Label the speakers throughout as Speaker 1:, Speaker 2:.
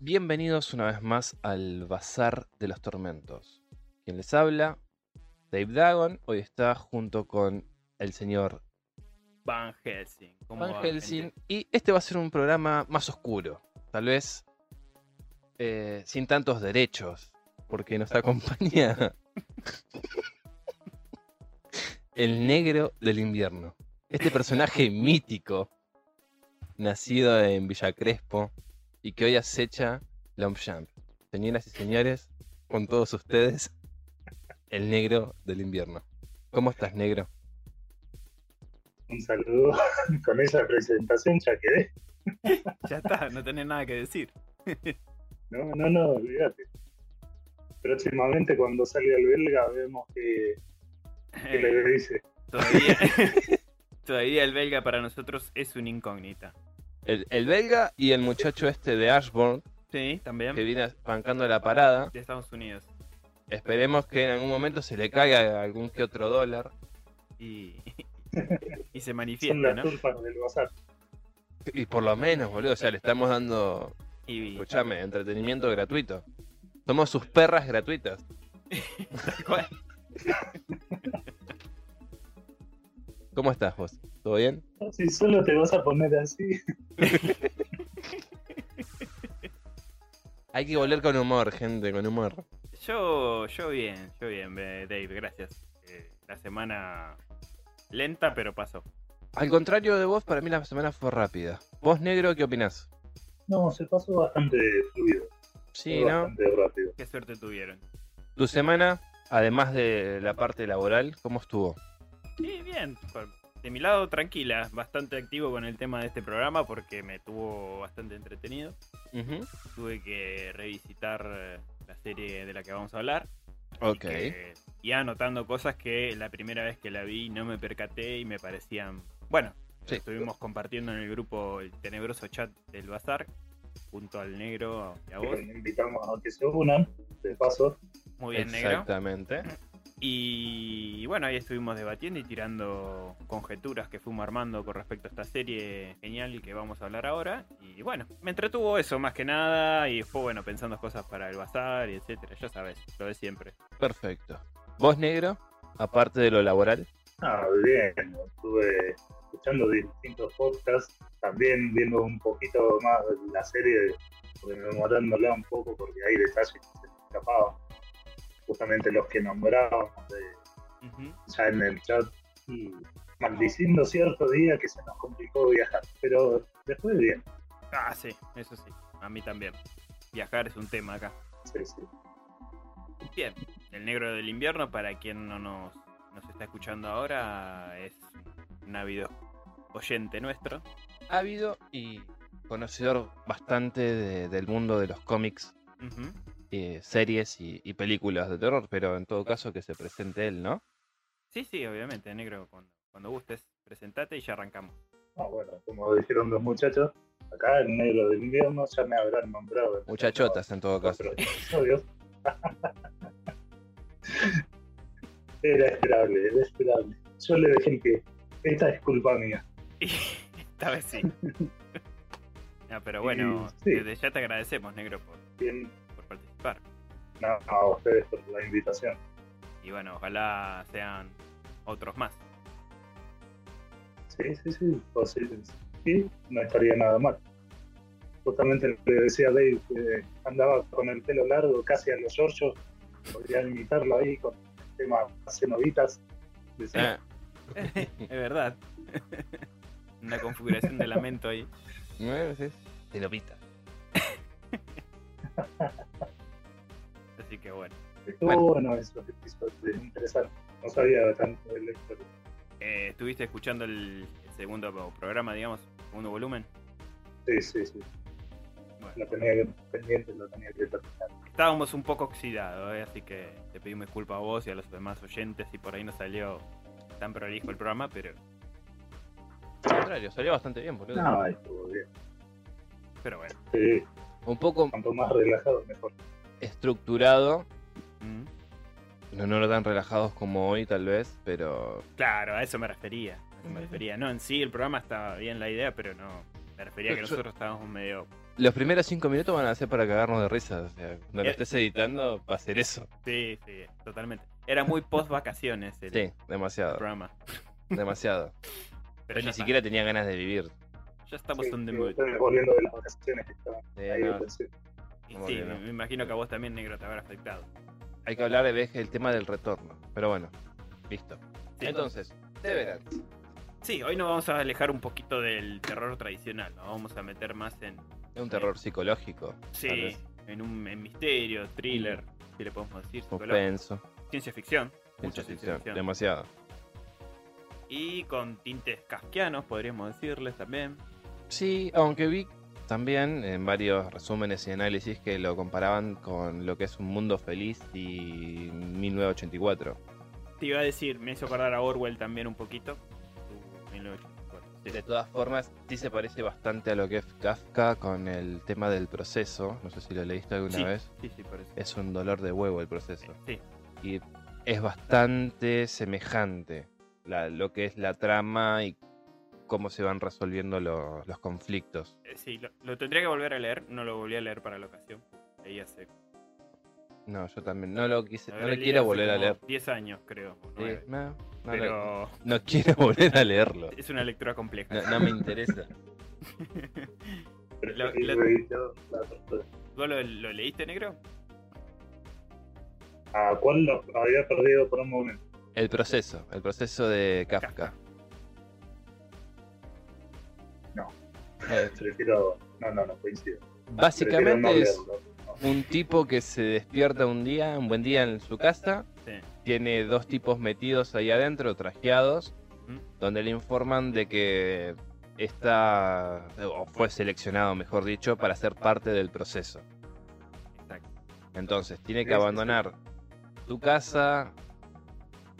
Speaker 1: Bienvenidos una vez más al Bazar de los Tormentos. Quien les habla, Dave Dagon, hoy está junto con el señor
Speaker 2: Van Helsing. ¿Cómo
Speaker 1: Van
Speaker 2: va,
Speaker 1: Helsing.
Speaker 2: gente?
Speaker 1: Y este va a ser un programa más oscuro, tal vez eh, sin tantos derechos, porque nos acompaña el negro del invierno. Este personaje mítico, nacido en Villa Crespo y que hoy acecha Longchamp. Señoras y señores, con todos ustedes, el negro del invierno. ¿Cómo estás, negro?
Speaker 3: Un saludo. Con esa presentación ya quedé.
Speaker 2: Ya está, no tenés nada que decir.
Speaker 3: No, no, no, olvídate. Próximamente cuando salga el belga vemos que,
Speaker 2: Eh,
Speaker 3: que le dice.
Speaker 2: Todavía, todavía el belga para nosotros es una incógnita.
Speaker 1: El, el belga y el muchacho este de Ashbourne,
Speaker 2: Sí, también.
Speaker 1: que viene bancando la parada.
Speaker 2: De Estados Unidos.
Speaker 1: Esperemos que en algún momento se le caiga algún que otro dólar.
Speaker 2: Y, y se
Speaker 3: Son
Speaker 2: manifiesta,
Speaker 3: las
Speaker 2: ¿no?
Speaker 3: tulpas del bazar.
Speaker 1: Y por lo menos, boludo, o sea, le estamos dando,
Speaker 2: Y
Speaker 1: escúchame, entretenimiento gratuito. Somos sus perras gratuitas.
Speaker 2: tal cual.
Speaker 1: ¿Cómo estás vos? ¿Todo bien?
Speaker 3: Si solo te vas a poner así.
Speaker 1: Hay que volver con humor, gente, con humor.
Speaker 2: Yo, yo bien, yo bien, eh, Dave, gracias. Eh, la semana lenta, pero pasó.
Speaker 1: Al contrario de vos, para mí la semana fue rápida. ¿Vos, negro, qué opinás?
Speaker 3: No, se pasó bastante fluido.
Speaker 1: Sí,
Speaker 3: fue
Speaker 1: ¿no?
Speaker 3: Bastante rápido.
Speaker 2: Qué suerte tuvieron.
Speaker 1: Tu semana, además de la parte laboral, ¿cómo estuvo?
Speaker 2: Sí, bien. Por- De mi lado, tranquila. Bastante activo con el tema de este programa porque me tuvo bastante entretenido.
Speaker 1: Ujú.
Speaker 2: Tuve que revisitar eh, la serie de la que vamos a hablar.
Speaker 1: Ok.
Speaker 2: que- y anotando cosas que la primera vez que la vi no me percaté y me parecían. Bueno,
Speaker 1: Sí.
Speaker 2: estuvimos compartiendo en el grupo el tenebroso chat del bazar junto al negro y a vos.
Speaker 3: Los invitamos a que se unan, de paso.
Speaker 2: Muy bien, negro.
Speaker 1: Exactamente.
Speaker 2: Y, bueno, ahí estuvimos debatiendo y tirando conjeturas que fuimos armando con respecto a esta serie genial que vamos a hablar ahora. Y bueno, me entretuvo eso más que nada. Y después, bueno, pensando cosas para el bazar y etcétera. Ya sabes, lo de siempre.
Speaker 1: Perfecto. ¿Vos, negro? Aparte de lo laboral.
Speaker 3: Ah, bien. Estuve escuchando distintos podcasts. También viendo un poquito más la serie, rememorándola un poco porque hay detalles que se me escapaban. Justamente los que nombrábamos de
Speaker 2: Ujú.
Speaker 3: ya en el chat y maldiciendo cierto día que se nos complicó viajar. Pero después bien,
Speaker 2: Ah, sí, eso sí. A mí también. Viajar es un tema acá.
Speaker 3: sí, sí.
Speaker 2: Bien, El Negro del Invierno, para quien no nos, nos está escuchando ahora, es un ávido oyente nuestro.
Speaker 1: Ha habido y conocedor bastante de- del mundo de los cómics,
Speaker 2: Ujú.
Speaker 1: eh, series y, y películas de terror, pero en todo caso que se presente él, ¿no?
Speaker 2: Sí, sí, obviamente, Negro, cuando, cuando gustes, presentate y ya arrancamos.
Speaker 3: Ah, bueno, como dijeron los muchachos, acá el negro del invierno ya me habrán nombrado. en
Speaker 1: Muchachotas en todo caso.
Speaker 3: otros episodios. era esperable, era esperable. Yo le dejé en pie. Esta es culpa mía.
Speaker 2: Y esta vez sí. No, pero bueno,
Speaker 3: Sí.
Speaker 2: desde ya te agradecemos, Negro, por,
Speaker 3: Bien,
Speaker 2: por participar.
Speaker 3: no, a ustedes por la invitación.
Speaker 2: Y bueno, ojalá sean otros más.
Speaker 3: Sí, sí, sí, posible. Y no estaría nada mal. Justamente le decía a Dave que andaba con el pelo largo, casi a los Giorgio. Podría imitarlo ahí con el tema cenobitas. Decía,
Speaker 1: Ah,
Speaker 2: Es verdad. Una configuración de lamento ahí.
Speaker 1: bueno, sí. te lo pita.
Speaker 2: Así que bueno.
Speaker 4: Estuvo
Speaker 1: Bueno.
Speaker 4: bueno, eso, eso es interesante. No sabía tanto de la historia.
Speaker 2: Eh, ¿Estuviste escuchando el, el segundo programa, digamos? Segundo volumen.
Speaker 4: Sí, sí, sí.
Speaker 2: Bueno,
Speaker 4: Lo tenía que- pendiente, lo tenía que terminar.
Speaker 2: estábamos un poco oxidados, eh, así que te pedimos disculpas a vos y a los demás oyentes si por ahí no salió tan prolijo el programa, pero,
Speaker 1: Al contrario, salió bastante bien, boludo.
Speaker 4: No, Ah, estuvo bien.
Speaker 2: pero bueno.
Speaker 4: Sí,
Speaker 1: Un poco
Speaker 4: cuanto más relajado, mejor.
Speaker 1: estructurado,
Speaker 2: Mm.
Speaker 1: no, no tan relajados como hoy tal vez, pero
Speaker 2: Claro, a eso me refería. a eso me refería. No, en sí el programa estaba bien la idea, pero no. Me refería a que
Speaker 1: Yo-
Speaker 2: nosotros estábamos medio.
Speaker 1: los primeros cinco minutos van a ser para cagarnos de risa. O sea, cuando lo
Speaker 2: Eh.
Speaker 1: estés editando va a ser eso.
Speaker 2: Sí, sí, totalmente. Era muy post vacaciones el
Speaker 1: Sí, demasiado,
Speaker 2: programa.
Speaker 1: demasiado.
Speaker 2: Pero
Speaker 1: Yo
Speaker 2: ya,
Speaker 1: ni
Speaker 2: está,
Speaker 1: siquiera tenía ganas de vivir.
Speaker 2: ya estamos
Speaker 4: Sí,
Speaker 2: on the
Speaker 4: sí,
Speaker 2: mood.
Speaker 4: estoy volviendo de las vacaciones que estaban
Speaker 1: Eh,
Speaker 4: ahí. pues,
Speaker 1: no,
Speaker 4: pensé,
Speaker 2: Y
Speaker 1: Como
Speaker 2: sí,
Speaker 1: que no.
Speaker 2: me me imagino que a vos también, negro, te habrá afectado.
Speaker 1: hay que hablar de el tema del retorno. Pero bueno, listo.
Speaker 2: Sí.
Speaker 1: Entonces, Severance.
Speaker 2: Sí, hoy nos vamos a alejar un poquito del terror tradicional. Nos vamos a meter más en.
Speaker 1: Es un terror psicológico. tal
Speaker 2: Sí,
Speaker 1: vez,
Speaker 2: en un en misterio, thriller, si le podemos decir. psicológico.
Speaker 1: Suspenso.
Speaker 2: Ciencia ficción. Mucha
Speaker 1: Mm. Ciencia
Speaker 2: ciencia
Speaker 1: ficción.
Speaker 2: ficción.
Speaker 1: Demasiado.
Speaker 2: Y con tintes kafkianos, podríamos decirles también.
Speaker 1: Sí, aunque vi también en varios resúmenes y análisis que lo comparaban con lo que es Un Mundo Feliz y 1984.
Speaker 2: Te iba a decir, me hizo acordar a Orwell también un poquito. Uh, su 1984.
Speaker 1: De todas formas, sí se parece bastante a lo que es Kafka con el tema del proceso. No sé si lo leíste alguna
Speaker 2: Sí.
Speaker 1: vez.
Speaker 2: Sí, sí, por eso.
Speaker 1: Es un dolor de huevo el proceso.
Speaker 2: Sí,
Speaker 1: y es bastante semejante la- lo que es la trama y cómo se van resolviendo lo- los conflictos.
Speaker 2: eh, sí, lo, lo tendría que volver a leer. No lo volví a leer para la ocasión. Ahí hace.
Speaker 1: No, yo también no lo quise,
Speaker 2: lo
Speaker 1: no lo
Speaker 2: habré leído
Speaker 1: quiero
Speaker 2: hace
Speaker 1: volver a
Speaker 2: como
Speaker 1: leer.
Speaker 2: 10 años, creo. o
Speaker 1: Sí,
Speaker 2: nueve.
Speaker 1: no, no, lo-
Speaker 2: Pero
Speaker 1: no quiero volver a leerlo.
Speaker 2: es una lectura compleja.
Speaker 1: No, no me interesa.
Speaker 2: Lo-
Speaker 4: preferí
Speaker 2: lo-
Speaker 4: reír yo, la tortura.
Speaker 2: ¿Vos lo, lo leíste, negro?
Speaker 4: ¿A Ah, cuál lo había perdido por un momento?
Speaker 1: El proceso, el proceso de Kafka.
Speaker 4: No.
Speaker 1: Eh,
Speaker 4: Prefiero. No, no, no coincido. Prefiero no
Speaker 1: Básicamente es
Speaker 4: leerlo.
Speaker 1: un tipo que se despierta un día, un buen día en su casa,
Speaker 2: Sí.
Speaker 1: tiene dos tipos metidos ahí adentro, trajeados,
Speaker 2: Ujú.
Speaker 1: donde le informan de que está, o fue seleccionado, mejor dicho, para ser parte del proceso.
Speaker 2: Exacto.
Speaker 1: Entonces, tiene
Speaker 4: Sí,
Speaker 1: que
Speaker 4: sí, sí.
Speaker 1: abandonar su casa,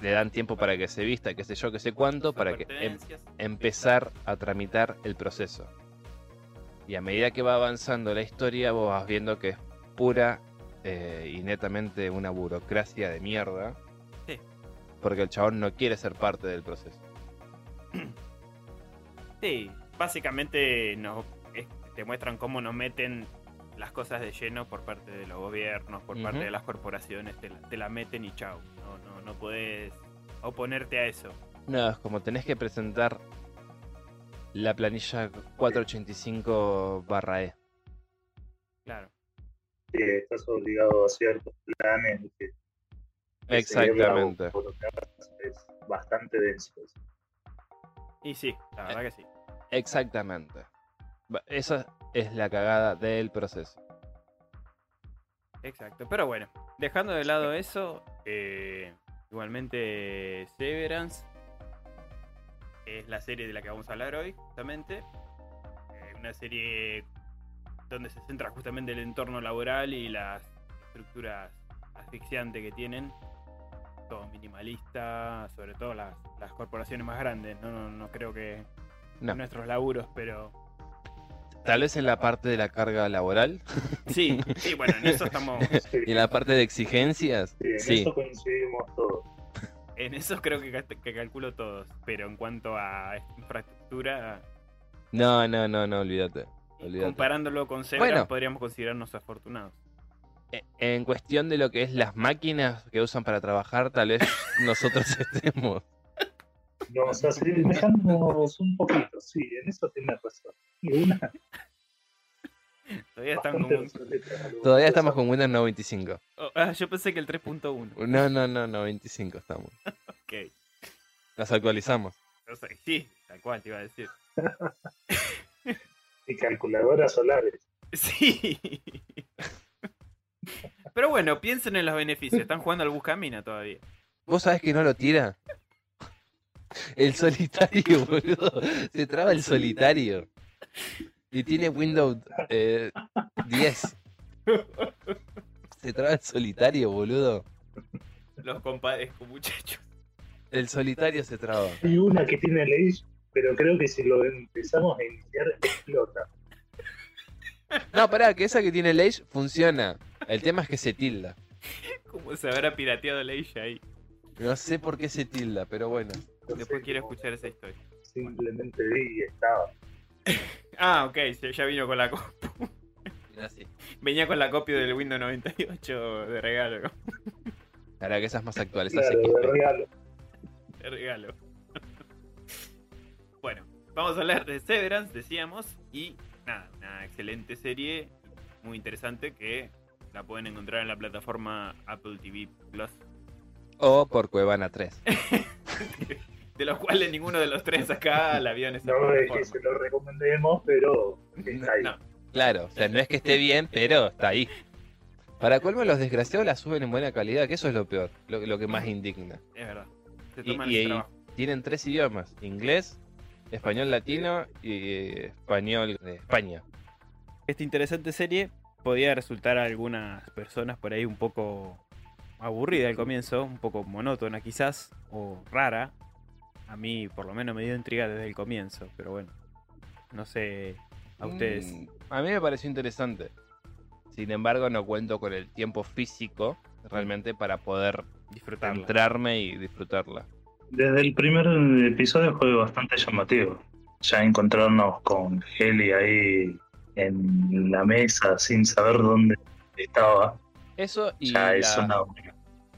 Speaker 1: le dan tiempo para que se vista, qué sé yo, qué sé cuánto, para que em-
Speaker 2: Pertenencias.
Speaker 1: empezar a tramitar el proceso. Y a medida que va avanzando la historia, vos vas viendo que es pura eh, y netamente una burocracia de mierda.
Speaker 2: Sí.
Speaker 1: Porque el chabón no quiere ser parte del proceso.
Speaker 2: Sí, básicamente nos, es- te muestran cómo nos meten las cosas de lleno por parte de los gobiernos, por parte
Speaker 1: Ujú.
Speaker 2: de las corporaciones, te la, te la meten y chau. No, no, no podés oponerte a eso.
Speaker 1: No, es como tenés que presentar la planilla 485 barra E.
Speaker 2: Claro.
Speaker 4: que estás obligado a ciertos planes. Que que
Speaker 1: Exactamente.
Speaker 4: se lleva por lo que haces, Es bastante denso. pues. eso.
Speaker 2: Y sí,
Speaker 1: Eh,
Speaker 2: la verdad que sí.
Speaker 1: Exactamente. Va- Esa es la cagada del proceso.
Speaker 2: Exacto. Pero bueno, dejando de lado eso, eh, igualmente Severance es la serie de la que vamos a hablar hoy, justamente. Eh, una serie donde se centra justamente el entorno laboral y las estructuras asfixiantes que tienen. Todo minimalista, sobre todo las, las corporaciones más grandes. No, no, no creo que
Speaker 1: No.
Speaker 2: nuestros laburos, pero
Speaker 1: Tal vez en la parte de la carga laboral
Speaker 2: sí, sí, bueno, en eso estamos,
Speaker 4: Sí,
Speaker 1: y en la parte de exigencias.
Speaker 4: sí, en
Speaker 1: Sí.
Speaker 4: eso coincidimos todos.
Speaker 2: En eso creo que, cal- que calculo todos, pero en cuanto a infraestructura,
Speaker 1: No, no, no, no, olvídate. Olvídate.
Speaker 2: comparándolo con Zebra,
Speaker 1: Bueno.
Speaker 2: podríamos considerarnos afortunados.
Speaker 1: E- En cuestión de lo que es las máquinas que usan para trabajar, tal vez nosotros estemos.
Speaker 4: Nos asemejamos un poquito, sí, en eso tiene razón. Y una
Speaker 2: Todavía están
Speaker 4: bastante
Speaker 2: como...
Speaker 4: obsoleta, algo
Speaker 1: Todavía
Speaker 4: que
Speaker 1: estamos
Speaker 4: son-
Speaker 1: con Windows 95.
Speaker 2: Oh, ah, yo pensé que el 3.1.
Speaker 1: No, no, no, 95 estamos.
Speaker 2: Ok.
Speaker 1: Nos actualizamos.
Speaker 2: O sea, sí, tal cual te iba a decir.
Speaker 4: Y calculadoras solares.
Speaker 2: Sí. Pero bueno, piensen en los beneficios. Están jugando al Buscamina todavía.
Speaker 1: ¿Vos sabés que no lo tira? El solitario, boludo. Se traba el solitario. Y tiene Windows eh, 10. Se traba el solitario, boludo.
Speaker 2: Los compadezco, muchachos.
Speaker 1: El solitario se traba.
Speaker 4: Hay una que tiene ley, pero creo que si lo empezamos a iniciar, explota.
Speaker 1: No, pará, que esa que tiene el Age funciona. El tema es que se tilda.
Speaker 2: ¿Cómo se habrá pirateado la Isha ahí?
Speaker 1: No sé por qué se tilda, pero bueno.
Speaker 4: No
Speaker 2: Después
Speaker 4: sé,
Speaker 2: quiero
Speaker 4: como
Speaker 2: escuchar esa historia.
Speaker 4: Simplemente vi y estaba.
Speaker 2: Ah, ok, se- ya vino con la co-
Speaker 1: Así.
Speaker 2: venía con la copia del Windows 98 de regalo,
Speaker 1: Ahora que esas más actuales.
Speaker 4: Claro,
Speaker 1: hace
Speaker 4: de
Speaker 1: XP.
Speaker 4: regalo.
Speaker 2: de regalo. Bueno, vamos a hablar de Severance, decíamos, y nada, una excelente serie, muy interesante que la pueden encontrar en la plataforma Apple TV Plus,
Speaker 1: O por Cuevana 3.
Speaker 2: de los cuales ninguno de los tres acá la vio en esa
Speaker 4: No es que se
Speaker 2: plataforma.
Speaker 4: lo recomendemos, pero está ahí.
Speaker 2: No,
Speaker 1: Claro, o sea, no es que esté bien, pero está ahí. Para colmo, los desgraciados la suben en buena calidad, que eso es lo peor, lo, lo que más indigna.
Speaker 2: es verdad. Se
Speaker 1: Y-
Speaker 2: toman
Speaker 1: y-
Speaker 2: el
Speaker 1: y-
Speaker 2: trabajo.
Speaker 1: Tienen tres idiomas: inglés, español latino y español de España.
Speaker 2: esta interesante serie podía resultar a algunas personas por ahí un poco aburrida al comienzo, un poco monótona quizás, o rara. A mí por lo menos me dio intriga desde el comienzo, pero bueno, no sé a ustedes.
Speaker 1: Mm, a mí me pareció interesante. Sin embargo, no cuento con el tiempo físico realmente para poder
Speaker 2: Disfrutarla.
Speaker 1: entrarme y disfrutarla.
Speaker 3: Desde el primer episodio fue bastante llamativo. Ya encontrarnos con Heli ahí en la mesa sin saber dónde estaba,
Speaker 1: Eso y
Speaker 3: ya es
Speaker 1: la-
Speaker 3: una...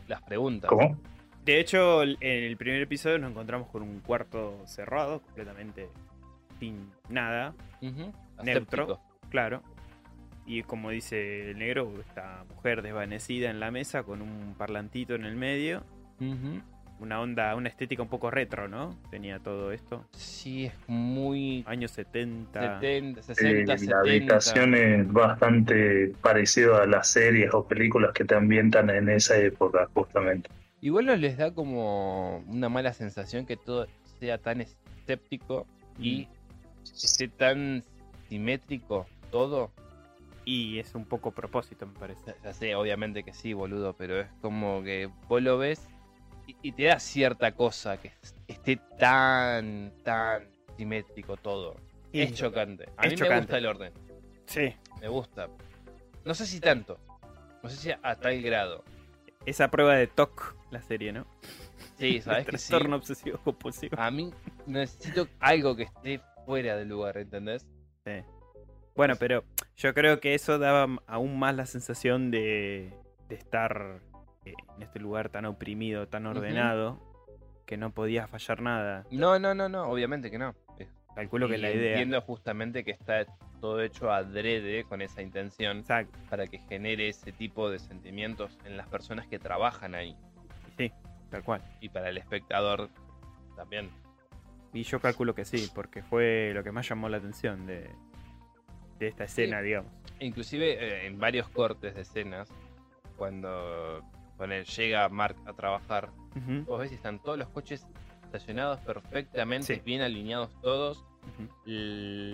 Speaker 1: las preguntas.
Speaker 3: ¿Cómo?
Speaker 2: De hecho, el- en el primer episodio nos encontramos con un cuarto cerrado, completamente sin nada,
Speaker 1: Ujú,
Speaker 2: Neutro.
Speaker 1: aséptico.
Speaker 2: Claro. Y como dice el negro, esta mujer desvanecida en la mesa con un parlantito en el medio
Speaker 1: Ujú.
Speaker 2: una onda, una estética un poco retro, ¿no? Tenía todo esto.
Speaker 1: Sí, es muy
Speaker 2: Años 70.
Speaker 1: 70,
Speaker 3: Eh,
Speaker 1: 60,
Speaker 3: la
Speaker 1: 70.
Speaker 3: habitación es bastante parecida a las series o películas que te ambientan en esa época, justamente.
Speaker 1: Igual no les da como una mala sensación que todo sea tan escéptico
Speaker 3: Mm.
Speaker 1: y esté tan simétrico todo.
Speaker 2: Y es un poco propósito, me parece.
Speaker 1: Ya, ya sé, obviamente que sí, boludo, pero es como que vos lo ves y, y te da cierta cosa que es- esté tan, tan simétrico todo.
Speaker 2: Y-
Speaker 1: es chocante. A mí
Speaker 2: es
Speaker 1: me
Speaker 2: chocante.
Speaker 1: gusta el orden.
Speaker 2: Sí.
Speaker 1: Me gusta. No sé si tanto. No sé si a, a tal grado.
Speaker 2: Esa prueba de TOC, la serie, ¿no?
Speaker 1: Sí,
Speaker 2: El
Speaker 1: sabes que sí.
Speaker 2: trastorno obsesivo compulsivo.
Speaker 1: A mí necesito algo que esté fuera del lugar, ¿entendés?
Speaker 2: Sí. Bueno, pero yo creo que eso daba m- aún más la sensación de, de estar eh, en este lugar tan oprimido, tan
Speaker 1: Ujú.
Speaker 2: ordenado, que no podías fallar nada.
Speaker 1: No, no, no, no, obviamente que no. Es-
Speaker 2: Calculo que
Speaker 1: y
Speaker 2: la idea.
Speaker 1: Entiendo justamente que está todo hecho adrede con esa intención
Speaker 2: Exacto.
Speaker 1: para que genere ese tipo de sentimientos en las personas que trabajan ahí
Speaker 2: Sí, tal cual.
Speaker 1: y para el espectador también.
Speaker 2: Y yo calculo que sí, porque fue lo que más llamó la atención de, de esta escena, digamos.
Speaker 1: Inclusive eh, en varios cortes de escenas, cuando poner, llega Mark a trabajar,
Speaker 2: Ujú,
Speaker 1: vos ves que están todos los coches estacionados perfectamente,
Speaker 2: Sí.
Speaker 1: bien alineados todos,
Speaker 2: ujú.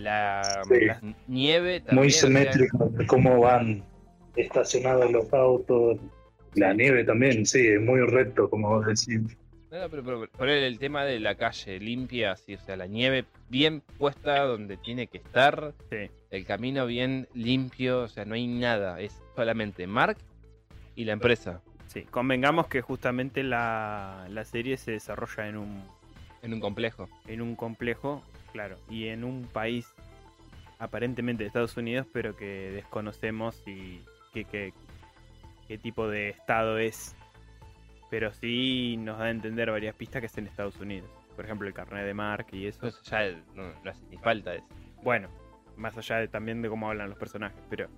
Speaker 1: la,
Speaker 4: Sí.
Speaker 1: la nieve también. o
Speaker 3: Muy
Speaker 1: sea,
Speaker 3: simétrico.
Speaker 4: Cómo van estacionados los autos.
Speaker 3: La nieve también, sí, es muy recto, como vos decís.
Speaker 1: no, no, pero, pero poner el tema de la calle limpia, así, o sea, la nieve bien puesta donde tiene que estar,
Speaker 2: Sí.
Speaker 1: el camino bien limpio, o sea, no hay nada, es solamente Mark y la empresa
Speaker 2: Sí, convengamos que justamente la, la serie se desarrolla en un,
Speaker 1: en un complejo.
Speaker 2: en un complejo, claro, y en un país aparentemente de Estados Unidos, pero que desconocemos y qué que, qué tipo de estado es. Pero sí nos da a entender varias pistas que es en Estados Unidos. Por ejemplo, el carnet de Mark y eso.
Speaker 1: Entonces ya no, no hace ni falta eso.
Speaker 2: Bueno, más allá de, también de cómo hablan los personajes, pero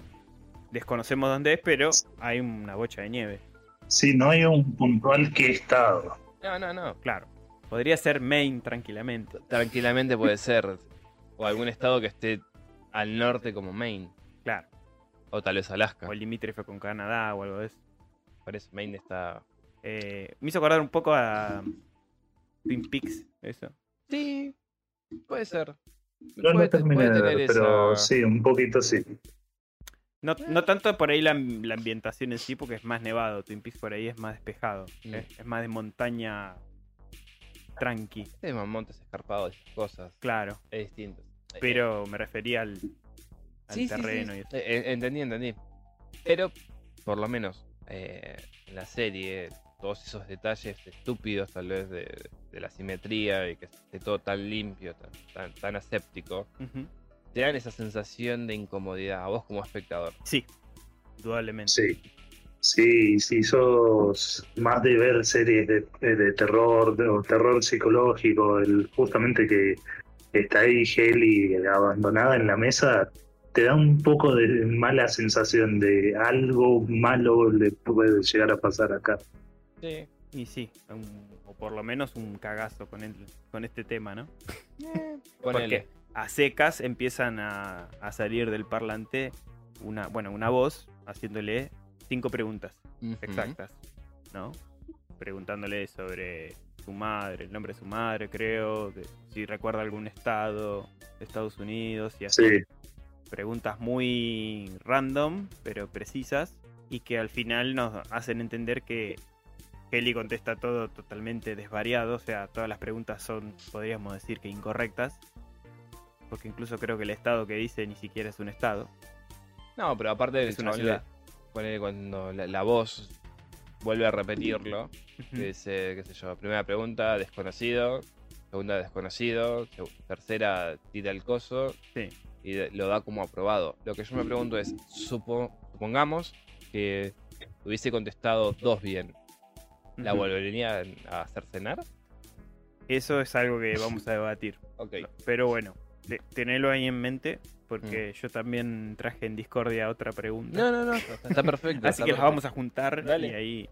Speaker 2: desconocemos dónde es, pero hay una bocha de nieve,
Speaker 3: Sí, no hay un puntual que estado.
Speaker 1: No, no, no.
Speaker 2: claro. Podría ser Maine tranquilamente.
Speaker 1: Tranquilamente puede ser. O algún estado que esté al norte como Maine.
Speaker 2: Claro.
Speaker 1: O tal vez Alaska.
Speaker 2: O el limítrofe con Canadá o algo de eso.
Speaker 1: Por eso Maine está.
Speaker 2: Eh, me hizo acordar un poco a Twin Peaks, eso.
Speaker 1: Sí, puede ser.
Speaker 3: No lo
Speaker 1: Puede-
Speaker 3: terminé de
Speaker 1: puede
Speaker 3: ver,
Speaker 1: tener
Speaker 3: pero
Speaker 1: esa-
Speaker 3: sí, un poquito sí.
Speaker 2: No, no tanto por ahí la, la ambientación en sí, porque es más nevado. Twin Peaks por ahí es más despejado.
Speaker 1: Mm.
Speaker 2: Es, es más de montaña tranqui,
Speaker 1: Este de montes escarpados, esas cosas. eh,
Speaker 2: claro.
Speaker 1: Es distinto.
Speaker 2: Pero me refería al, al
Speaker 1: Sí, sí, sí,
Speaker 2: terreno
Speaker 1: sí.
Speaker 2: y eso.
Speaker 1: Eh, eh, Entendí, entendí. Pero, por lo menos, eh, en la serie, todos esos detalles estúpidos, tal vez, de, de la simetría y que esté todo tan limpio, tan, tan, tan aséptico,
Speaker 2: Ujú.
Speaker 1: te dan esa sensación de incomodidad a vos como espectador.
Speaker 2: Sí, indudablemente.
Speaker 3: Sí. Sí, si sos más de ver series de, eh, de- de terror, de- o terror psicológico, el, justamente que está ahí Heli abandonada en la mesa, te da un poco de mala sensación de algo malo le puede llegar a pasar acá.
Speaker 1: Sí.
Speaker 2: Y sí, un- o por lo menos un cagazo con, el- con este tema, ¿no?
Speaker 1: Eh, Ponele.
Speaker 2: A secas empiezan a, a salir del parlante una, bueno, una voz haciéndole cinco preguntas
Speaker 1: Ujú.
Speaker 2: exactas, ¿no? Preguntándole sobre su madre, el nombre de su madre, creo, de- si recuerda algún estado de Estados Unidos y así.
Speaker 3: Sí,
Speaker 2: preguntas muy random, pero precisas, y que al final nos hacen entender que Kelly contesta todo totalmente desvariado, o sea, todas las preguntas son, podríamos decir que incorrectas, porque incluso creo que el estado que dice ni siquiera es un estado.
Speaker 1: No, pero aparte del
Speaker 2: Es una
Speaker 1: chabón,
Speaker 2: ciudad.
Speaker 1: ponele cuando la, la voz vuelve a repetirlo, que dice, qué sé yo, primera pregunta, desconocido, segunda, desconocido, seg- tercera, tira el coso,
Speaker 2: Sí.
Speaker 1: y de- lo da como aprobado. Lo que yo me pregunto es, supo- supongamos que hubiese contestado dos bien, ¿la
Speaker 2: Ujú.
Speaker 1: volverían a hacer cenar?
Speaker 2: Eso es algo que vamos a debatir.
Speaker 1: Ok.
Speaker 2: Pero bueno, de- tenelo ahí en mente, porque yo también traje en Discordia otra pregunta.
Speaker 1: No, no, no, está está perfecto.
Speaker 2: Así
Speaker 1: está
Speaker 2: que los
Speaker 1: perfecto.
Speaker 2: vamos a juntar
Speaker 1: Dale.
Speaker 2: y ahí.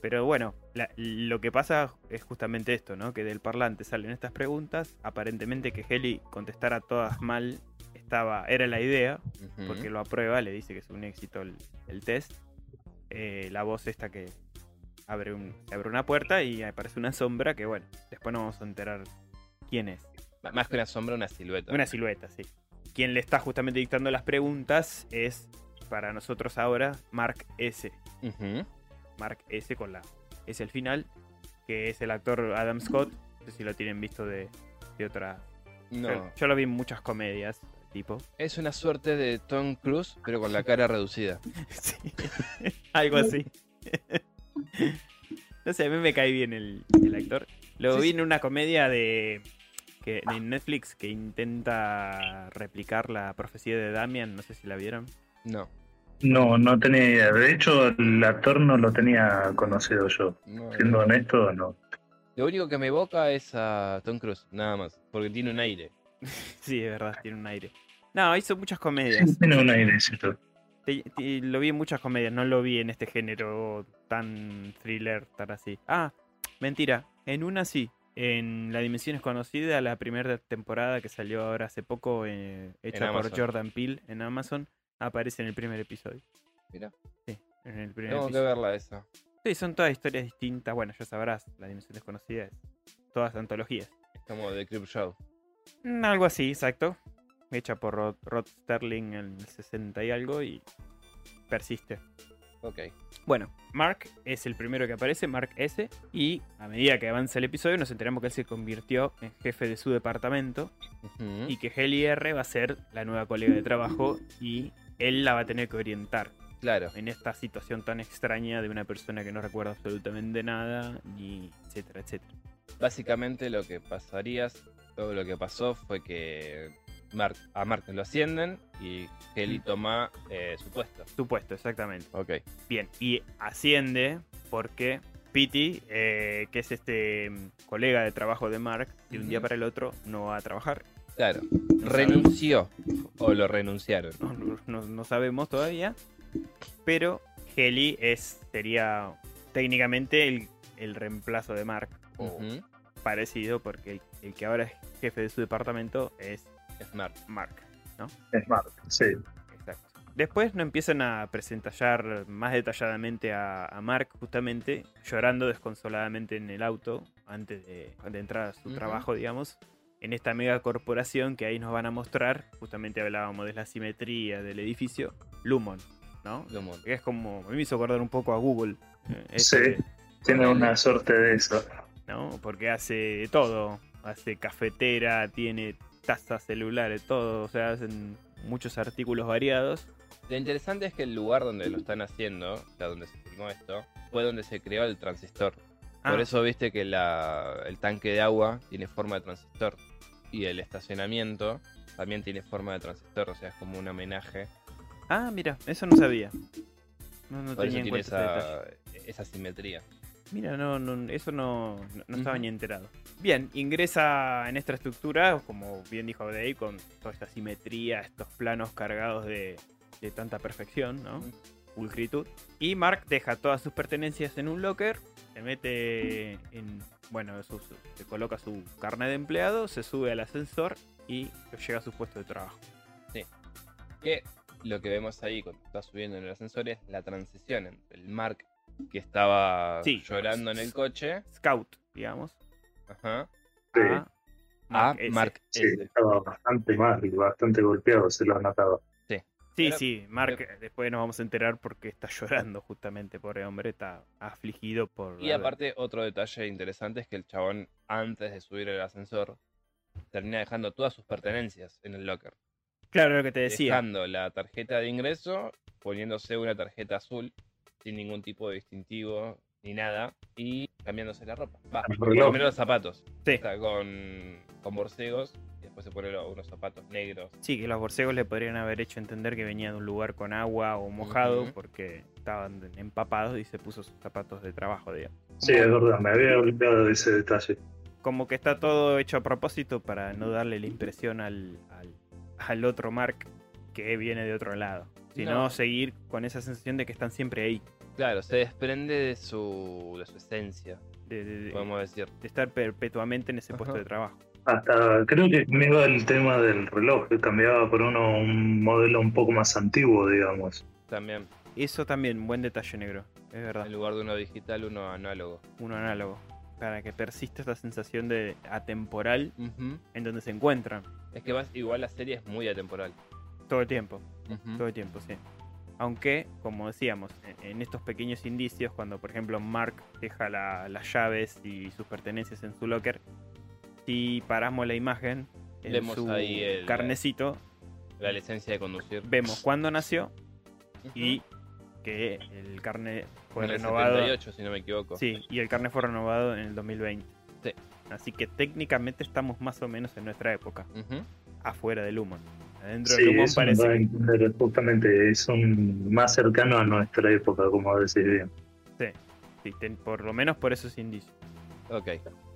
Speaker 2: Pero bueno, la- lo que pasa es justamente esto, ¿no? Que del parlante salen estas preguntas. Aparentemente que Heli contestara todas mal estaba, era la idea,
Speaker 1: Ujú.
Speaker 2: porque lo aprueba, le dice que es un éxito el, el test. Eh, la voz esta que abre, un, abre una puerta y aparece una sombra que, bueno, después nos vamos a enterar quién es.
Speaker 1: M- Más que una sombra, una silueta.
Speaker 2: Una silueta, sí. Quien le está justamente dictando las preguntas es, para nosotros ahora, Mark S.
Speaker 1: Ujú.
Speaker 2: Mark S con la S al final, que es el actor Adam Scott. No sé si lo tienen visto de, de otra.
Speaker 1: No,
Speaker 2: Pero Yo lo vi en muchas comedias, tipo.
Speaker 1: es una suerte de Tom Cruise, pero con la cara reducida.
Speaker 2: Sí. Algo así. no sé, a mí me cae bien el, el actor. Lo
Speaker 1: Sí,
Speaker 2: vi
Speaker 1: sí.
Speaker 2: en una comedia de, que, de Netflix que intenta replicar la profecía de Damian. No sé si la vieron.
Speaker 1: No,
Speaker 3: no, no tenía idea. De hecho, el actor no lo tenía conocido yo.
Speaker 1: no.
Speaker 3: Siendo honesto, no.
Speaker 1: Lo único que me evoca es a Tom Cruise, nada más, porque tiene un aire.
Speaker 2: Sí, es verdad, tiene un aire. No, hizo muchas comedias.
Speaker 3: Sí, tiene un airecito.
Speaker 2: Te- te- lo vi en muchas comedias, no lo vi en este género tan thriller, tan así. Ah, mentira, en una sí. En La Dimensión Desconocida, la primera temporada que salió ahora hace poco, eh, hecha por
Speaker 1: Amazon.
Speaker 2: Jordan Peele en Amazon, aparece en el primer episodio.
Speaker 1: Mirá.
Speaker 2: Sí, en el primer
Speaker 1: Tengo que
Speaker 2: episodio.
Speaker 1: verla esa.
Speaker 2: Sí, son todas historias distintas. Bueno, ya sabrás, La Dimensión Desconocida es todas antologías.
Speaker 1: Es como The Crip Show.
Speaker 2: Mm, Algo así, exacto. Hecha por Rod, Rod Sterling en el 60 y algo y persiste.
Speaker 1: Ok.
Speaker 2: Bueno, Mark es el primero que aparece, Mark S. Y a medida que avanza el episodio nos enteramos que él se convirtió en jefe de su departamento
Speaker 1: Ujú.
Speaker 2: y que Heli R va a ser la nueva colega de trabajo y él la va a tener que orientar
Speaker 1: Claro.
Speaker 2: en esta situación tan extraña de una persona que no recuerda absolutamente nada, ni etcétera, etcétera.
Speaker 1: Básicamente lo que pasaría, todo lo que pasó fue que Mark, a Mark lo ascienden y Kelly toma eh, su puesto.
Speaker 2: Supuesto, exactamente.
Speaker 1: Ok.
Speaker 2: Bien, y asciende porque Pity, eh, que es este mm, colega de trabajo de Mark, de un día
Speaker 1: Ujú.
Speaker 2: para el otro no va a trabajar.
Speaker 1: Claro.
Speaker 2: No sabemos
Speaker 1: Renunció. O lo renunciaron.
Speaker 2: no, no- no- no sabemos todavía. Pero Heli es, sería técnicamente el, el reemplazo de Mark. O
Speaker 1: Ujú.
Speaker 2: parecido, porque el, el que ahora es jefe de su departamento es
Speaker 1: Es Mark.
Speaker 2: Mark. ¿no?
Speaker 3: Smart, sí.
Speaker 2: Exacto. Después nos empiezan a presentallar más detalladamente a, a Mark, justamente, llorando desconsoladamente en el auto antes de, de entrar a su
Speaker 1: Ujú.
Speaker 2: trabajo, digamos, en esta mega corporación que ahí nos van a mostrar. Justamente hablábamos de la simetría del edificio Lumon, ¿no?
Speaker 1: Lumon.
Speaker 2: Que es como, a mí me hizo acordar un poco a Google. eh,
Speaker 3: Sí.
Speaker 2: esto de-
Speaker 3: Tiene una suerte de eso.
Speaker 2: ¿no? Porque hace de todo. Hace cafetera, tiene tazas celulares, todo. O sea, hacen muchos artículos variados.
Speaker 1: Lo interesante es que el lugar donde lo están haciendo, o sea, donde se filmó esto, fue donde se creó el transistor.
Speaker 2: Ah,
Speaker 1: Por eso viste que la- el tanque de agua tiene forma de transistor y el estacionamiento también tiene forma de transistor, o sea, es como un homenaje.
Speaker 2: ah, mira, eso no sabía. No, no
Speaker 1: Por eso
Speaker 2: tenía en
Speaker 1: tiene
Speaker 2: cuenta ese detalle.
Speaker 1: esa, esa simetría.
Speaker 2: Mira, no, no, eso no, no- no estaba
Speaker 1: Ujú.
Speaker 2: ni enterado. Bien, ingresa en esta estructura, como bien dijo Dave, con toda esta simetría, estos planos cargados de, de tanta perfección, ¿no?
Speaker 1: Ujú.
Speaker 2: Pulcritud. Y Mark deja todas sus pertenencias en un locker, se mete en. Bueno, su- su- se coloca su carnet de empleado, se sube al ascensor y llega a su puesto de trabajo.
Speaker 1: Que lo que vemos ahí cuando está subiendo en el ascensor es la transición entre el Mark que estaba
Speaker 2: Sí.
Speaker 1: llorando en el coche
Speaker 2: Scout, digamos.
Speaker 1: ajá,
Speaker 3: Sí.
Speaker 2: A
Speaker 1: a
Speaker 2: S.
Speaker 1: Mark
Speaker 3: Sí,
Speaker 1: S.
Speaker 3: estaba bastante mal y bastante golpeado, se lo han notado.
Speaker 2: Sí,
Speaker 1: Era-
Speaker 2: sí, Mark, después nos vamos a enterar porque está llorando justamente, pobre hombre, está afligido por...
Speaker 1: Y
Speaker 2: haber-
Speaker 1: aparte, otro detalle interesante es que el chabón, antes de subir al ascensor, termina dejando todas sus pertenencias en el locker.
Speaker 2: Claro, lo que te decía.
Speaker 1: Dejando la tarjeta de ingreso, poniéndose una tarjeta azul, sin ningún tipo de distintivo ni nada, y cambiándose la ropa. Va,
Speaker 3: El reloj.
Speaker 1: primero los zapatos.
Speaker 2: Sí.
Speaker 1: Está con, con borcegos, y después se pone lo- unos zapatos negros.
Speaker 2: Sí, que los borcegos le podrían haber hecho entender que venía de un lugar con agua o mojado
Speaker 1: Ujú.
Speaker 2: porque estaban empapados y se puso sus zapatos de trabajo, digamos.
Speaker 3: Sí, es verdad, me había olvidado de ese detalle.
Speaker 2: Como que está todo hecho a propósito para no darle la impresión al, al, al otro Mark que viene de otro lado, sino
Speaker 1: No.
Speaker 2: seguir con esa sensación de que están siempre ahí,
Speaker 1: Claro, se desprende de su, de su esencia,
Speaker 2: de, de- de-
Speaker 1: podemos decir.
Speaker 2: de estar perpetuamente en ese
Speaker 1: Ajá.
Speaker 2: puesto de trabajo.
Speaker 3: Hasta creo que me iba el tema del reloj, que cambiaba por uno un modelo un poco más antiguo, digamos.
Speaker 1: También,
Speaker 2: Eso también, buen detalle negro, es verdad.
Speaker 1: en lugar de uno digital, uno análogo.
Speaker 2: uno análogo. Para que persista esta sensación de atemporal
Speaker 1: Ujú.
Speaker 2: en donde se encuentran.
Speaker 1: Es que vas- igual la serie es muy atemporal.
Speaker 2: Todo el tiempo,
Speaker 1: Ujú.
Speaker 2: todo el tiempo, sí. Aunque, como decíamos, en- en estos pequeños indicios, cuando por ejemplo Mark deja la- las llaves y sus pertenencias en su locker, si paramos la imagen en
Speaker 1: Vemos
Speaker 2: su
Speaker 1: ahí el-
Speaker 2: carnecito,
Speaker 1: La licencia de conducir.
Speaker 2: vemos cuándo nació y
Speaker 1: Ujú.
Speaker 2: que el carne fue
Speaker 1: en el
Speaker 2: renovado.
Speaker 1: 78, si no me equivoco.
Speaker 2: Sí, y el carne fue renovado en el 2020.
Speaker 1: Sí.
Speaker 2: Así que técnicamente estamos más o menos en nuestra época.
Speaker 1: Ujú.
Speaker 2: afuera del Lumon. Adentro
Speaker 3: Sí,
Speaker 2: del Lumon
Speaker 3: eso me
Speaker 2: parece.
Speaker 3: da a
Speaker 2: que-
Speaker 3: entender justamente, es un más cercano a nuestra época, como decís bien.
Speaker 2: sí, ten- por lo menos por esos indicios.
Speaker 1: Ok.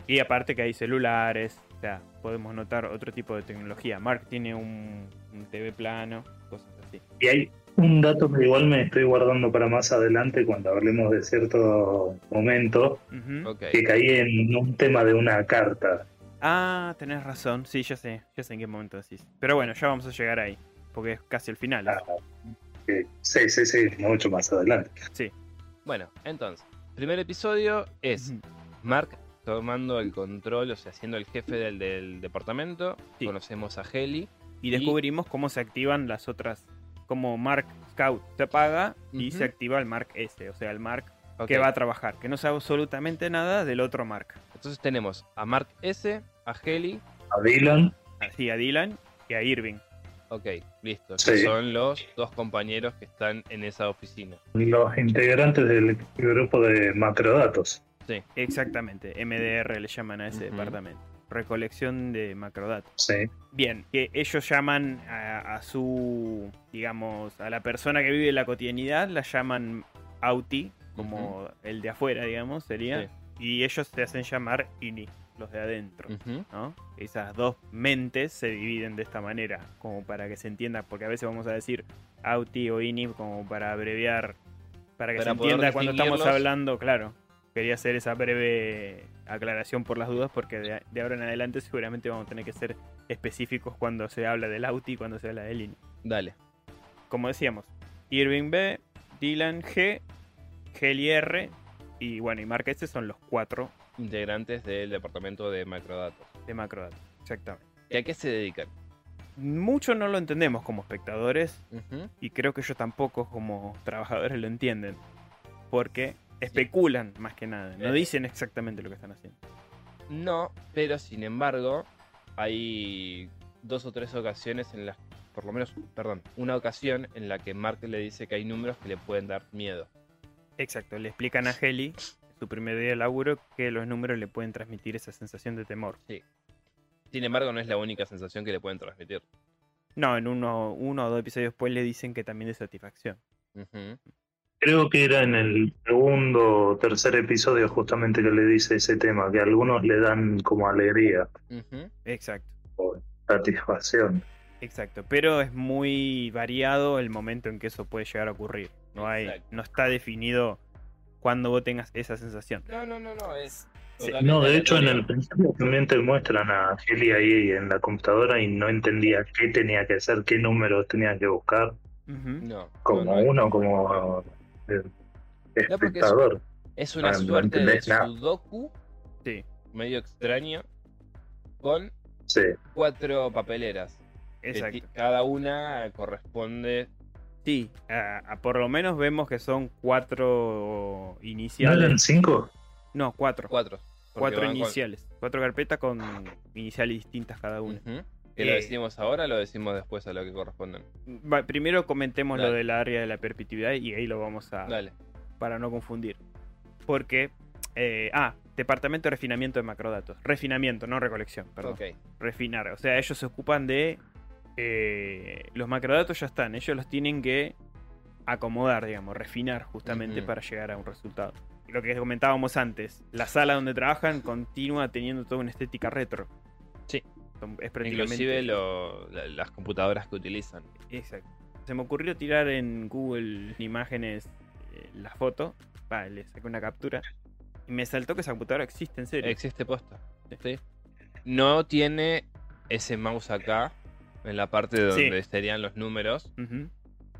Speaker 2: Y aparte que hay celulares, o sea, podemos notar otro tipo de tecnología. Mark tiene un, un TV plano, cosas así.
Speaker 3: Y hay un dato que igual me estoy guardando para más adelante cuando hablemos de cierto momento,
Speaker 2: Ujú.
Speaker 1: Ok.
Speaker 3: que caí en un tema de una carta.
Speaker 2: Ah, tenés razón. Sí, ya sé. Ya sé en qué momento decís. Pero bueno, ya vamos a llegar ahí. Porque es casi el final. ¿eh?
Speaker 3: Ah, que- sí, sí, sí, mucho más adelante.
Speaker 1: Bueno, entonces. Primer episodio es
Speaker 2: Ujú.
Speaker 1: Mark tomando el control, o sea, siendo el jefe del, del departamento.
Speaker 2: Sí.
Speaker 1: Conocemos a Heli.
Speaker 2: Y descubrimos cómo se activan las otras. Cómo Mark Scout se apaga y
Speaker 1: Ujú.
Speaker 2: se activa el Mark S. O sea, el Mark
Speaker 1: Ok.
Speaker 2: que va a trabajar. Que no sabe absolutamente nada del otro Mark.
Speaker 1: Entonces tenemos a Mark S, a Heli.
Speaker 3: A Dylan,
Speaker 2: Así a Dylan y a Irving.
Speaker 1: Ok, listo.
Speaker 3: Sí.
Speaker 1: Que son los dos compañeros que están en esa oficina.
Speaker 3: los integrantes del grupo de macrodatos.
Speaker 2: Exactamente, MDR le llaman a ese
Speaker 1: Ujú.
Speaker 2: departamento. Recolección de macrodatos.
Speaker 3: Sí,
Speaker 2: Bien, que ellos llaman a, a su, digamos, a la persona que vive la cotidianidad, la llaman Auti, como el de afuera, digamos, sería.
Speaker 1: Sí.
Speaker 2: Y ellos se hacen llamar INI, los de adentro.
Speaker 1: Ujú.
Speaker 2: ¿no? Esas dos mentes se dividen de esta manera, como para que se entienda, porque a veces vamos a decir Auti o INI como para abreviar, para que
Speaker 1: Para
Speaker 2: se
Speaker 1: poder
Speaker 2: entienda cuando estamos
Speaker 1: distinguirlos.
Speaker 2: hablando, claro, quería hacer esa breve aclaración por las dudas, porque de, de ahora en adelante seguramente vamos a tener que ser específicos cuando se habla del Auti y cuando se habla del INI.
Speaker 1: Dale.
Speaker 2: Como decíamos, Irving B, Dylan G, Heli R y bueno, y Marca S son los cuatro
Speaker 1: Integrantes del departamento de macrodatos.
Speaker 2: de Macrodata. Exactamente.
Speaker 1: ¿Y a qué se dedican?
Speaker 2: Mucho no lo entendemos como espectadores,
Speaker 1: Ujú.
Speaker 2: y creo que yo tampoco como trabajadores lo entienden. Porque especulan más que nada, no
Speaker 1: Eh.
Speaker 2: dicen exactamente lo que están haciendo.
Speaker 1: No, pero sin embargo, hay dos o tres ocasiones en las, por lo menos, perdón, una ocasión en la que Mark le dice que hay números que le pueden dar miedo.
Speaker 2: Exacto, le explican a Heli, su primer día de laburo, que los números le pueden transmitir esa sensación de temor.
Speaker 1: Sin embargo, no es la única sensación que le pueden transmitir.
Speaker 2: No, en uno, uno o dos episodios después le dicen que también de satisfacción.
Speaker 1: Ujú.
Speaker 3: Creo que era en el segundo o tercer episodio justamente que le dice ese tema, que a algunos le dan como alegría,
Speaker 1: Ujú.
Speaker 2: Exacto,
Speaker 3: satisfacción.
Speaker 2: exacto. Pero es muy variado el momento en que eso puede llegar a ocurrir. No, hay,
Speaker 1: Exacto.
Speaker 2: no está definido cuando vos tengas esa sensación.
Speaker 1: No, no, no, no, es.
Speaker 2: Sí,
Speaker 1: totalmente
Speaker 3: No, de hecho en el
Speaker 1: aleatorio.
Speaker 3: principio también te muestran a Heli ahí en la computadora y no entendía qué tenía que hacer, qué números tenía que buscar,
Speaker 2: Ujú.
Speaker 1: No, no,
Speaker 3: como
Speaker 1: no,
Speaker 3: uno, como eh,
Speaker 1: es-
Speaker 3: espectador.
Speaker 1: Es una
Speaker 3: Ah, no
Speaker 1: suerte de
Speaker 3: entendés nada.
Speaker 1: sudoku
Speaker 2: Sí.
Speaker 1: medio extraño con
Speaker 3: Sí,
Speaker 1: cuatro papeleras. que ti-
Speaker 2: Exacto.
Speaker 1: Cada una corresponde.
Speaker 2: Sí, a- a por lo menos vemos que son cuatro
Speaker 3: ¿no eran
Speaker 2: iniciales.
Speaker 3: cinco?
Speaker 2: No, cuatro. Cuatro,
Speaker 1: Cuatro. porque van con-
Speaker 2: iniciales. Cuatro carpetas con iniciales distintas cada una.
Speaker 1: Ujú. ¿Que lo
Speaker 2: Eh,
Speaker 1: decimos ahora o lo decimos después a lo que corresponden?
Speaker 2: Va, primero comentemos lo
Speaker 1: Dale.
Speaker 2: del área de la perpetuidad y ahí lo vamos a...
Speaker 1: Dale.
Speaker 2: para no confundir. Porque... eh, ah, Departamento de Refinamiento de Macrodatos. Refinamiento, no recolección, perdón.
Speaker 1: Ok.
Speaker 2: Refinar. O sea, ellos se ocupan de... eh, los macrodatos ya están, ellos los tienen que acomodar, digamos, refinar justamente
Speaker 1: Ujú.
Speaker 2: para llegar a un resultado. Lo que comentábamos antes, la sala donde trabajan continúa teniendo toda una estética retro.
Speaker 1: Sí.
Speaker 2: Son- Es prácticamente...
Speaker 1: Inclusive lo- la- las computadoras que utilizan.
Speaker 2: Exacto. Se me ocurrió tirar en Google imágenes eh, la foto. Va, le saqué una captura. Y me saltó que esa computadora existe en serio.
Speaker 1: Existe posta.
Speaker 2: Sí.
Speaker 1: ¿sí? No tiene ese mouse acá, en la parte
Speaker 2: Sí.
Speaker 1: donde estarían los números,
Speaker 2: Ujú.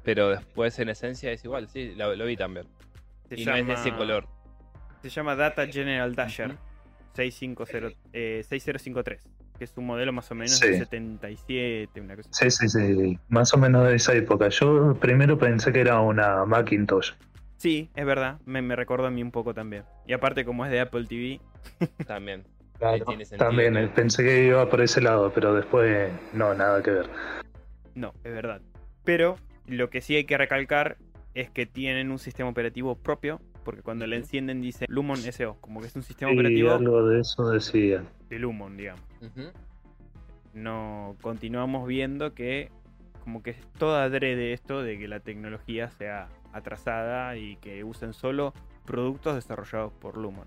Speaker 1: pero después en esencia es igual, sí, lo, lo vi también.
Speaker 2: Se
Speaker 1: y no es de ese color.
Speaker 2: Se llama Data General Dasher
Speaker 1: Ujú.
Speaker 2: 650, eh, 6053. Que es un modelo más o menos
Speaker 3: Sí.
Speaker 2: de 77, una cosa así.
Speaker 3: Sí, sí, sí, más o menos de esa época. Yo primero pensé que era una Macintosh.
Speaker 2: Sí, es verdad. Me, me recordó a mí un poco también. Y aparte, como es de Apple TV,
Speaker 1: También.
Speaker 3: Claro,
Speaker 1: Eh, tiene sentido,
Speaker 3: también
Speaker 1: claro.
Speaker 3: eh, pensé que iba por ese lado, pero después no, nada que ver.
Speaker 2: No, es verdad. Pero lo que sí hay que recalcar es que tienen un sistema operativo propio, porque cuando le
Speaker 1: Ujú.
Speaker 2: encienden dice Lumon SO, como que es un sistema
Speaker 3: Y
Speaker 2: operativo
Speaker 3: algo de eso decía.
Speaker 2: de Lumon, digamos.
Speaker 1: Ujú.
Speaker 2: No continuamos viendo que como que es toda adrede esto de que la tecnología sea atrasada y que usen solo productos desarrollados por Lumon.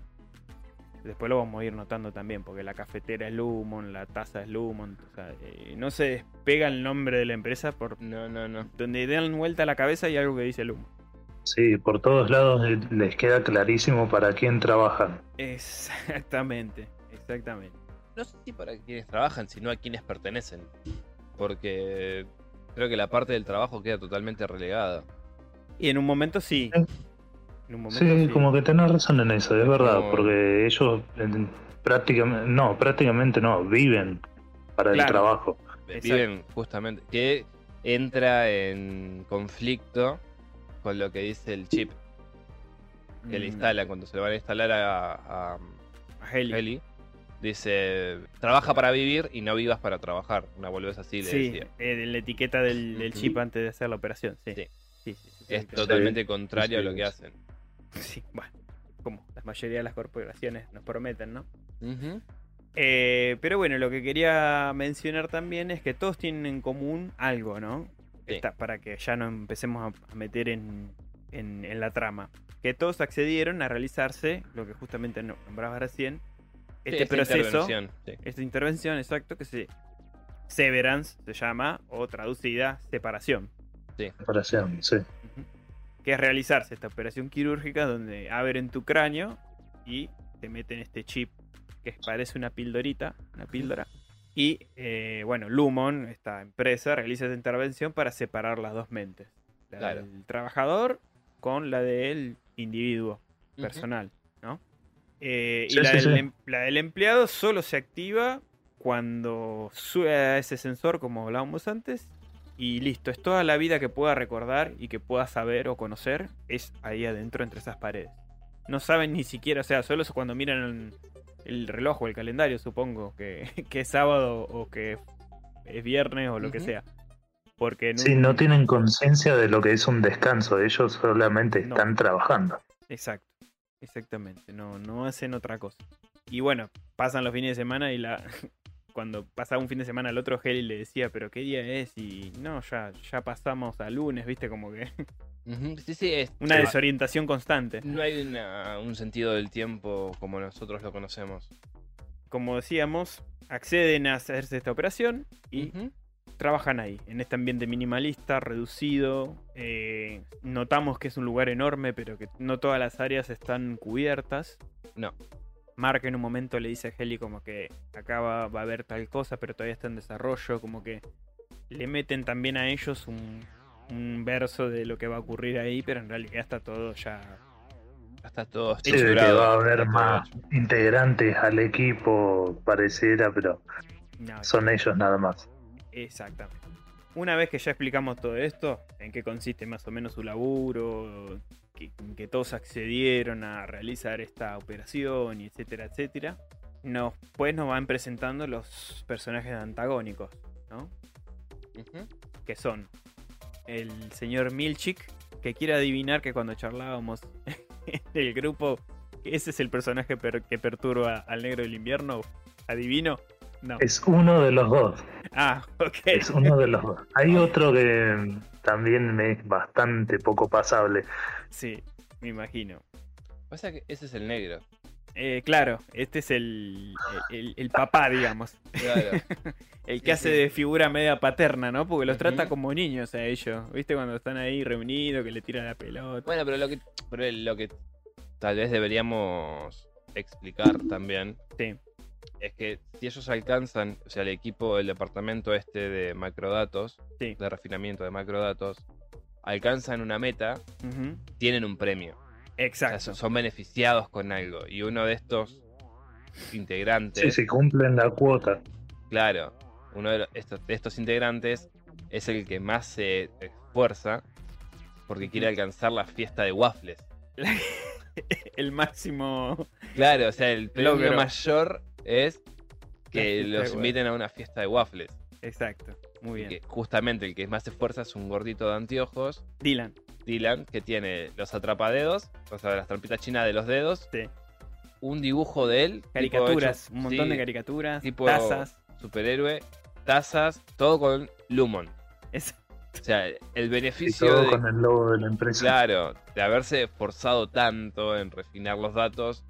Speaker 2: Después lo vamos a ir notando también, porque la cafetera es Lumon, la taza es Lumon, o sea, eh, no se despega el nombre de la empresa por
Speaker 1: No, no, no.
Speaker 2: donde den vuelta a la cabeza y algo que dice Lumon.
Speaker 3: Sí, por todos lados eh, les queda clarísimo para quién trabajan.
Speaker 2: Exactamente, exactamente.
Speaker 1: No sé si para quienes trabajan, sino a quienes pertenecen. Porque creo que la parte del trabajo queda totalmente relegada.
Speaker 2: Y en un momento sí. En un momento
Speaker 3: Sí,
Speaker 2: sí.
Speaker 3: como que tenés razón en eso, es verdad,
Speaker 1: No.
Speaker 3: porque ellos eh, prácticamente, no, prácticamente no, viven para el
Speaker 2: Claro.
Speaker 3: trabajo.
Speaker 2: Exacto.
Speaker 1: Viven justamente. Que entra en conflicto con lo que dice el chip que le
Speaker 2: Mm,
Speaker 1: instala cuando se lo van a instalar a, a
Speaker 2: a Heli.
Speaker 1: Heli. Dice, trabaja para vivir y no vivas para trabajar. Una boludez así le
Speaker 2: Sí,
Speaker 1: decía.
Speaker 2: eh, de la etiqueta del, del
Speaker 1: Ujú.
Speaker 2: chip antes de hacer la operación, sí.
Speaker 1: Sí.
Speaker 2: Sí, sí, sí, sí,
Speaker 1: Es
Speaker 2: sí.
Speaker 1: totalmente contrario
Speaker 3: sí,
Speaker 1: a lo que
Speaker 3: sí.
Speaker 1: hacen.
Speaker 2: Sí, bueno, como la mayoría de las corporaciones nos prometen, ¿no?
Speaker 1: Ujú.
Speaker 2: Eh, pero bueno, lo que quería mencionar también es que todos tienen en común algo, ¿no?
Speaker 1: Sí.
Speaker 2: Está- para que ya no empecemos a- a meter en, en- en la trama. Que todos accedieron a realizarse, lo que justamente no- nombrabas recién,
Speaker 1: Sí,
Speaker 2: este
Speaker 1: esa
Speaker 2: proceso,
Speaker 1: intervención, sí.
Speaker 2: esta intervención, exacto, que se severance se llama, o traducida separación.
Speaker 3: Separación, sí.
Speaker 2: Ujú. Que es realizarse esta operación quirúrgica donde abren tu cráneo y te meten este chip que parece una pildorita, una píldora. Y eh, bueno, Lumon, esta empresa, realiza esta intervención para separar las dos mentes. La
Speaker 1: Claro.
Speaker 2: del trabajador con la del individuo personal, ¿no? Eh,
Speaker 3: Sí,
Speaker 2: y la,
Speaker 3: sí,
Speaker 2: del,
Speaker 3: sí.
Speaker 2: em- la del empleado solo se activa cuando sube a ese sensor, como hablábamos antes, y listo, es toda la vida que pueda recordar y que pueda saber o conocer, es ahí adentro entre esas paredes. No saben ni siquiera, o sea, solo es cuando miran el reloj o el calendario, supongo, que, que es sábado o que es viernes o lo que
Speaker 1: Ujú.
Speaker 2: sea. Porque en
Speaker 3: Sí,
Speaker 2: un-
Speaker 3: no tienen conciencia de lo que es un descanso, ellos solamente
Speaker 2: No.
Speaker 3: están trabajando.
Speaker 2: Exacto, exactamente. No, no hacen otra cosa. Y bueno, pasan los fines de semana y la. Cuando pasaba un fin de semana al otro, Heli le decía, pero ¿qué día es? Y no, ya, ya pasamos a lunes, viste, como que
Speaker 1: Ujú, Sí, sí, es-
Speaker 2: una
Speaker 1: no-
Speaker 2: desorientación constante.
Speaker 1: No hay una- un sentido del tiempo como nosotros lo conocemos.
Speaker 2: Como decíamos, acceden a hacerse esta operación y
Speaker 1: Ujú.
Speaker 2: trabajan ahí, en este ambiente minimalista, reducido. eh, notamos que es un lugar enorme, pero que no todas las áreas están cubiertas.
Speaker 1: No.
Speaker 2: Mark en un momento le dice a Heli como que acá va, va a haber tal cosa, pero todavía está en desarrollo, como que le meten también a ellos un, un verso de lo que va a ocurrir ahí, pero en realidad está todo ya...
Speaker 1: Ya Está todo
Speaker 3: Sí, de que
Speaker 1: estructurado,
Speaker 3: va a
Speaker 1: está
Speaker 3: haber
Speaker 1: todo
Speaker 3: más
Speaker 1: hecho.
Speaker 3: integrantes al equipo, pareciera, pero
Speaker 2: no,
Speaker 3: son ellos nada más.
Speaker 2: Exactamente. Una vez que ya explicamos todo esto, en qué consiste más o menos su laburo, que, en que todos accedieron a realizar esta operación, y etcétera, etcétera, nos, pues nos van presentando los personajes antagónicos, ¿no?
Speaker 1: Ujú.
Speaker 2: Que son el señor Milchik, que quiere adivinar que cuando charlábamos del grupo, ese es el personaje per- que perturba al negro del invierno. ¿Adivino? No.
Speaker 3: Es uno de los dos,
Speaker 2: Ah, ok.
Speaker 3: es uno de los dos. Hay otro que también me es bastante poco pasable.
Speaker 2: Sí, me imagino.
Speaker 1: Pasa que ese es el negro.
Speaker 2: Eh, claro, este es el, el, el papá, digamos.
Speaker 1: Claro.
Speaker 2: El que
Speaker 1: Sí,
Speaker 2: hace
Speaker 1: sí.
Speaker 2: de figura media paterna, ¿no? Porque los trata
Speaker 1: Ujú.
Speaker 2: como niños a ellos. ¿Viste? Cuando están ahí reunidos, que le tira la pelota.
Speaker 1: bueno, pero lo que, pero lo que tal vez deberíamos explicar también
Speaker 2: Sí.
Speaker 1: es que si ellos alcanzan, o sea, el equipo, el departamento este de macrodatos,
Speaker 2: Sí.
Speaker 1: de refinamiento de macrodatos, alcanzan una meta,
Speaker 2: Ujú.
Speaker 1: tienen un premio. O sea,
Speaker 2: Exacto.
Speaker 1: son- son beneficiados con algo. Y uno de estos integrantes
Speaker 3: Sí, sí, cumplen la cuota.
Speaker 1: Claro, uno de, lo- estos, de estos integrantes es el que más se esfuerza porque quiere alcanzar la fiesta de waffles.
Speaker 2: El máximo.
Speaker 1: Claro, o sea, el premio
Speaker 2: Logro.
Speaker 1: mayor es que
Speaker 2: La fiesta de
Speaker 1: los
Speaker 2: waffles.
Speaker 1: inviten a una fiesta de waffles.
Speaker 2: Exacto. Muy bien.
Speaker 1: Que justamente el que más se esfuerza es un gordito de anteojos,
Speaker 2: Dylan.
Speaker 1: Dylan, que tiene los atrapadedos, o sea, las trampitas chinas de los dedos,
Speaker 2: Sí.
Speaker 1: un dibujo de él, tipo
Speaker 2: Caricaturas.
Speaker 1: hecho-
Speaker 2: un montón de
Speaker 1: sí,
Speaker 2: caricaturas.
Speaker 1: tipo-
Speaker 2: Tazas.
Speaker 1: Superhéroe, tazas, todo con Lumon.
Speaker 2: Es-
Speaker 1: O sea, el
Speaker 3: Y
Speaker 1: beneficio
Speaker 3: todo
Speaker 1: de-
Speaker 3: con el logo de la empresa.
Speaker 1: Claro, de haberse esforzado tanto en refinar los datos,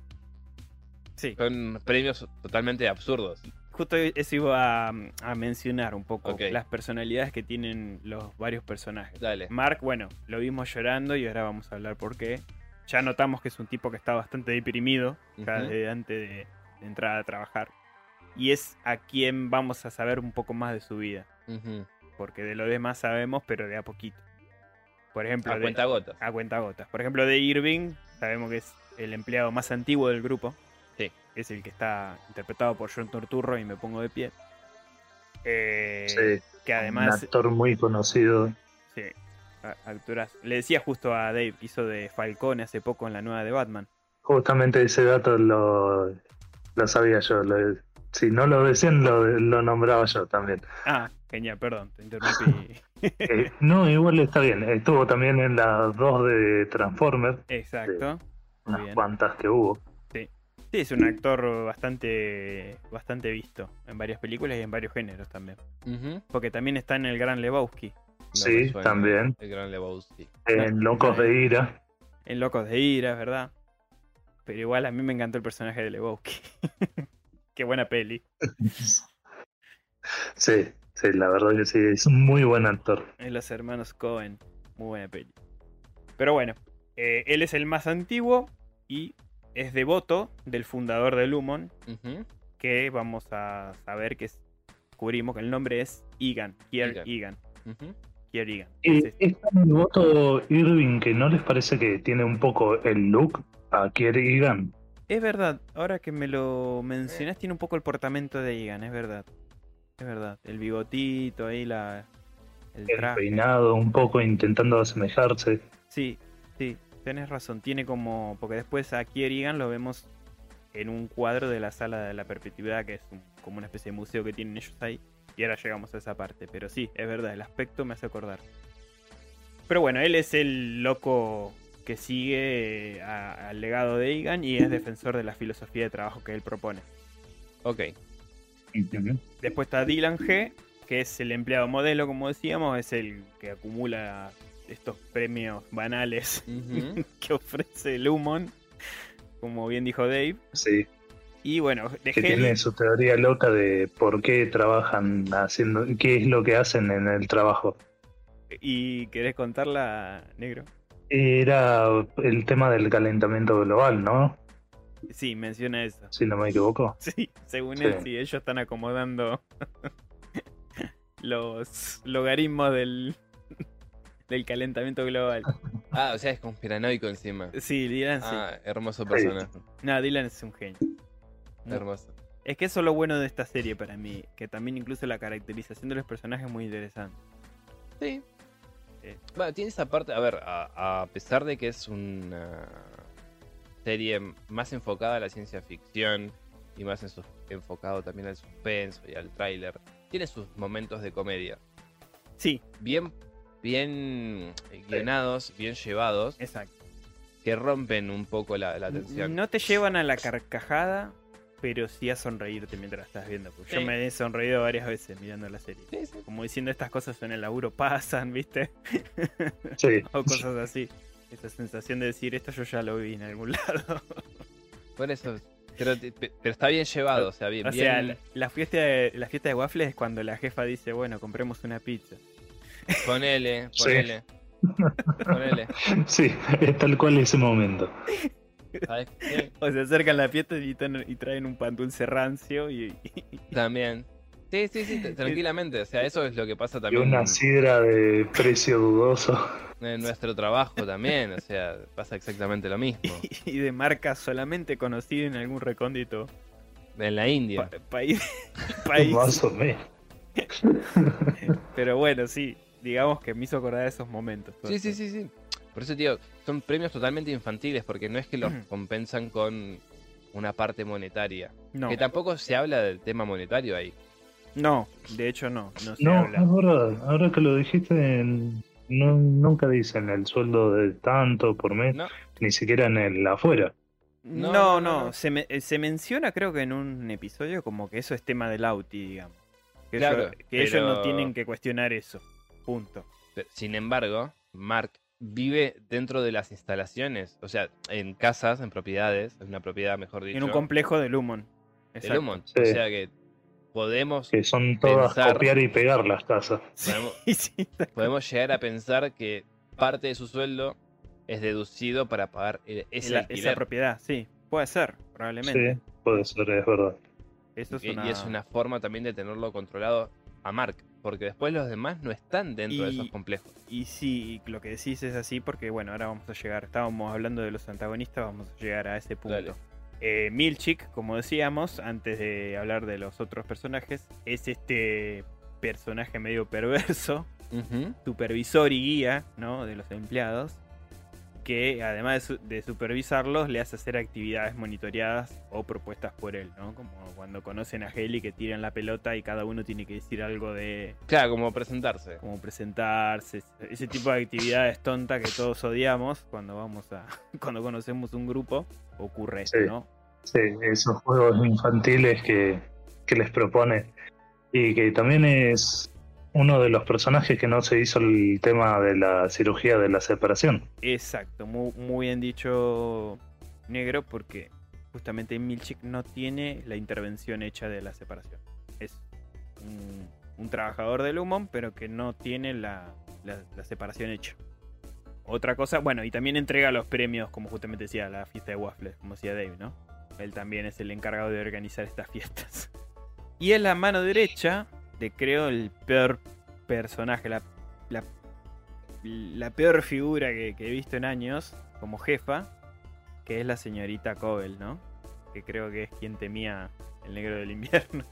Speaker 2: Sí.
Speaker 1: son premios totalmente absurdos.
Speaker 2: Justo eso iba a, a mencionar un poco.
Speaker 1: Ok.
Speaker 2: Las personalidades que tienen los varios personajes.
Speaker 1: Dale.
Speaker 2: Mark, bueno, lo vimos llorando y ahora vamos a hablar por qué. Ya notamos que es un tipo que está bastante deprimido ya
Speaker 1: Ujú.
Speaker 2: desde antes de, de entrar a trabajar. Y es a quien vamos a saber un poco más de su vida.
Speaker 1: Ujú.
Speaker 2: Porque de lo demás sabemos, pero de a poquito. Por ejemplo,
Speaker 1: A
Speaker 2: de-
Speaker 1: cuentagotas.
Speaker 2: a cuentagotas. Por ejemplo, de Irving, sabemos que es el empleado más antiguo del grupo.
Speaker 1: Sí.
Speaker 2: Es el que está interpretado por John Torturro y me pongo de pie. Eh,
Speaker 3: Sí,
Speaker 2: que
Speaker 3: un
Speaker 2: además
Speaker 3: actor muy conocido.
Speaker 2: Sí, a- actorazo. Le decía justo a Dave que hizo de Falcone hace poco en la nueva de Batman.
Speaker 3: Justamente ese dato lo, lo sabía yo. lo- si no lo decían, lo, lo nombraba yo también.
Speaker 2: Ah, genial, perdón, te interrumpí.
Speaker 3: Eh, no, igual está bien. Estuvo también en las dos de Transformers,
Speaker 2: Exacto. Muy
Speaker 3: unas
Speaker 2: bien.
Speaker 3: cuantas que hubo.
Speaker 2: Sí, es un actor bastante, bastante visto en varias películas y en varios géneros también.
Speaker 1: Ujú. No
Speaker 2: Porque también está en el Gran Lebowski,
Speaker 1: me
Speaker 3: sí,
Speaker 1: suena
Speaker 3: también.
Speaker 1: El gran Lebowski.
Speaker 3: En Locos de Ira.
Speaker 2: en Locos de Ira, es verdad. Pero igual a mí me encantó el personaje de Lebowski. Qué buena peli.
Speaker 3: Sí, sí, la verdad que sí, es un muy buen actor.
Speaker 2: En los hermanos Cohen. Muy buena peli. Pero bueno, eh, él es el más antiguo y es devoto del fundador de Lumon,
Speaker 1: Ujú.
Speaker 2: que vamos a saber que es- descubrimos que el nombre es Egan, Kier
Speaker 1: Egan.
Speaker 2: Egan.
Speaker 1: Ujú.
Speaker 2: Kier Egan. este.
Speaker 3: Y
Speaker 2: Sí.
Speaker 3: es tan devoto Irving que no les parece que tiene un poco el look a Kiergan.
Speaker 2: Es verdad, ahora que me lo mencionas, tiene un poco el portamento de Egan, es verdad. Es verdad, el bigotito ahí, la, el
Speaker 3: El
Speaker 2: traje.
Speaker 3: peinado, un poco intentando asemejarse.
Speaker 2: Sí, sí, tenés razón. Tiene como. Porque después a Kierigan lo vemos en un cuadro de la sala de la perpetuidad, que es un- como una especie de museo que tienen ellos ahí. Y ahora llegamos a esa parte. Pero sí, es verdad, el aspecto me hace acordar. Pero bueno, él es el loco que sigue eh, a- al legado de Egan y es defensor de la filosofía de trabajo que él propone.
Speaker 1: Ok.
Speaker 2: Después está Dylan G, que es el empleado modelo, como decíamos, es el que acumula estos premios banales
Speaker 1: Ujú.
Speaker 2: que ofrece Lumon, como bien dijo Dave.
Speaker 3: Sí,
Speaker 2: Y bueno, de
Speaker 3: que
Speaker 2: Heli-
Speaker 3: tiene su teoría loca de por qué trabajan haciendo, qué es lo que hacen en el trabajo.
Speaker 2: ¿Y querés contarla, negro?
Speaker 3: Era el tema del calentamiento global, ¿no?
Speaker 2: Sí, menciona eso.
Speaker 3: Si no me equivoco.
Speaker 2: Sí, según
Speaker 3: Sí.
Speaker 2: él, sí, ellos están acomodando los logaritmos del, del calentamiento global.
Speaker 1: Ah, o sea, es conspiranoico encima.
Speaker 2: Sí, Dylan sí.
Speaker 1: Ah, hermoso personaje.
Speaker 2: No, Dylan es un genio.
Speaker 1: Hermoso.
Speaker 2: Es que eso es lo bueno de esta serie para mí, que también incluso la caracterización de los personajes es muy interesante.
Speaker 1: Sí.
Speaker 2: Sí.
Speaker 1: Bueno, Eh, tiene esa parte, a ver, a, a pesar de que es una serie más enfocada a la ciencia ficción y más en sus- enfocado también al suspenso y al tráiler, tiene sus momentos de comedia.
Speaker 2: Sí,
Speaker 1: Bien, bien guionados, bien llevados,
Speaker 2: exacto.
Speaker 1: que rompen un poco la, la tensión.
Speaker 2: No te llevan a la carcajada, pero sí a sonreírte mientras la estás viendo. porque
Speaker 1: Sí.
Speaker 2: Yo me he sonreído varias veces mirando la serie.
Speaker 1: Sí, sí.
Speaker 2: Como diciendo estas cosas en el laburo pasan, ¿viste?
Speaker 3: Sí.
Speaker 2: O cosas así. Esa sensación de decir esto yo ya lo vi en algún lado.
Speaker 1: Por eso, pero, te- pe- pero está bien llevado, o sea, bien.
Speaker 2: O sea,
Speaker 1: bien-
Speaker 2: la, la fiesta de, la fiesta de waffles es cuando la jefa dice, bueno, compremos una pizza.
Speaker 1: Ponele,
Speaker 3: Sí.
Speaker 1: ponele. Ponele.
Speaker 3: Sí, es tal cual ese momento.
Speaker 1: ¿sabes qué?
Speaker 2: O se acercan la fiesta y, tan- y traen un pan dulce rancio y,
Speaker 1: También. Sí, sí, sí, t- tranquilamente. O sea, eso es lo que pasa
Speaker 3: Y
Speaker 1: también
Speaker 3: una sidra de precio dudoso.
Speaker 1: en nuestro trabajo también. O sea, pasa exactamente lo mismo.
Speaker 2: y de marca solamente conocida en algún recóndito
Speaker 1: En la India.
Speaker 2: pa- país. país.
Speaker 3: Más o menos.
Speaker 2: Eh, Pero bueno, sí, digamos que me hizo acordar esos momentos. todo
Speaker 1: Sí, sí,
Speaker 2: esto.
Speaker 1: sí, sí. Por eso, tío, son premios totalmente infantiles porque no es que los
Speaker 2: Ujú.
Speaker 1: compensan con una parte monetaria.
Speaker 2: No,
Speaker 1: Que tampoco se habla del tema monetario ahí.
Speaker 2: no, de hecho no, no se
Speaker 3: No,
Speaker 2: habla.
Speaker 3: es verdad. Ahora que lo dijiste, no, nunca dicen el sueldo de tanto por mes,
Speaker 1: No.
Speaker 3: ni siquiera en el afuera.
Speaker 1: No,
Speaker 2: No,
Speaker 1: no,
Speaker 2: no,
Speaker 1: no.
Speaker 2: Se, me- eh, se menciona creo que en un episodio como que eso es tema del Auti, digamos. Que, ellos-
Speaker 1: Claro,
Speaker 2: que ellos
Speaker 1: pero-
Speaker 2: no tienen que cuestionar eso. Punto.
Speaker 1: Pero, Sin embargo, Mark vive dentro de las instalaciones, o sea, en casas, en propiedades, en una propiedad, mejor dicho,
Speaker 2: En un complejo de Lumon.
Speaker 1: de
Speaker 2: Exacto.
Speaker 1: Lumon.
Speaker 3: Sí.
Speaker 1: O sea que podemos
Speaker 3: Que son todas
Speaker 1: Pensar.
Speaker 3: copiar y pegar las casas.
Speaker 2: Sí,
Speaker 1: Podemos-
Speaker 2: sí.
Speaker 1: podemos llegar a pensar que parte de su sueldo es deducido para pagar e- ese
Speaker 2: La-
Speaker 1: alquiler.
Speaker 2: esa propiedad, sí. Puede ser, probablemente.
Speaker 3: Sí, puede ser, es verdad.
Speaker 2: Eso es
Speaker 1: Y-
Speaker 2: una...
Speaker 1: Y es una forma también de tenerlo controlado a Mark, porque después los demás no están dentro de
Speaker 2: Y-
Speaker 1: esos complejos.
Speaker 2: Y sí, lo que decís es así porque, bueno, ahora vamos a llegar, estábamos hablando de los antagonistas, vamos a llegar a ese
Speaker 1: Dale.
Speaker 2: punto. Eh, Milchik, como decíamos, antes de hablar de los otros personajes, es este personaje medio perverso, supervisor y guía, ¿no? De los empleados, que además de, su- de supervisarlos, le hace hacer actividades monitoreadas o propuestas por él, ¿no? Como cuando conocen a Heli que tiran la pelota y cada uno tiene que decir algo de
Speaker 1: Claro, como presentarse.
Speaker 2: como presentarse, ese tipo de actividades tontas que todos odiamos cuando vamos a cuando conocemos un grupo, ocurre esto,
Speaker 3: Sí.
Speaker 2: ¿no?
Speaker 3: Sí, esos juegos infantiles que, que les propone. Y que también es uno de los personajes que no se hizo el tema de la cirugía de la separación.
Speaker 2: Exacto, muy, muy bien dicho negro porque justamente Milchik no tiene la intervención hecha de la separación. Es un, un trabajador del Lumon pero que no tiene la, la- la separación hecha. otra cosa, bueno, y también entrega los premios, como justamente decía, la fiesta de waffles, como decía Dave, ¿no? Él también es el encargado de organizar estas fiestas. Y es la mano derecha de, creo, el peor personaje, la, la, la peor figura que, que he visto en años como jefa, que es la señorita Cobel, ¿no? Que creo que es quien temía el negro del invierno.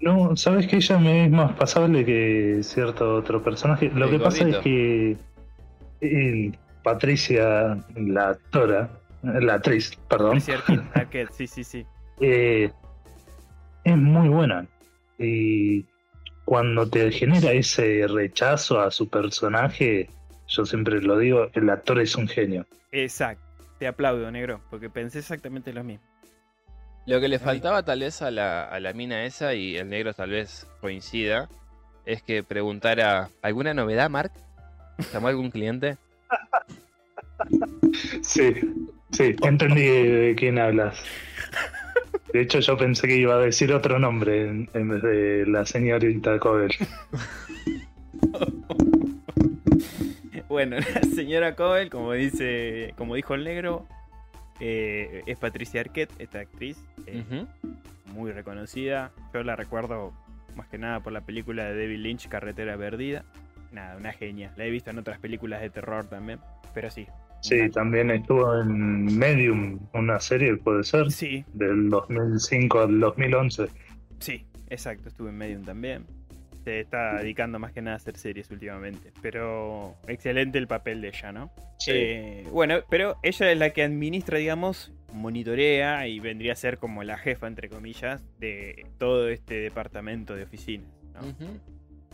Speaker 3: No, sabes que ella me es más pasable que cierto otro personaje. Lo
Speaker 1: El
Speaker 3: que pasa
Speaker 1: gordito.
Speaker 3: es que eh, Patricia, la actora, la actriz, perdón,
Speaker 2: Patricia Arquette- Arquette, Ah, sí, sí, sí.
Speaker 3: eh, es muy buena. Y cuando te genera ese rechazo a su personaje, yo siempre lo digo, el actor es un genio.
Speaker 2: Exacto. Te aplaudo, negro, porque pensé exactamente lo mismo.
Speaker 1: Lo que le faltaba tal vez a la, a la mina esa, y el negro tal vez coincida, es que preguntara, ¿alguna novedad, Mark? ¿Llamó algún cliente?
Speaker 3: Sí, sí, entendí de quién hablas. De hecho, yo pensé que iba a decir otro nombre en, en vez de la señorita Cobel.
Speaker 2: Bueno, la señora Cobel, como dice, como dijo el negro, eh, es Patricia Arquette, esta actriz eh,
Speaker 1: Ujú.
Speaker 2: muy reconocida. Yo la recuerdo más que nada por la película de David Lynch, Carretera Perdida. Nada, una genia. La he visto en otras películas de terror también, pero sí.
Speaker 3: Sí, también estuvo en Medium, una serie, puede ser,
Speaker 2: Sí,
Speaker 3: del 2005 al 2011.
Speaker 2: Sí, exacto, estuve en Medium también. Se está dedicando más que nada a hacer series últimamente. Pero excelente el papel de ella, ¿no? Eh, bueno, pero ella es la que administra, digamos, monitorea y vendría a ser como la jefa, entre comillas, de todo este departamento de oficinas. ¿no?
Speaker 1: Ujú.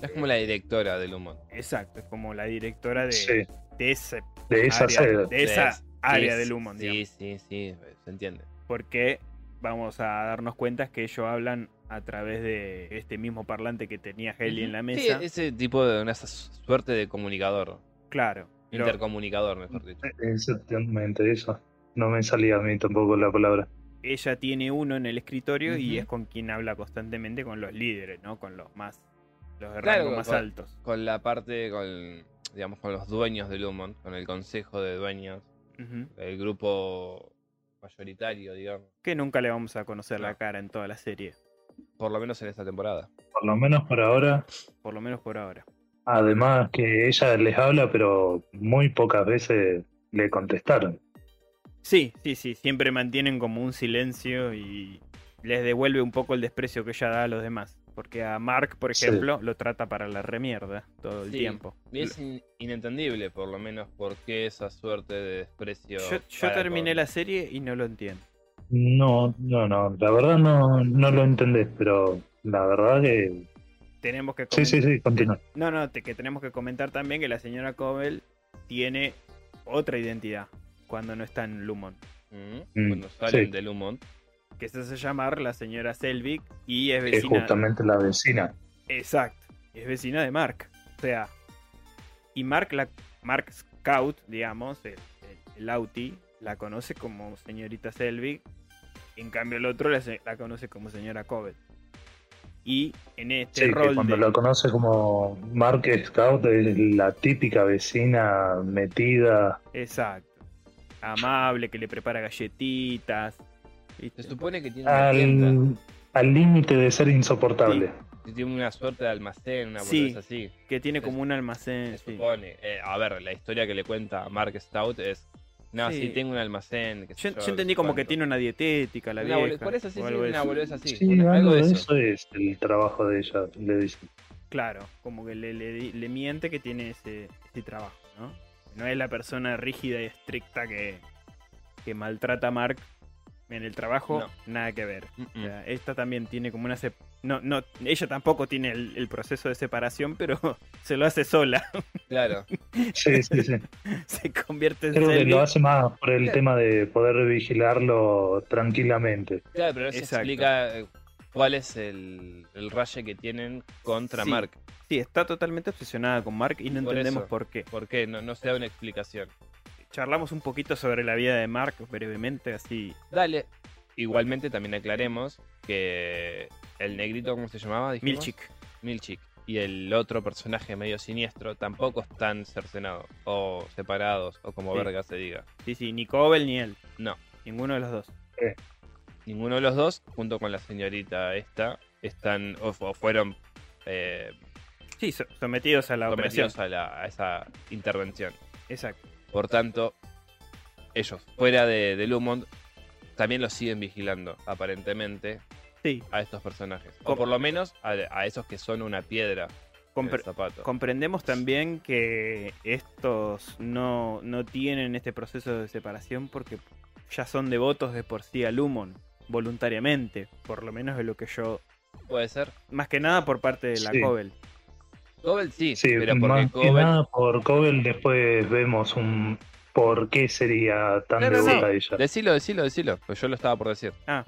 Speaker 1: Es como la directora del humor.
Speaker 2: Exacto, es como la directora de,
Speaker 3: Sí,
Speaker 2: de, ese
Speaker 3: de esa
Speaker 2: área,
Speaker 3: serie.
Speaker 2: de esa
Speaker 1: Sí,
Speaker 2: área
Speaker 1: sí,
Speaker 2: del humo, digamos.
Speaker 1: Sí, sí, sí, se entiende.
Speaker 2: porque vamos a darnos cuenta que ellos hablan a través de este mismo parlante que tenía Heli en la
Speaker 1: Sí,
Speaker 2: mesa.
Speaker 1: ese tipo de una suerte de comunicador.
Speaker 2: Claro. pero-
Speaker 1: Intercomunicador, mejor dicho.
Speaker 2: Eh.
Speaker 3: Exactamente, eso. No me salía a mí tampoco la palabra.
Speaker 2: ella tiene uno en el escritorio y
Speaker 1: Ujú.
Speaker 2: es con quien habla constantemente con los líderes, ¿no? Con los más los de
Speaker 1: Claro,
Speaker 2: rango
Speaker 1: con-
Speaker 2: más
Speaker 1: con-
Speaker 2: altos.
Speaker 1: Con la parte, con, digamos, con los dueños del humor, con el consejo de dueños,
Speaker 2: Ujú.
Speaker 1: el grupo mayoritario, digamos.
Speaker 2: Que nunca le vamos a conocer la
Speaker 1: Claro.
Speaker 2: cara en toda la serie,
Speaker 1: Por lo menos en esta temporada.
Speaker 3: Por lo menos por ahora.
Speaker 2: por lo menos por ahora.
Speaker 3: Además que ella les habla, pero muy pocas veces le contestaron.
Speaker 2: Sí, sí, sí, siempre mantienen como un silencio y les devuelve un poco el desprecio que ella da a los demás. Porque a Mark, por
Speaker 3: Sí.
Speaker 2: ejemplo, lo trata para la remierda todo el
Speaker 1: Sí.
Speaker 2: tiempo.
Speaker 1: Y es in- inentendible, por lo menos, por qué esa suerte de desprecio.
Speaker 2: Yo, yo
Speaker 1: para
Speaker 2: terminé
Speaker 1: con-
Speaker 2: la serie y no lo entiendo.
Speaker 3: No, no, no. La verdad no, no lo entendés, pero la verdad que...
Speaker 2: Tenemos que
Speaker 3: Sí,
Speaker 2: comentar-
Speaker 3: sí, sí, continúa.
Speaker 2: No, no, te- que tenemos que comentar también que la señora Cobel tiene otra identidad cuando no está en Lumon.
Speaker 1: Ujú,
Speaker 3: Mm,
Speaker 1: Cuando salen
Speaker 3: sí.
Speaker 1: del humor.
Speaker 2: Que se hace llamar la señora Selvig y es
Speaker 3: Que es
Speaker 2: vecina.
Speaker 3: justamente la vecina.
Speaker 2: Exacto. Es vecina de Mark. O sea. Y Mark, la, Mark Scout, digamos, el, el- el Auti, la conoce como señorita Selvig. En cambio, el otro la, se- la conoce como señora Cobel. Y en este
Speaker 3: Sí, que
Speaker 2: rol.
Speaker 3: cuando
Speaker 2: de-
Speaker 3: lo conoce como Mark Scout es la típica vecina metida.
Speaker 2: Exacto. Amable, que le prepara galletitas. ¿viste?
Speaker 1: Se supone que tiene una tienda.
Speaker 3: Al al límite de ser insoportable.
Speaker 1: que Tiene una suerte de almacén, una
Speaker 2: Sí.
Speaker 1: boludez así.
Speaker 2: Que tiene como un
Speaker 1: Se
Speaker 2: almacén. sí.
Speaker 1: supone. Eh, a ver, la historia que le cuenta a Mark Stout es. No, sí,
Speaker 2: Sí.
Speaker 1: tengo un almacén. qué sé
Speaker 2: Yo,
Speaker 1: yo,
Speaker 2: yo entendí como que
Speaker 1: cuánto".
Speaker 2: tiene una dietética, la
Speaker 1: Una
Speaker 2: vieja.
Speaker 1: boludez- por eso sí,
Speaker 2: o
Speaker 1: sí,
Speaker 2: algo de
Speaker 1: una
Speaker 2: eso.
Speaker 1: boludez así.
Speaker 3: Sí,
Speaker 1: una-
Speaker 3: algo de eso es el trabajo de ella, le dicen.
Speaker 2: Claro, como que le, le- le miente que tiene ese, ese trabajo, ¿no? No es la persona rígida y estricta que, que maltrata a Mark en el trabajo,
Speaker 1: No.
Speaker 2: nada que ver.
Speaker 1: Mm,
Speaker 2: O
Speaker 1: mm.
Speaker 2: sea, esta también tiene como una... sep- No, no, ella tampoco tiene el, el proceso de separación, pero se lo hace sola.
Speaker 1: Claro.
Speaker 3: Sí, sí, sí.
Speaker 2: se convierte en
Speaker 3: Creo que
Speaker 2: Selby.
Speaker 3: lo hace más por el tema de poder vigilarlo tranquilamente.
Speaker 1: Claro, pero no se
Speaker 2: Exacto.
Speaker 1: explica eh, cuál es el, el raye que tienen contra
Speaker 2: Sí.
Speaker 1: Mark.
Speaker 2: Sí, está totalmente obsesionada con Mark y no
Speaker 1: Por
Speaker 2: entendemos
Speaker 1: eso.
Speaker 2: por qué.
Speaker 1: ¿Por qué? No, no se da una explicación.
Speaker 2: Charlamos un poquito sobre la vida de Mark brevemente, así.
Speaker 1: Dale. Igualmente también aclaremos que el negrito, ¿cómo se llamaba? dijimos?
Speaker 2: Milchik.
Speaker 1: Milchik. Y y el otro personaje medio siniestro tampoco están cercenados o separados o como
Speaker 2: Sí.
Speaker 1: verga se diga.
Speaker 2: Sí, sí, ni Cobel ni él.
Speaker 1: No.
Speaker 2: Ninguno de los dos.
Speaker 1: Ninguno de los dos, junto con la señorita esta, están o, o fueron eh,
Speaker 2: Sí, so- sometidos a la
Speaker 1: sometidos
Speaker 2: operación.
Speaker 1: a, la- a esa intervención.
Speaker 2: Exacto.
Speaker 1: Por tanto, ellos fuera de, de Lumont también los siguen vigilando, aparentemente,
Speaker 2: Sí,
Speaker 1: a estos personajes. O
Speaker 2: Com-
Speaker 1: por lo menos a, a esos que son una piedra en el
Speaker 2: compre-
Speaker 1: zapato.
Speaker 2: comprendemos también que estos no, no tienen este proceso de separación porque ya son devotos de por sí a Lumon, voluntariamente, por lo menos de lo que yo...
Speaker 1: Puede ser.
Speaker 2: Más que nada por parte de la
Speaker 3: Sí.
Speaker 2: Cobel.
Speaker 1: Cobel sí,
Speaker 3: Sí,
Speaker 1: pero porque
Speaker 3: más que
Speaker 1: Cobel
Speaker 3: nada por Cobel después vemos un por qué sería tan
Speaker 1: No, no,
Speaker 3: devota
Speaker 1: no.
Speaker 3: ella.
Speaker 1: Decilo, decilo, decilo. Pues yo lo estaba por decir.
Speaker 3: Ah,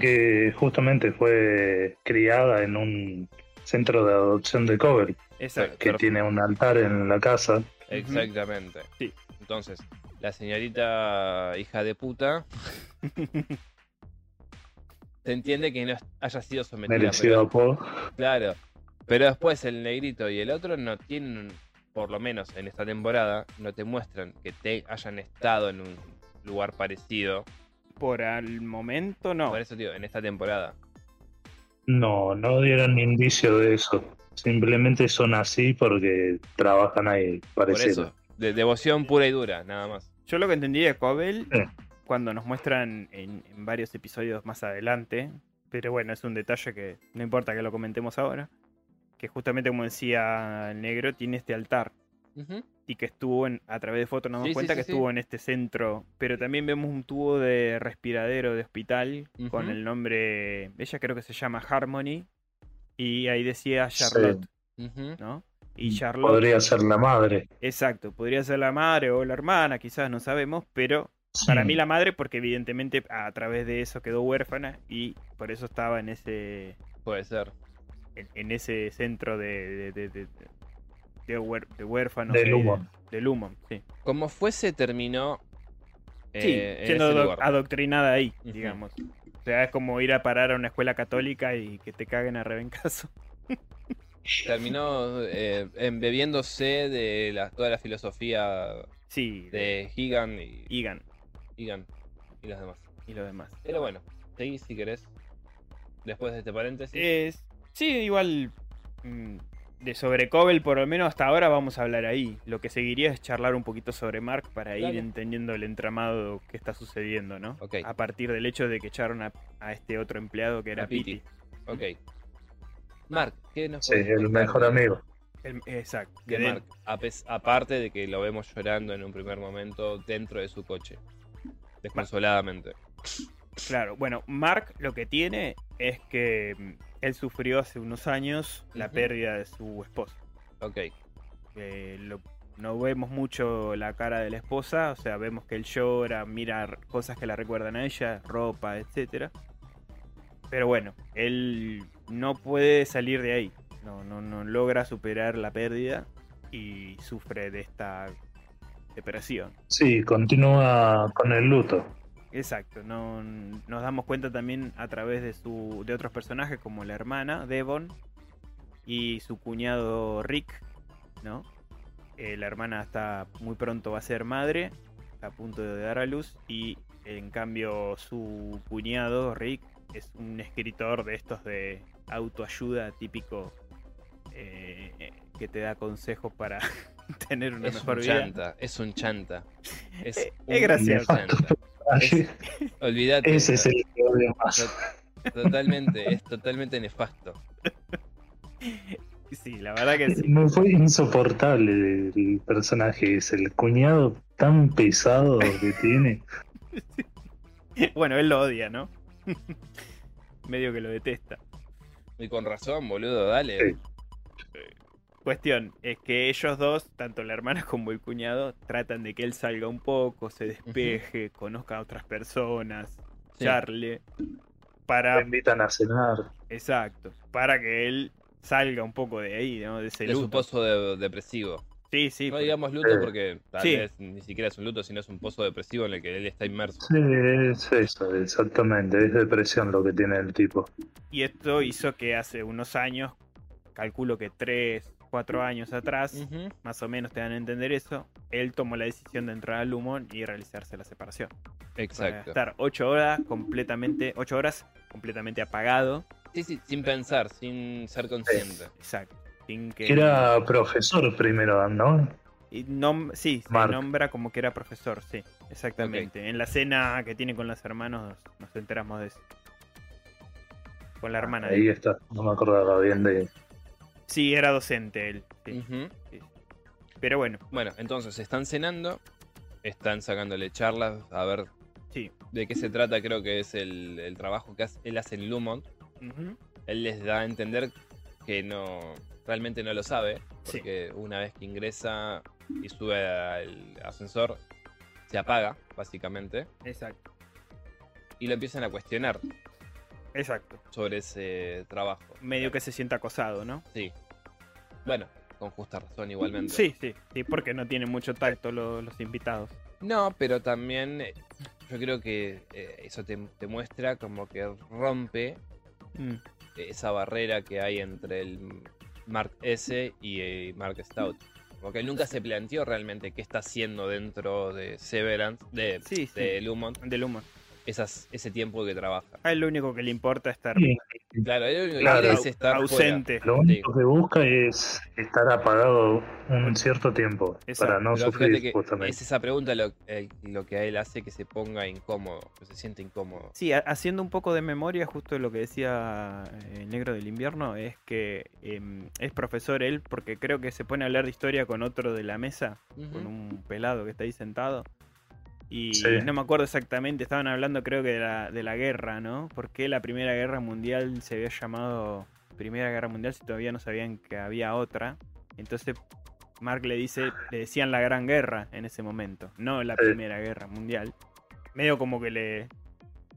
Speaker 3: que justamente fue criada en un centro de adopción de Cobel,
Speaker 2: Exacto.
Speaker 3: que
Speaker 1: Perfecto.
Speaker 3: tiene un altar en la casa.
Speaker 1: Exactamente.
Speaker 2: Sí.
Speaker 1: Entonces, la señorita hija de puta. se entiende que no haya sido sometida.
Speaker 3: merecido
Speaker 1: pero-
Speaker 3: a Po.
Speaker 1: claro. Pero después el negrito y el otro no tienen, un- por lo menos en esta temporada, no te muestran que te hayan estado en un lugar parecido.
Speaker 2: Por al momento no.
Speaker 1: Por eso, tío, en esta temporada.
Speaker 3: No, no dieron indicio de eso. Simplemente son así porque trabajan ahí,
Speaker 1: Por
Speaker 3: parecido.
Speaker 1: eso. De devoción pura y dura, nada más.
Speaker 2: Yo lo que entendí de Cobel,
Speaker 3: Eh.
Speaker 2: cuando nos muestran en, en varios episodios más adelante, pero bueno, es un detalle que no importa que lo comentemos ahora, que justamente como decía el negro, tiene este altar
Speaker 1: Ujú.
Speaker 2: y que estuvo en, a través de fotos nos damos
Speaker 1: Sí, sí,
Speaker 2: cuenta
Speaker 1: sí,
Speaker 2: que
Speaker 1: sí.
Speaker 2: estuvo en este centro, pero también vemos un tubo de respiradero de hospital con
Speaker 1: Ujú.
Speaker 2: el nombre, ella creo que se llama Harmony, y ahí decía
Speaker 3: Sí. Mm,
Speaker 2: Charlotte,
Speaker 1: Ujú.
Speaker 2: ¿no? Y Charlotte...
Speaker 3: Podría ser la madre.
Speaker 2: Exacto, podría ser la madre o la hermana, quizás no sabemos, pero para
Speaker 1: Mm.
Speaker 3: Sí.
Speaker 2: mí la madre, porque evidentemente a través de eso quedó huérfana y por eso estaba en ese
Speaker 1: Puede ser.
Speaker 2: en, en ese centro de, de, de, de- de huer- de huérfanos.
Speaker 3: De
Speaker 2: ahí,
Speaker 3: Lumon.
Speaker 2: De, Lumon, sí.
Speaker 1: Como fuese, terminó. eh,
Speaker 2: Sí,
Speaker 1: en
Speaker 2: siendo
Speaker 1: ese
Speaker 2: adoc-
Speaker 1: lugar.
Speaker 2: adoctrinada ahí,
Speaker 1: Ujú.
Speaker 2: digamos. O sea, es como ir a parar a una escuela católica y que te caguen a rebencazo.
Speaker 1: Terminó eh, embebiéndose de la- toda la filosofía
Speaker 2: Sí, de
Speaker 1: de Higan y,
Speaker 2: Igan
Speaker 1: Higan y los demás.
Speaker 2: y lo demás.
Speaker 1: Pero bueno, seguí si querés. Después de este paréntesis.
Speaker 2: Es- sí, igual. mm, De sobre Cobel, por lo menos hasta ahora vamos a hablar ahí. Lo que seguiría es charlar un poquito sobre Mark para ir
Speaker 1: Dale.
Speaker 2: entendiendo el entramado que está sucediendo, ¿no?
Speaker 1: Ok.
Speaker 2: A partir del hecho de que echaron a, a este otro empleado que era
Speaker 1: A Pity.
Speaker 2: Pity.
Speaker 1: Ok. Mark, ¿qué nos
Speaker 3: Sí,
Speaker 1: podés
Speaker 3: el
Speaker 1: contar
Speaker 3: mejor
Speaker 1: de-
Speaker 3: amigo.
Speaker 2: El- exacto.
Speaker 1: De
Speaker 2: Que de-
Speaker 1: Mark, A pes- aparte de que lo vemos llorando en un primer momento dentro de su coche, desconsoladamente.
Speaker 2: Claro, bueno, Mark lo que tiene es que mm, él sufrió hace unos años la
Speaker 1: Ujú.
Speaker 2: pérdida de su esposo.
Speaker 1: Ok,
Speaker 2: Eh, lo- no vemos mucho la cara de la esposa, o sea, vemos que él llora, mira r- cosas que la recuerdan a ella, ropa, etcétera. Pero bueno, él no puede salir de ahí, no, no, no logra superar la pérdida y sufre de esta depresión.
Speaker 3: Sí, continúa con el luto.
Speaker 2: Exacto, no, nos damos cuenta también a través de, su, de otros personajes como la hermana, Devon, y su cuñado Rick, ¿no? Eh, la hermana está muy pronto va a ser madre, está a punto de dar a luz, y en cambio su cuñado Rick es un escritor de estos de autoayuda típico eh, eh, que te da consejos para tener una
Speaker 1: es
Speaker 2: mejor
Speaker 1: un
Speaker 2: vida.
Speaker 1: chanta, es un chanta. Es,
Speaker 2: Eh,
Speaker 1: un
Speaker 2: es gracioso.
Speaker 1: chanta.
Speaker 3: Así-
Speaker 1: Olvídate.
Speaker 3: ese es el que odio más.
Speaker 1: To- Totalmente, es totalmente nefasto.
Speaker 2: Sí, la verdad que sí.
Speaker 3: Me fue insoportable el personaje, es el cuñado tan pesado que tiene.
Speaker 2: Bueno, él lo odia, ¿no? Medio que lo detesta.
Speaker 1: Y con razón, boludo, dale.
Speaker 3: Sí.
Speaker 2: Cuestión, es que ellos dos, tanto la hermana como el cuñado, tratan de que él salga un poco, se despeje, conozca a otras personas,
Speaker 1: Sí.
Speaker 2: charle,
Speaker 3: Lo
Speaker 2: para...
Speaker 3: invitan a cenar.
Speaker 2: Exacto, para que él salga un poco de ahí, ¿no? De ese
Speaker 1: Es un
Speaker 2: luto.
Speaker 1: pozo de- depresivo.
Speaker 2: Sí, sí.
Speaker 1: No
Speaker 2: por-
Speaker 1: digamos luto
Speaker 3: Sí.
Speaker 1: porque tal
Speaker 2: Sí.
Speaker 1: vez ni siquiera es un luto, sino es un pozo depresivo en el que él está inmerso.
Speaker 3: Sí, es eso, exactamente. Es depresión lo que tiene el tipo.
Speaker 2: Y esto hizo que hace unos años calculo que 3, 4 años atrás,
Speaker 1: Ujú.
Speaker 2: más o menos te dan a entender eso, él tomó la decisión de entrar al Lumon y realizarse la separación. Para
Speaker 1: Exacto.
Speaker 2: estar 8 horas completamente, 8 horas completamente apagado.
Speaker 1: Sí, sí, sin pensar, sin ser consciente.
Speaker 2: Exacto. Sin que...
Speaker 3: Era profesor primero, ¿no?
Speaker 2: Y nom- sí,
Speaker 3: Mark.
Speaker 2: se nombra como que era profesor, sí, exactamente. En la cena que tiene con los hermanos nos, nos enteramos de eso. Con la hermana.
Speaker 3: Ahí
Speaker 2: de...
Speaker 3: está, no me acordaba bien de...
Speaker 2: Sí, era docente él. sí.
Speaker 1: Ujú.
Speaker 2: Pero bueno,
Speaker 1: Bueno, entonces están cenando, están sacándole charlas, a ver
Speaker 2: sí.
Speaker 1: de qué se trata, creo que es el, el trabajo que hace- él hace en Lumont.
Speaker 2: Ujú.
Speaker 1: Él les da a entender que no realmente no lo sabe,
Speaker 2: Sí.
Speaker 1: porque una vez que ingresa y sube al ascensor, se apaga, básicamente,
Speaker 2: Exacto.
Speaker 1: y lo empiezan a cuestionar
Speaker 2: Exacto.
Speaker 1: sobre ese trabajo.
Speaker 2: Medio que se sienta acosado, ¿no?
Speaker 1: Sí. Bueno, con justa razón igualmente.
Speaker 2: Sí, sí, sí, porque no tienen mucho tacto lo- los invitados.
Speaker 1: No, pero también eh, yo creo que eh, eso te, te muestra como que rompe
Speaker 2: Mm,
Speaker 1: este, esa barrera que hay entre el Mark S y eh, Mark Stout. Porque él nunca se planteó realmente qué está haciendo dentro de Severance, de,
Speaker 2: Sí, sí.
Speaker 1: de Lumont,
Speaker 2: Del humo.
Speaker 1: esas, ese tiempo que trabaja.
Speaker 2: A él lo único que le importa es estar
Speaker 3: Sí,
Speaker 1: Claro, él lo único que
Speaker 3: Claro,
Speaker 1: quiere es estar
Speaker 2: ausente.
Speaker 3: Lo único que busca es estar apagado un cierto tiempo
Speaker 2: Exacto,
Speaker 3: para no
Speaker 1: fuera. Pero fíjate
Speaker 3: sufrir
Speaker 1: que
Speaker 3: justamente.
Speaker 1: es esa pregunta lo, el- lo que a él hace que se ponga incómodo, que se siente incómodo.
Speaker 2: Sí, ha- haciendo un poco de memoria, justo lo que decía eh, el negro del invierno, es que em, es profesor él, porque creo que se pone a hablar de historia con otro de la mesa, con
Speaker 1: Ujú.
Speaker 2: un pelado que está ahí sentado. Y
Speaker 3: Sí.
Speaker 2: no me acuerdo exactamente, estaban hablando creo que de la, de la guerra, ¿no? ¿Por qué la Primera Guerra Mundial se había llamado Primera Guerra Mundial si todavía no sabían que había otra? Entonces Mark le dice, le decían la Gran Guerra en ese momento, no la
Speaker 3: Sí.
Speaker 2: Primera Guerra Mundial. Medio como que le,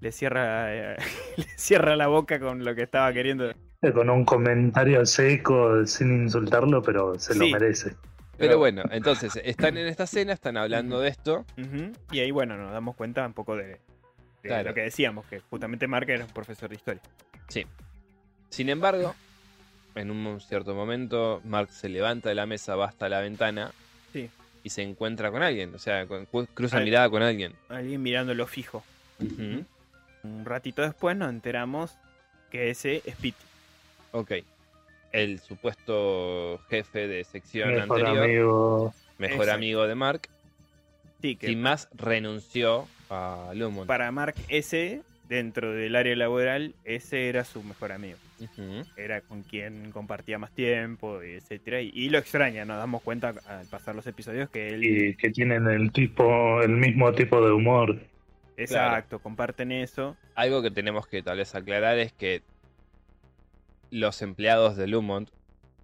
Speaker 2: le cierra eh, le cierra la boca con lo que estaba queriendo.
Speaker 3: Con un comentario seco, sin insultarlo, pero se
Speaker 2: Sí.
Speaker 3: lo merece.
Speaker 1: Pero bueno, entonces están en esta cena, están hablando de esto.
Speaker 2: Ujú, Y ahí, bueno, nos damos cuenta un poco de, de
Speaker 1: Claro.
Speaker 2: lo que decíamos, que justamente Mark era un profesor de historia.
Speaker 1: Sin embargo, en un cierto momento, Mark se levanta de la mesa, va hasta la ventana
Speaker 2: Sí.
Speaker 1: y se encuentra con alguien. O sea, con- cru- cruza
Speaker 2: Al-
Speaker 1: mirada con alguien.
Speaker 2: Alguien mirándolo fijo. Un ratito después nos enteramos que ese es Pete.
Speaker 1: Ok. El supuesto jefe de sección
Speaker 3: Mejor
Speaker 1: anterior,
Speaker 3: amigo.
Speaker 1: mejor
Speaker 2: Exacto.
Speaker 1: amigo de Mark,
Speaker 2: Sí, que
Speaker 1: sin más renunció a Lumon.
Speaker 2: para Mark ese, dentro del área laboral, ese era su mejor amigo.
Speaker 1: Ujú.
Speaker 2: Era con quien compartía más tiempo, etcétera. Y, y lo extraña, nos damos cuenta al pasar los episodios que él...
Speaker 3: y que tienen el tipo, el mismo tipo de humor.
Speaker 2: exacto, comparten eso.
Speaker 1: Algo que tenemos que tal vez aclarar es que los empleados de Lumont,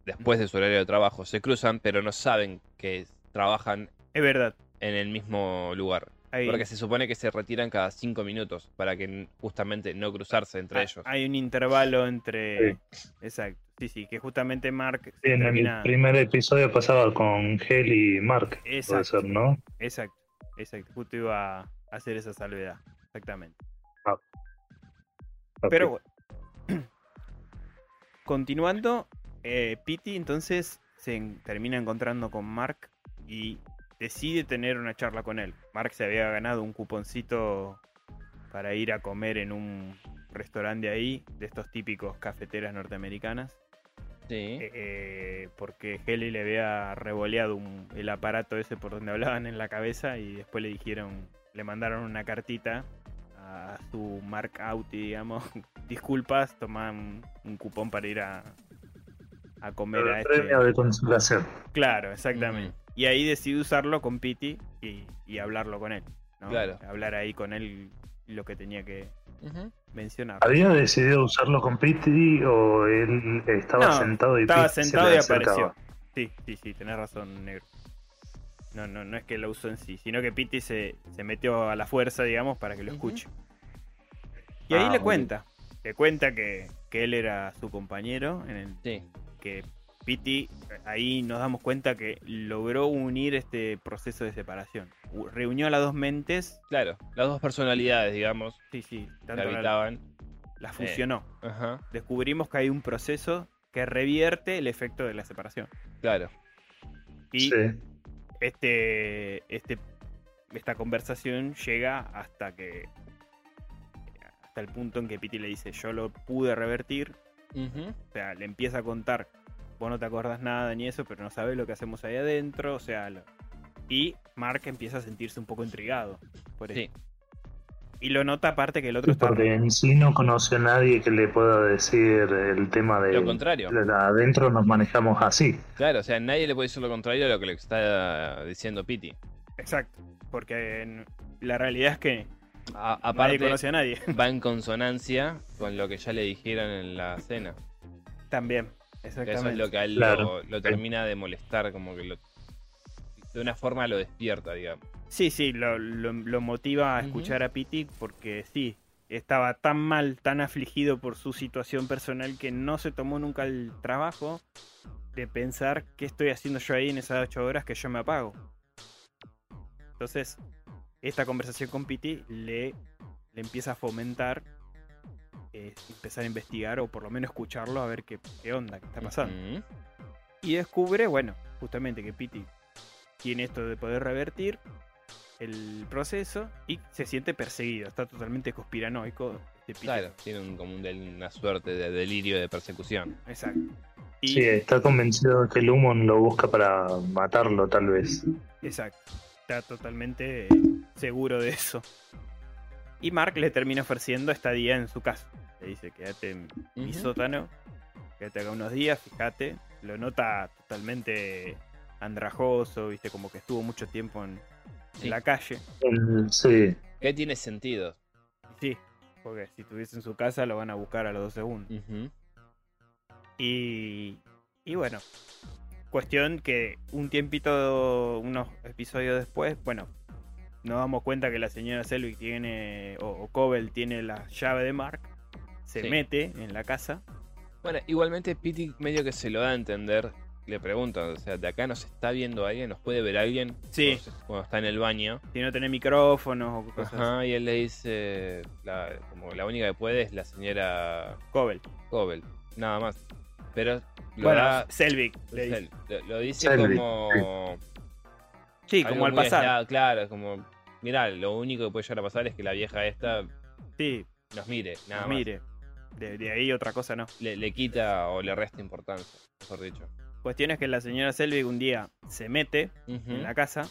Speaker 1: después de su horario de trabajo, se cruzan, pero no saben que trabajan
Speaker 2: Es verdad.
Speaker 1: en el mismo lugar.
Speaker 2: Hay,
Speaker 1: Porque se supone que se retiran cada cinco minutos para que n- justamente no cruzarse entre
Speaker 2: ha-
Speaker 1: ellos.
Speaker 2: hay un intervalo entre... Exacto. Sí, sí, que justamente Mark... se
Speaker 3: En el
Speaker 2: termina-
Speaker 3: primer episodio pasaba con Hel y Mark, puede
Speaker 2: Exacto.
Speaker 3: ser, ¿no?
Speaker 2: Exacto, exacto. Justo iba a hacer esa salvedad. Exactamente. Pero
Speaker 3: Ok.
Speaker 2: bueno. Continuando, eh, Pity entonces se en- termina encontrando con Mark y decide tener una charla con él. Mark se había ganado un cuponcito para ir a comer en un restaurante ahí, de estos típicos cafeteras norteamericanas,
Speaker 1: Sí.
Speaker 2: eh, eh, porque Heli le había revoleado un- el aparato ese por donde hablaban en la cabeza y después le dijeron, le mandaron una cartita a su Mark Auti, digamos, disculpas, toman un cupón para ir a, a comer a
Speaker 3: el
Speaker 2: este...
Speaker 3: premio de consolación.
Speaker 2: Claro, exactamente. Y ahí decidí usarlo con Pity y, y hablarlo con él. ¿no?
Speaker 1: Claro.
Speaker 2: Hablar ahí con él lo que tenía que
Speaker 1: Mm. Ujú.
Speaker 2: mencionar.
Speaker 3: ¿Había decidido usarlo con Pity o él estaba
Speaker 2: No,
Speaker 3: sentado y
Speaker 2: Estaba
Speaker 3: Pity se
Speaker 2: sentado
Speaker 3: le
Speaker 2: y
Speaker 3: acercaba?
Speaker 2: apareció. Sí, sí, sí, tenés razón, negro. No, no, no es que lo usó en sí, sino que Pity se, se metió a la fuerza, digamos, para que lo
Speaker 1: Ujú.
Speaker 2: escuche. Y ahí
Speaker 3: Ah,
Speaker 2: le
Speaker 3: muy
Speaker 2: cuenta. Le cuenta que, que él era su compañero en el
Speaker 1: Sí.
Speaker 2: que Pity, ahí nos damos cuenta que logró unir este proceso de separación. U- Reunió a las dos mentes,
Speaker 1: Claro. Las dos personalidades, digamos,
Speaker 2: sí, sí,
Speaker 1: que
Speaker 2: tanto la-
Speaker 1: habitaban.
Speaker 2: las fusionó.
Speaker 1: Ajá.
Speaker 2: Descubrimos que hay un proceso que revierte el efecto de la separación.
Speaker 1: Claro.
Speaker 2: Y
Speaker 3: Sí.
Speaker 2: este, este, esta conversación llega hasta que hasta el punto en que Pity le dice yo lo pude revertir,
Speaker 1: Ujú.
Speaker 2: o sea, le empieza a contar, vos no te acordás nada ni eso, pero no sabés lo que hacemos ahí adentro, o sea, lo- y Mark empieza a sentirse un poco intrigado por
Speaker 1: Sí.
Speaker 2: eso. Y lo nota aparte que el otro está
Speaker 3: Porque en sí no conoce a nadie que le pueda decir el tema de.
Speaker 1: Lo contrario.
Speaker 3: Adentro nos manejamos así.
Speaker 1: Claro, o sea, nadie le puede decir lo contrario a lo que le está diciendo Pity.
Speaker 2: Exacto, porque en- la realidad es que
Speaker 1: A-
Speaker 2: nadie
Speaker 1: aparte,
Speaker 2: conoce a nadie.
Speaker 1: va en consonancia con lo que ya le dijeron en la cena.
Speaker 2: También,
Speaker 1: Que
Speaker 2: exactamente.
Speaker 1: Eso es lo que a él
Speaker 3: Claro.
Speaker 1: lo, lo termina de molestar, como que lo, de una forma lo despierta, digamos.
Speaker 2: Sí, sí, lo, lo- lo motiva a
Speaker 1: Ujú.
Speaker 2: escuchar a Pity porque sí, estaba tan mal, tan afligido por su situación personal que no se tomó nunca el trabajo de pensar qué estoy haciendo yo ahí en esas ocho horas que yo me apago. Entonces, esta conversación con Pity le, le empieza a fomentar eh, empezar a investigar o por lo menos escucharlo a ver qué, qué onda, qué está pasando.
Speaker 1: Ujú.
Speaker 2: Y descubre, bueno, justamente que Pity tiene esto de poder revertir el proceso y se siente perseguido. Está totalmente conspiranoico este de Pity.
Speaker 1: Claro, tiene un- como un del- una suerte de delirio de persecución.
Speaker 2: Exacto. Y,
Speaker 3: Sí, está convencido de que Lumon lo busca para matarlo, tal vez.
Speaker 2: Exacto. Está totalmente eh, seguro de eso. Y Mark le termina ofreciendo estadía en su casa. Le dice, quédate en mi
Speaker 1: Ujú.
Speaker 2: sótano, quédate acá unos días, fíjate. Lo nota totalmente andrajoso, viste, como que estuvo mucho tiempo en-
Speaker 1: Sí.
Speaker 2: en la calle.
Speaker 3: Mm, Sí,
Speaker 1: Que tiene sentido.
Speaker 2: Sí, porque si estuviese en su casa lo van a buscar a los dos segundos.
Speaker 1: Ujú.
Speaker 2: Y, y bueno, cuestión que un tiempito, unos episodios después, bueno, nos damos cuenta que la señora Selvig tiene, o, o Cobel tiene la llave de Mark, se
Speaker 1: Sí.
Speaker 2: mete en la casa.
Speaker 1: Bueno, igualmente Pity medio que se lo da a entender. Le pregunta, o sea, de acá nos está viendo alguien, nos puede ver alguien
Speaker 2: Sí.
Speaker 1: cuando se- cuando está en el baño.
Speaker 2: Si no tiene micrófonos o cosas
Speaker 1: Ajá, y él le dice, la- como la única que puede es la señora
Speaker 2: así. Cobel.
Speaker 1: Cobel, nada más. Pero lo
Speaker 2: bueno,
Speaker 1: da-
Speaker 2: Selvig. le dice.
Speaker 1: lo, lo dice
Speaker 3: Selvig,
Speaker 1: como...
Speaker 2: Sí,
Speaker 1: algo
Speaker 2: como al
Speaker 1: muy
Speaker 2: pasar.
Speaker 1: aislado, claro, como... Mirá, lo único que puede llegar a pasar es que la vieja esta
Speaker 2: Sí,
Speaker 1: nos mire, nada
Speaker 2: nos
Speaker 1: más.
Speaker 2: mire. De, de ahí otra cosa no.
Speaker 1: Le, le quita o le resta importancia, mejor dicho.
Speaker 2: Cuestión es que la señora Selvig un día se mete
Speaker 1: Ujú.
Speaker 2: en la casa.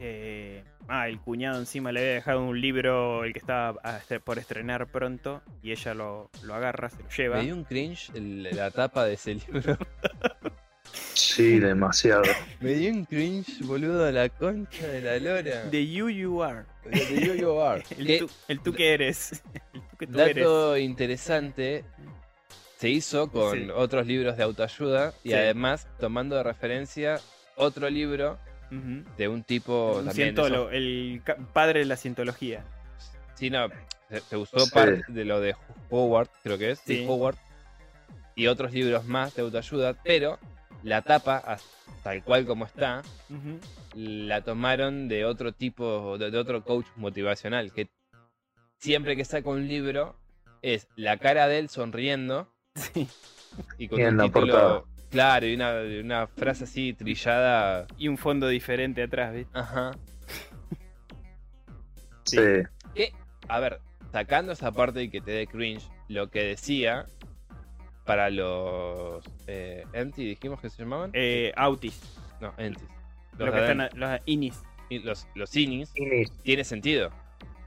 Speaker 2: Eh, ah, el cuñado encima le había dejado un libro, el que estaba a estre- por estrenar pronto, y ella lo, lo agarra, se lo lleva.
Speaker 1: Me dio un cringe el- la tapa de ese libro.
Speaker 3: sí, demasiado.
Speaker 1: Me dio un cringe, boludo, a la concha de la lora.
Speaker 2: The You You Are.
Speaker 1: De Yo-Yo Bar.
Speaker 2: El,
Speaker 1: Que-
Speaker 2: tú, el tú que eres. El tú que tú
Speaker 1: Dato interesante, se hizo con
Speaker 2: Sí.
Speaker 1: otros libros de autoayuda y
Speaker 2: Sí.
Speaker 1: además tomando de referencia otro libro
Speaker 2: eres. Ujú.
Speaker 1: de un tipo
Speaker 2: Un
Speaker 1: Oh, también. de
Speaker 2: cientólogo, el ca- padre de la cientología.
Speaker 1: esos- sí, no, se, se usó
Speaker 3: Sí.
Speaker 1: parte de lo de Howard, creo que es,
Speaker 2: Sí.
Speaker 1: de Howard, y otros libros más de autoayuda, pero la tapa, as- tal cual como está,
Speaker 2: Ujú.
Speaker 1: la tomaron de otro tipo, de, de otro coach motivacional, que siempre que saca un libro es la cara de él sonriendo
Speaker 2: Sí.
Speaker 1: y con
Speaker 3: Y en
Speaker 1: un
Speaker 3: la
Speaker 1: título
Speaker 3: portada.
Speaker 1: claro y una, y una frase así trillada.
Speaker 2: Y un fondo diferente atrás, ¿viste?
Speaker 1: Ajá.
Speaker 3: Sí.
Speaker 1: A ver, sacando esa parte y que te dé cringe, lo que decía para los eh, Enti, dijimos que se llamaban.
Speaker 2: Eh, Autis.
Speaker 1: no, Entis. Los,
Speaker 2: Lo que están
Speaker 1: aden-
Speaker 2: a- los Inis.
Speaker 1: y los, los Inis
Speaker 3: Y
Speaker 1: tiene sentido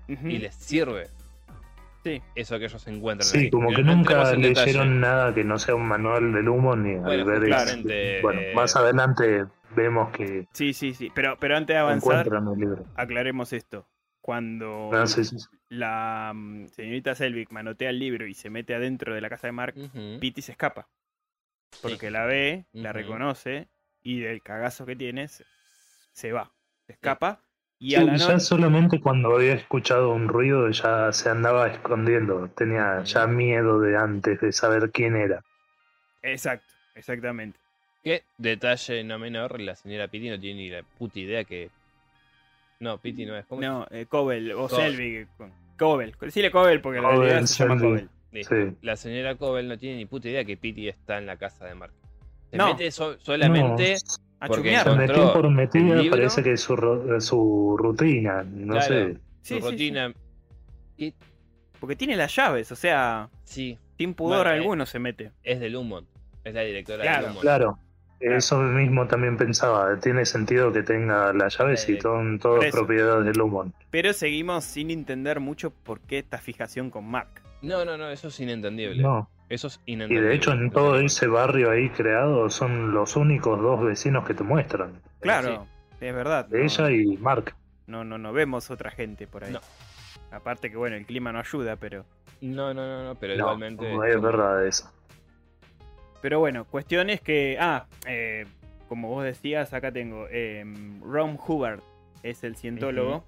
Speaker 2: Ujú.
Speaker 1: y les sirve
Speaker 2: Sí.
Speaker 1: eso que ellos encuentran.
Speaker 3: Sí,
Speaker 1: ahí.
Speaker 3: como
Speaker 1: Pero
Speaker 3: que
Speaker 1: no
Speaker 3: nunca
Speaker 1: entremos en detalle.
Speaker 3: leyeron nada que no sea un manual del humo ni
Speaker 1: Bueno,
Speaker 3: al ver
Speaker 2: claro,
Speaker 3: ese-
Speaker 1: gente,
Speaker 3: Bueno,
Speaker 1: eh,
Speaker 3: más adelante vemos que
Speaker 2: Sí, sí, sí. Pero, pero antes de avanzar,
Speaker 3: encuentran el libro.
Speaker 2: aclaremos esto. Cuando
Speaker 3: No, sí, sí, sí.
Speaker 2: la mm, señorita Selvig manotea el libro y se mete adentro de la casa de Mark,
Speaker 1: Ujú.
Speaker 2: Pity se escapa. Porque la ve, la
Speaker 1: Ujú.
Speaker 2: reconoce y del cagazo que tiene se- se va. Se escapa y
Speaker 3: Sí,
Speaker 2: a la
Speaker 3: ya
Speaker 2: noche.
Speaker 3: solamente cuando había escuchado un ruido ya se andaba escondiendo, tenía ya miedo de antes de saber quién era.
Speaker 2: Exacto, exactamente.
Speaker 1: Que, detalle no menor, la señora Piti no tiene ni la puta idea que. No, Piti no es. ¿Cómo es?
Speaker 2: No, eh, Cobel o
Speaker 1: Cobel.
Speaker 2: Selvig. con- Cobel. Decirle Cobel porque la
Speaker 3: Cobel,
Speaker 2: realidad se llama
Speaker 3: Selvig.
Speaker 2: Cobel.
Speaker 1: Listo.
Speaker 3: Sí.
Speaker 1: La señora Cobel no tiene ni puta idea que Pity está en la casa de Mark. Se
Speaker 2: No.
Speaker 1: mete so- solamente.
Speaker 2: A
Speaker 1: Porque
Speaker 2: chumear.
Speaker 1: son-
Speaker 3: Se metió por
Speaker 1: el
Speaker 3: metida,
Speaker 1: libro.
Speaker 3: parece que es su, ro- su rutina, no
Speaker 1: Claro. su
Speaker 3: sé.
Speaker 2: Sí, sí, sí.
Speaker 1: rutina.
Speaker 2: Porque tiene las llaves, o sea,
Speaker 1: Sí,
Speaker 2: sin pudor
Speaker 1: Bueno, eh,
Speaker 2: alguno se mete.
Speaker 1: es de Lumon. Es la directora
Speaker 2: Claro,
Speaker 1: de Lumon.
Speaker 3: Claro, eso mismo también pensaba. Tiene sentido que tenga las llaves
Speaker 1: Sí.
Speaker 3: y son
Speaker 2: Por
Speaker 3: todas
Speaker 2: eso.
Speaker 3: propiedades del Lumon.
Speaker 2: Pero seguimos sin entender mucho por qué esta fijación con Mark.
Speaker 1: No, no, no, eso es inentendible.
Speaker 3: No.
Speaker 1: Eso es
Speaker 3: Y
Speaker 1: inentendible.
Speaker 3: de hecho, en todo ese barrio ahí creado, son los únicos dos vecinos que te muestran:
Speaker 2: Claro, es verdad. no-
Speaker 3: ella y Mark.
Speaker 2: No, no, no vemos otra gente por ahí.
Speaker 1: No.
Speaker 2: Aparte que bueno, el clima no ayuda, pero.
Speaker 1: No, no, no, no, pero
Speaker 3: No,
Speaker 1: igualmente.
Speaker 3: no es verdad eso.
Speaker 2: Pero bueno, cuestión es que. Ah, eh, como vos decías, acá tengo. eh, Ron Hubbard es el cientólogo.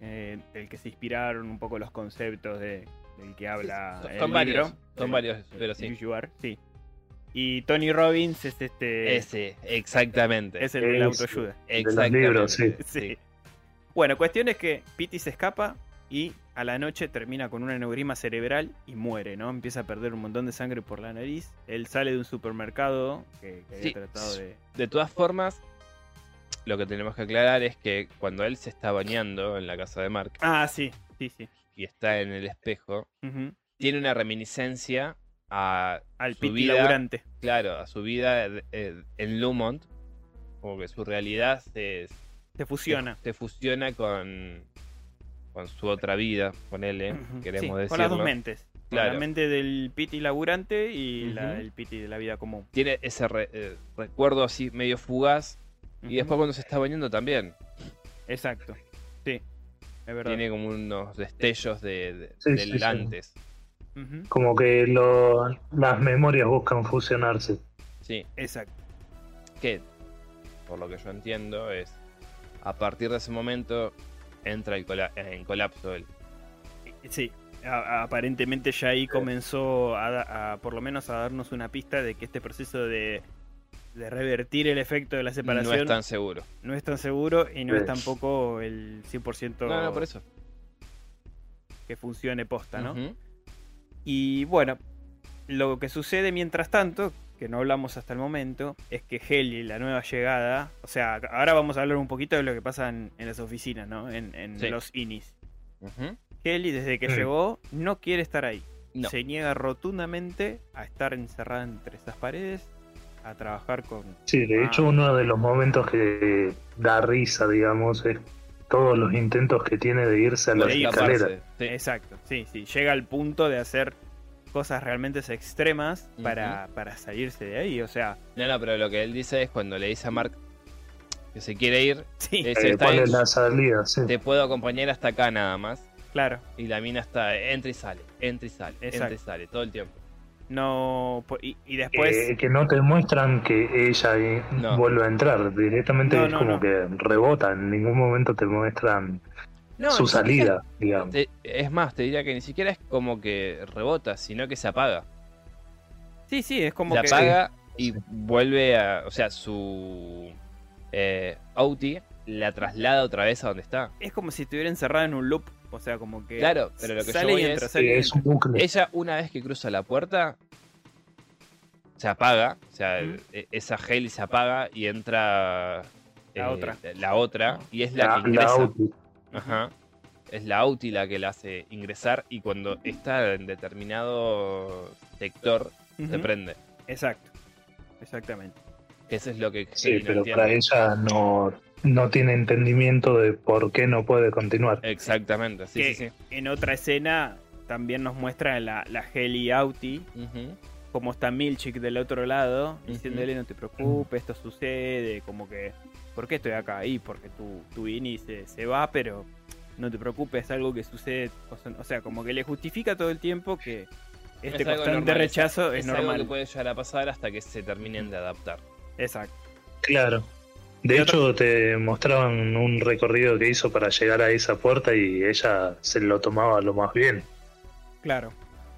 Speaker 2: eh, el que se inspiraron un poco los conceptos de, del que habla.
Speaker 1: Son-
Speaker 2: el
Speaker 1: son varios,
Speaker 2: libro,
Speaker 1: son
Speaker 2: eh,
Speaker 1: varios, pero sí.
Speaker 2: UUR, sí. Y Tony Robbins es este.
Speaker 1: Ese, exactamente.
Speaker 2: Es el de la
Speaker 3: Ese.
Speaker 2: autoayuda.
Speaker 3: los
Speaker 1: exactamente.
Speaker 3: libros, sí.
Speaker 2: Sí. Bueno, cuestión es que Pity se escapa y a la noche termina con un aneurisma cerebral y muere, ¿no? Empieza a perder un montón de sangre por la nariz. Él sale de un supermercado que, que había
Speaker 1: Sí.
Speaker 2: tratado de.
Speaker 1: De todas formas, lo que tenemos que aclarar es que cuando él se está bañando en la casa de Mark
Speaker 2: Ah, sí, sí, sí.
Speaker 1: y está en el espejo,
Speaker 2: Ujú.
Speaker 1: tiene una reminiscencia a,
Speaker 2: Al
Speaker 1: Su
Speaker 2: Pity
Speaker 1: vida-
Speaker 2: laburante.
Speaker 1: claro, a su vida de- eh, en Lumont, como que su realidad se,
Speaker 2: Se fusiona.
Speaker 1: se fusiona con, con su otra vida, ponele,
Speaker 2: Ujú.
Speaker 1: queremos
Speaker 2: Sí,
Speaker 1: decirlo.
Speaker 2: Con las dos mentes. Con
Speaker 1: Claro.
Speaker 2: la mente del Pity laburante y la-
Speaker 1: Ujú.
Speaker 2: el Pity de la vida común.
Speaker 1: Tiene ese re- eh, recuerdo así medio fugaz y
Speaker 2: Ujú.
Speaker 1: después cuando se está bañando también
Speaker 2: Exacto. Sí. Es verdad.
Speaker 1: tiene como unos destellos de, de-
Speaker 3: Sí,
Speaker 1: del
Speaker 3: sí, sí.
Speaker 1: antes.
Speaker 2: Ujú.
Speaker 3: Como que lo- las memorias buscan fusionarse.
Speaker 1: Sí,
Speaker 2: Exacto.
Speaker 1: que por lo que yo entiendo es a partir de ese momento entra el cola- eh, en colapso él.
Speaker 2: Sí, a- aparentemente ya ahí comenzó a, da- a, por lo menos a darnos una pista de que este proceso de, de revertir el efecto de la
Speaker 1: No
Speaker 2: separación
Speaker 1: es tan seguro.
Speaker 2: seguro y no es
Speaker 3: Sí.
Speaker 2: tampoco el 100%
Speaker 1: No, no, por eso.
Speaker 2: que funcione posta, ¿no?
Speaker 1: Ujú.
Speaker 2: Y bueno, lo que sucede mientras tanto, que no hablamos hasta el momento, es que Heli, la nueva llegada, o sea, ahora vamos a hablar un poquito de lo que pasa en, en las oficinas, ¿no? En, en
Speaker 1: Sí.
Speaker 2: los inis.
Speaker 1: Ujú.
Speaker 2: Heli, desde que
Speaker 3: Sí.
Speaker 2: llegó, no quiere estar ahí.
Speaker 1: No.
Speaker 2: se niega rotundamente a estar encerrada entre esas paredes, a trabajar con...
Speaker 3: Sí, de
Speaker 2: Ah.
Speaker 3: hecho uno de los momentos que da risa, digamos, es todos los intentos que tiene de irse a Eh,
Speaker 1: Por
Speaker 3: las
Speaker 1: escaparse.
Speaker 3: escaleras.
Speaker 1: Sí.
Speaker 2: Exacto, sí, sí, llega al punto de hacer cosas realmente extremas para, para salirse de ahí, o sea,
Speaker 1: No, no, pero lo que él dice es cuando le dice a Mark que se quiere ir,
Speaker 2: sí,
Speaker 1: le dice,
Speaker 3: Eh,
Speaker 1: "Está
Speaker 3: ¿Cuál
Speaker 1: bien,
Speaker 3: es la salida? Sí.
Speaker 1: te puedo acompañar hasta acá nada más.
Speaker 2: claro,
Speaker 1: Y la mina está, entra y sale, entra y sale, entra y
Speaker 2: Exacto.
Speaker 1: sale, todo el tiempo.
Speaker 2: no... po- Y, y después...
Speaker 3: Eh, que no te muestran que ella eh,
Speaker 1: No.
Speaker 3: vuelve a entrar. Directamente
Speaker 2: No,
Speaker 3: es
Speaker 2: no,
Speaker 3: como
Speaker 2: no.
Speaker 3: que rebota. En ningún momento te muestran
Speaker 1: No,
Speaker 3: su
Speaker 1: ni siquiera-
Speaker 3: salida, digamos.
Speaker 1: te- es más, te diría que ni siquiera es como que rebota, sino que se apaga.
Speaker 2: Sí, sí, es como
Speaker 1: se
Speaker 2: que...
Speaker 1: apaga y
Speaker 3: Sí.
Speaker 1: vuelve a. O sea, su. Eh, Auti la traslada otra vez a donde está.
Speaker 2: Es como si estuviera encerrada en un loop, o sea, como que...
Speaker 1: Claro, pero lo que yo
Speaker 2: Eh, sale
Speaker 1: voy
Speaker 2: y entra,
Speaker 1: es-
Speaker 3: Sí,
Speaker 2: sale y
Speaker 3: Eh, es un
Speaker 2: entra.
Speaker 3: bucle.
Speaker 1: Ella, una vez que cruza la puerta, se apaga. O sea,
Speaker 2: Ujú.
Speaker 1: e- esa gel se apaga y entra. eh,
Speaker 2: La otra.
Speaker 1: La otra. Y es la,
Speaker 3: La,
Speaker 1: que
Speaker 3: la
Speaker 1: ingresa.
Speaker 3: auto.
Speaker 1: Ajá. Es la Auti la que la hace ingresar y cuando está en determinado sector se
Speaker 2: Ujú,
Speaker 1: prende.
Speaker 2: Exacto, exactamente.
Speaker 1: Eso es lo que
Speaker 3: Sí,
Speaker 1: Haley no
Speaker 3: pero
Speaker 1: entiende.
Speaker 3: para ella no, no tiene entendimiento de por qué no puede continuar.
Speaker 1: Eh, Exactamente, sí,
Speaker 2: que
Speaker 1: sí, sí.
Speaker 2: en otra escena también nos muestra la, la Heli Auti,
Speaker 1: Ujú.
Speaker 2: como está Milchik del otro lado,
Speaker 1: Ujú.
Speaker 2: diciéndole no te preocupes, esto sucede, como que, ¿por qué estoy acá? Y porque tu, tu Ini se, se va, pero no te preocupes, es algo que sucede, o sea- o sea, como que le justifica todo el tiempo que este
Speaker 1: algo
Speaker 2: constante
Speaker 1: normal,
Speaker 2: rechazo es,
Speaker 1: Es algo
Speaker 2: normal.
Speaker 1: que puede llegar a pasar hasta que se terminen de adaptar.
Speaker 2: Exacto.
Speaker 3: Claro.
Speaker 2: Y
Speaker 3: De
Speaker 2: otra-
Speaker 3: hecho, te mostraban un recorrido que hizo para llegar a esa puerta y ella se lo tomaba lo más bien.
Speaker 2: Claro,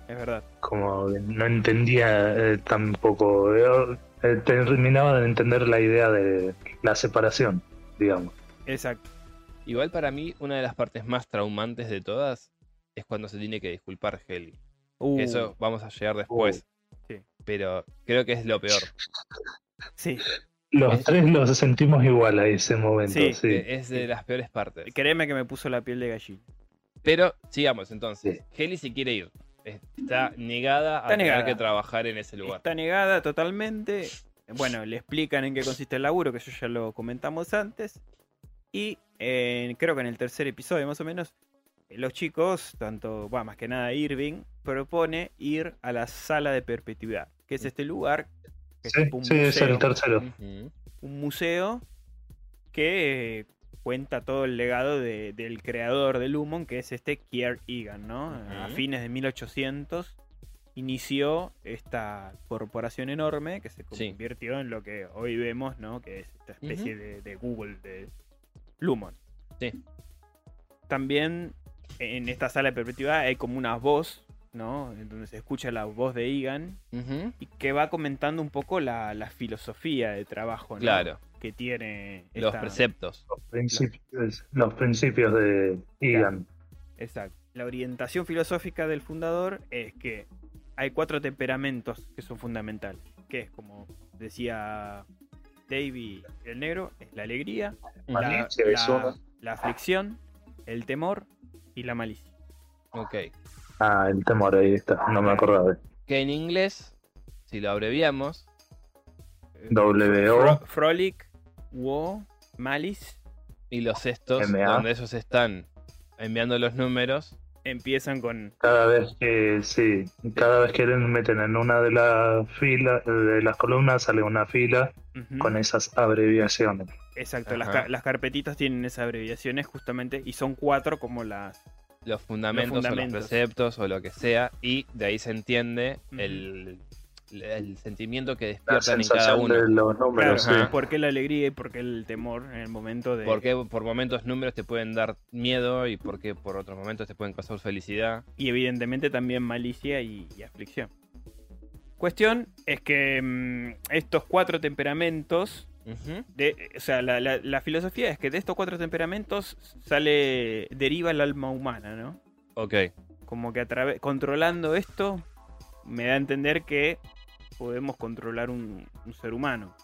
Speaker 2: es verdad.
Speaker 3: Como que no entendía eh, tampoco. eh, eh, terminaba de entender la idea de la separación, digamos.
Speaker 2: Exacto.
Speaker 1: Igual para mí, una de las partes más traumantes de todas es cuando se tiene que disculpar Heli.
Speaker 2: Uh,
Speaker 1: Eso vamos a llegar después.
Speaker 2: sí.
Speaker 1: Pero creo que es lo peor.
Speaker 2: Sí,
Speaker 3: Los tres los sentimos igual a ese momento,
Speaker 2: Sí.
Speaker 3: sí.
Speaker 1: que Eh, Es de las peores partes.
Speaker 2: créeme que me puso la piel de gallina.
Speaker 1: Pero sigamos entonces. Heli se quiere ir. Está negada a
Speaker 2: Está
Speaker 1: tener
Speaker 2: negada.
Speaker 1: que trabajar en ese lugar.
Speaker 2: Está negada totalmente. Bueno, le explican en qué consiste el laburo, que eso ya lo comentamos antes. Y eh, creo que en el tercer episodio, más o menos, eh, los chicos, tanto, va, más que nada Irving, propone ir a la sala de perpetuidad, que es este lugar, que es
Speaker 3: Sí,
Speaker 2: tipo un
Speaker 3: sí, es
Speaker 2: museo.
Speaker 3: el tercero.
Speaker 1: Ujú.
Speaker 2: un museo que eh, cuenta todo el legado de- del creador de Lumon, que es este Kier Egan, ¿no? A
Speaker 1: Ujú.
Speaker 2: fines de 1800 inició esta corporación enorme que se
Speaker 1: Sí.
Speaker 2: convirtió en lo que hoy vemos, ¿no? Que es esta especie de, de Google de Lumon.
Speaker 1: Sí.
Speaker 2: También en esta sala de perpetuidad hay como una voz, ¿no? En donde se escucha la voz de Egan
Speaker 1: Ujú.
Speaker 2: y que va comentando un poco la, la filosofía de trabajo, ¿no?
Speaker 1: Claro,
Speaker 2: que tiene
Speaker 1: los
Speaker 2: esta-
Speaker 1: preceptos.
Speaker 3: Los principios, los principios de Igan.
Speaker 2: Exacto. La orientación filosófica del fundador es que hay cuatro temperamentos que son fundamentales, que es como decía Davy el negro, es la alegría, la,
Speaker 4: Malicia es
Speaker 2: la-
Speaker 4: una.
Speaker 2: la aflicción, el temor y la malicia.
Speaker 1: Ok.
Speaker 3: Ah, el temor, ahí está, no me acordaba.
Speaker 1: Que en inglés, si lo abreviamos,
Speaker 2: Eh,
Speaker 3: W-O.
Speaker 2: fro- frolic, wo, malice,
Speaker 1: y los estos,
Speaker 3: MA.
Speaker 1: donde ellos están enviando los números,
Speaker 2: empiezan con
Speaker 3: Cada vez que, sí, cada vez que le meten en una de las filas, de las columnas sale una fila
Speaker 2: ujú,
Speaker 3: con esas abreviaciones.
Speaker 2: Exacto, las,
Speaker 1: Ajá.
Speaker 2: ca- las carpetitas tienen esas abreviaciones justamente y son cuatro como las
Speaker 1: los fundamentos, o
Speaker 2: fundamentos.
Speaker 1: los preceptos o lo que sea, y de ahí se entiende
Speaker 2: Ujú.
Speaker 1: el, el sentimiento que
Speaker 3: La
Speaker 1: despiertan en cada
Speaker 3: sensación
Speaker 1: uno.
Speaker 3: de los
Speaker 2: Claro,
Speaker 3: números,
Speaker 1: Ajá.
Speaker 3: sí.
Speaker 2: ¿por qué la alegría y por qué el temor en el momento de...
Speaker 1: Porque por momentos números te pueden dar miedo y porque por otros momentos te pueden causar felicidad.
Speaker 2: Y evidentemente también malicia y, y aflicción. Cuestión es que mm, estos cuatro temperamentos,
Speaker 1: Ujú.
Speaker 2: de, o sea, la, la- la filosofía es que de estos cuatro temperamentos sale, deriva el alma humana, ¿no?
Speaker 1: Ok,
Speaker 2: Como que a través, controlando esto, me da a entender que podemos controlar un, un ser humano.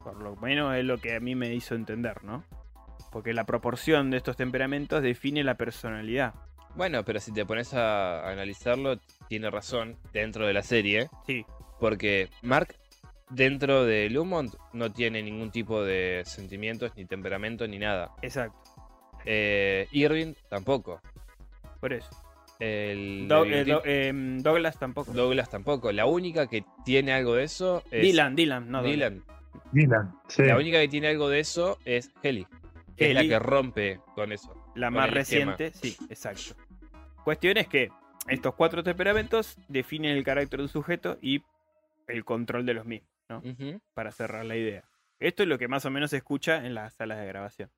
Speaker 2: Por lo menos es lo que a mí me hizo entender, ¿no? Porque la proporción de estos temperamentos define la personalidad.
Speaker 1: bueno, pero si te pones a analizarlo, tiene razón dentro de la serie,
Speaker 2: Sí,
Speaker 1: porque Mark dentro de Lumont no tiene ningún tipo de sentimientos, ni temperamento, ni nada.
Speaker 2: exacto.
Speaker 1: Eh, Irving tampoco.
Speaker 2: Por eso.
Speaker 1: El,
Speaker 2: Do-
Speaker 1: el
Speaker 2: eh,
Speaker 1: tipo-
Speaker 2: Do- em, Douglas tampoco.
Speaker 1: Douglas tampoco. La única que tiene algo de eso es
Speaker 2: Dylan, Dylan, no. Douglas.
Speaker 1: Dylan.
Speaker 3: Dylan, sí.
Speaker 1: La única que tiene algo de eso es Heli. Que es la
Speaker 2: Heli.
Speaker 1: que rompe con eso.
Speaker 2: La
Speaker 1: con
Speaker 2: más
Speaker 1: el esquema.
Speaker 2: reciente, sí, exacto. Cuestión es que estos cuatro temperamentos definen el carácter de un sujeto y el control de los mismos,
Speaker 1: Ujú.
Speaker 2: para cerrar la idea. Esto es lo que más o menos se escucha en las salas de grabación.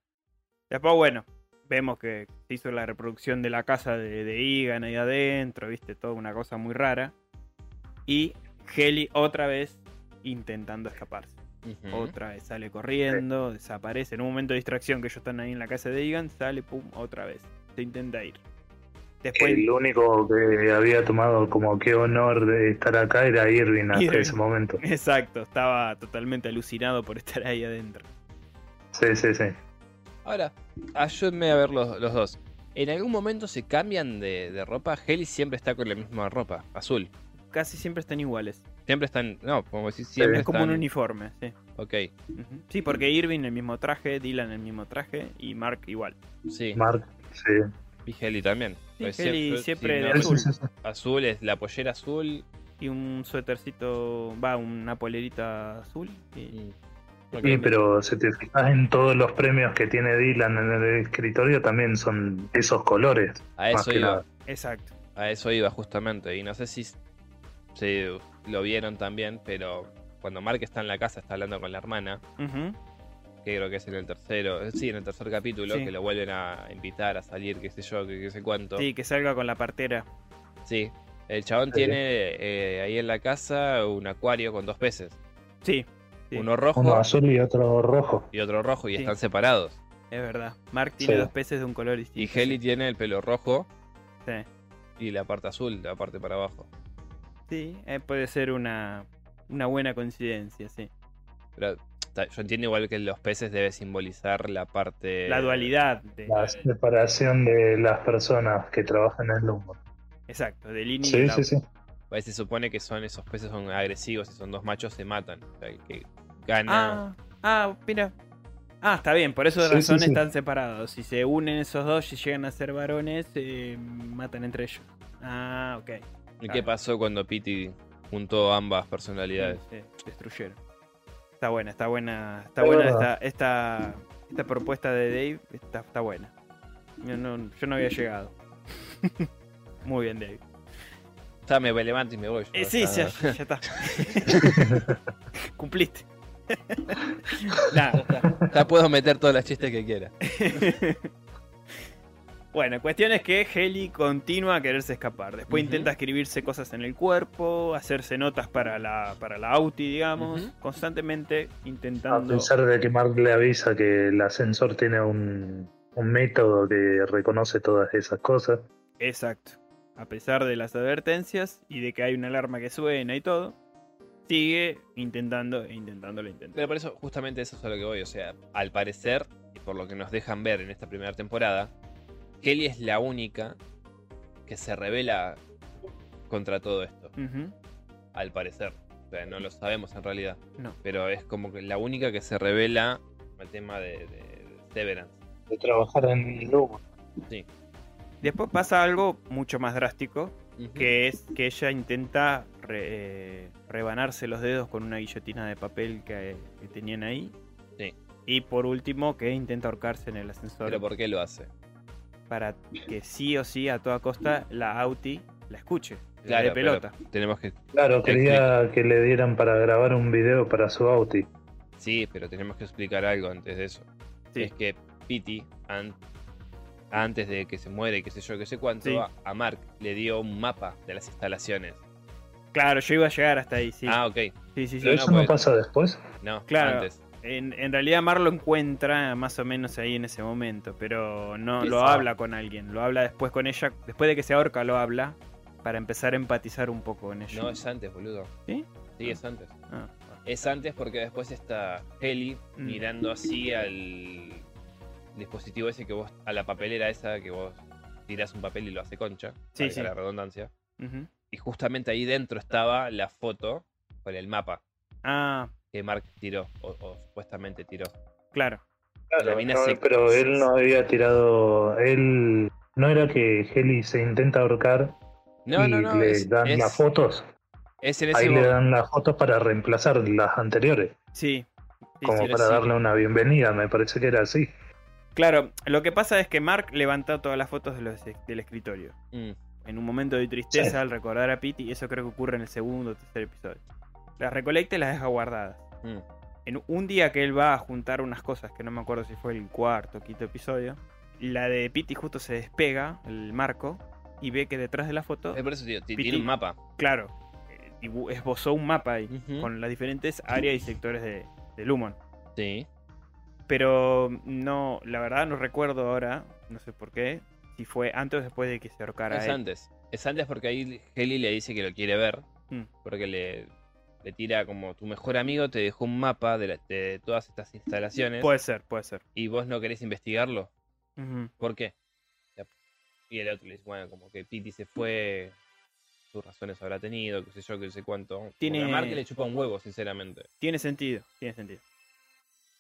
Speaker 2: Después, bueno, vemos que se hizo la reproducción de la casa de, de Egan ahí adentro, viste, toda una cosa muy rara. Y Heli otra vez intentando escaparse.
Speaker 1: Ujú.
Speaker 2: Otra vez sale corriendo, desaparece. En un momento de distracción que ellos están ahí en la casa de Egan, sale, pum, otra vez. Se intenta ir. Después,
Speaker 3: El único que había tomado como qué honor de estar acá era Irving hasta
Speaker 2: Irving.
Speaker 3: ese momento.
Speaker 2: exacto, estaba totalmente alucinado por estar ahí adentro.
Speaker 3: Sí, sí, sí.
Speaker 1: Ahora, ayúdenme a ver los, los dos. En algún momento se cambian de, de ropa. Heli siempre está con la misma ropa, azul.
Speaker 2: Casi siempre están iguales.
Speaker 1: Siempre están. No, como decir, siempre.
Speaker 2: Es como un
Speaker 1: están-
Speaker 2: uniforme, sí.
Speaker 1: Ok,
Speaker 2: Ujú. Sí, porque Irving el mismo traje, Dylan el mismo traje y Mark igual.
Speaker 1: sí.
Speaker 3: Mark, sí.
Speaker 1: Y Heli también.
Speaker 2: Sí,
Speaker 1: Pues
Speaker 2: Heli
Speaker 1: sie-
Speaker 2: siempre
Speaker 1: si
Speaker 2: de
Speaker 1: no-
Speaker 2: azul.
Speaker 3: Sí, sí, sí.
Speaker 1: Azul es la pollera azul.
Speaker 2: Y un suétercito, va, una polerita azul. Y...
Speaker 1: Mm.
Speaker 3: Sí,
Speaker 1: Ok.
Speaker 3: pero si te fijas en todos los premios que tiene Dylan en el escritorio, también son esos colores.
Speaker 1: A
Speaker 3: más
Speaker 1: eso
Speaker 3: que
Speaker 1: iba.
Speaker 3: nada.
Speaker 2: Exacto.
Speaker 1: A eso iba justamente. Y no sé si se lo vieron también, pero cuando Mark está en la casa, está hablando con la hermana,
Speaker 2: Ujú.
Speaker 1: que creo que es en el tercero, eh, sí, en el tercer capítulo,
Speaker 2: Sí.
Speaker 1: que lo vuelven a invitar a salir, qué sé yo, que qué sé cuánto.
Speaker 2: Sí, que salga con la partera.
Speaker 1: Sí. El chabón
Speaker 3: Sí.
Speaker 1: tiene eh, ahí en la casa un acuario con dos peces.
Speaker 2: Sí, Sí.
Speaker 1: Uno rojo
Speaker 3: Uno azul y otro rojo.
Speaker 1: y otro rojo, y
Speaker 2: Sí.
Speaker 1: están separados.
Speaker 2: es verdad. Mark tiene
Speaker 3: Sí.
Speaker 2: dos peces de un color distinto.
Speaker 1: Y Heli tiene el pelo rojo
Speaker 2: Sí.
Speaker 1: y la parte azul, la parte para abajo.
Speaker 2: Sí, eh, puede ser una, una buena coincidencia, sí.
Speaker 1: Pero ta- yo entiendo igual que los peces debe simbolizar la parte.
Speaker 2: La dualidad. de-
Speaker 3: Eh,
Speaker 1: Eh.
Speaker 3: La separación de las personas que trabajan en el humor.
Speaker 2: Exacto, del yin y
Speaker 3: Sí,
Speaker 2: del
Speaker 3: sí,
Speaker 2: yang.
Speaker 3: sí.
Speaker 1: Pues se supone que son esos peces son agresivos, si son dos machos se matan. O sea, el que gana.
Speaker 2: Ah, ah, mira. Ah, está bien, por eso de
Speaker 3: Sí, sí,
Speaker 2: razón
Speaker 3: sí.
Speaker 2: están separados. Si se unen esos dos y llegan a ser varones, eh, matan entre ellos. Ah, ok.
Speaker 1: ¿Y qué
Speaker 2: claro.
Speaker 1: pasó cuando Pity juntó ambas
Speaker 2: Sí,
Speaker 1: personalidades?
Speaker 2: sí, destruyeron. Está buena, está buena, está
Speaker 3: Es
Speaker 2: buena esta,
Speaker 3: verdad.
Speaker 2: esta, esta propuesta de Dave, está, está buena. Yo no, yo no había llegado. Muy bien, Dave.
Speaker 1: Ya me levanto y me voy. yo,
Speaker 2: Eh, sí,
Speaker 1: ya-
Speaker 2: ya, ya está. Cumpliste. Nada.
Speaker 1: Ya puedo meter todas las chistes que quiera.
Speaker 2: Bueno, cuestión es que Heli continúa a quererse escapar. Después
Speaker 1: Ujú.
Speaker 2: intenta escribirse cosas en el cuerpo, hacerse notas para la, para la Auti, digamos.
Speaker 1: Ujú.
Speaker 2: Constantemente
Speaker 3: A
Speaker 2: intentando.
Speaker 3: pesar de que Mark le avisa que el ascensor tiene un, un método que reconoce todas esas cosas.
Speaker 2: Exacto. A pesar de las advertencias y de que hay una alarma que suena y todo, sigue intentando e intentando la intentando.
Speaker 1: Pero por eso, justamente eso es a lo que voy. O sea, al parecer, y por lo que nos dejan ver en esta primera temporada, Kelly es la única que se revela contra todo esto.
Speaker 2: Ujú.
Speaker 1: Al parecer. O sea, no lo sabemos en realidad.
Speaker 2: No.
Speaker 1: Pero es como que la única que se revela el tema de, de, de Severance.
Speaker 3: De trabajar en el humor.
Speaker 2: Después pasa algo mucho más drástico,
Speaker 1: Ujú.
Speaker 2: que es que ella intenta re- eh, rebanarse los dedos con una guillotina de papel que, que tenían ahí.
Speaker 1: Sí.
Speaker 2: Y por último, que intenta ahorcarse en el ascensor
Speaker 1: Pero ¿por qué lo hace?
Speaker 2: para que sí o sí, a toda costa, la Auti la escuche. La
Speaker 1: Claro,
Speaker 2: de pelota.
Speaker 1: pero Tenemos que.
Speaker 3: Claro, quería que le dieran para grabar un video para su Audi.
Speaker 1: Sí, pero tenemos que explicar algo antes de eso.
Speaker 2: Sí.
Speaker 1: Es que Pity, an- antes de que se muere, qué sé yo, qué sé cuánto,
Speaker 2: Sí.
Speaker 1: a- a Mark le dio un mapa de las instalaciones.
Speaker 2: Claro, yo iba a llegar hasta ahí, sí.
Speaker 1: Ah, ok.
Speaker 2: sí, sí, sí.
Speaker 1: no,
Speaker 3: ¿Eso
Speaker 1: pues-
Speaker 3: no pasa después?
Speaker 1: No,
Speaker 2: Claro.
Speaker 1: antes.
Speaker 2: En, en realidad Mar lo encuentra más o menos ahí en ese momento, pero no
Speaker 1: Qué
Speaker 2: lo
Speaker 1: sad.
Speaker 2: habla con alguien, lo habla después con ella, después de que se ahorca lo habla, para empezar a empatizar un poco con ella.
Speaker 1: No, es antes, boludo.
Speaker 2: ¿Sí?
Speaker 1: Sí, es antes.
Speaker 2: Ah.
Speaker 1: Es antes porque después está Heli
Speaker 2: Mm.
Speaker 1: mirando así al dispositivo ese que vos, a la papelera esa que vos tirás un papel y lo hace concha,
Speaker 2: Sí,
Speaker 1: valga
Speaker 2: sí.
Speaker 1: la redundancia.
Speaker 2: Ujú.
Speaker 1: Y justamente ahí dentro estaba la foto con el mapa
Speaker 2: Ah,
Speaker 1: que Mark tiró, o, o supuestamente tiró.
Speaker 2: claro.
Speaker 1: La mina se-
Speaker 3: pero él no había tirado. Él. No era que Heli se intenta ahorcar
Speaker 1: No,
Speaker 3: y
Speaker 1: no, no.
Speaker 3: le
Speaker 1: es,
Speaker 3: dan
Speaker 1: es-
Speaker 3: las fotos.
Speaker 1: es en
Speaker 3: Ahí
Speaker 1: ese
Speaker 3: le
Speaker 1: momento.
Speaker 3: dan las fotos para reemplazar las anteriores.
Speaker 2: Sí. Sí,
Speaker 3: como
Speaker 2: sí.
Speaker 1: sí,
Speaker 3: para
Speaker 1: sí.
Speaker 3: darle una bienvenida, me parece que era así.
Speaker 2: Claro, lo que pasa es que Mark levantó todas las fotos de los- del escritorio.
Speaker 1: Mm,
Speaker 2: En un momento de tristeza al recordar a Pete, y eso creo que ocurre en el segundo o tercer episodio. Las recolecta y las deja guardadas.
Speaker 1: mm.
Speaker 2: en un día que él va a juntar unas cosas, que no me acuerdo si fue el cuarto o quinto episodio, la de Pity justo se despega, el marco, y ve que detrás de la foto,
Speaker 1: Eh, por eso, tío, ti-
Speaker 2: Piti.
Speaker 1: tiene un mapa.
Speaker 2: claro, eh, dibu- esbozó un mapa ahí,
Speaker 1: Ujú.
Speaker 2: con las diferentes áreas y sectores de, de Lumon.
Speaker 1: Sí.
Speaker 2: Pero no, la verdad no recuerdo ahora, no sé por qué, si fue antes o después de que se ahorcara
Speaker 1: Es
Speaker 2: él.
Speaker 1: antes. Es antes porque ahí Heli le dice que lo quiere ver.
Speaker 2: Mm.
Speaker 1: Porque le, le tira como tu mejor amigo te dejó un mapa de, la- de todas estas instalaciones
Speaker 2: Puede ser, puede ser.
Speaker 1: y vos no querés investigarlo.
Speaker 2: Ujú.
Speaker 1: ¿Por qué? Y el otro le dice, bueno, como que Pity se fue, sus razones habrá tenido, qué sé yo, qué sé cuánto. Como que
Speaker 2: Tiene-
Speaker 1: A Mark le chupa un huevo, sinceramente.
Speaker 2: Tiene sentido, tiene sentido.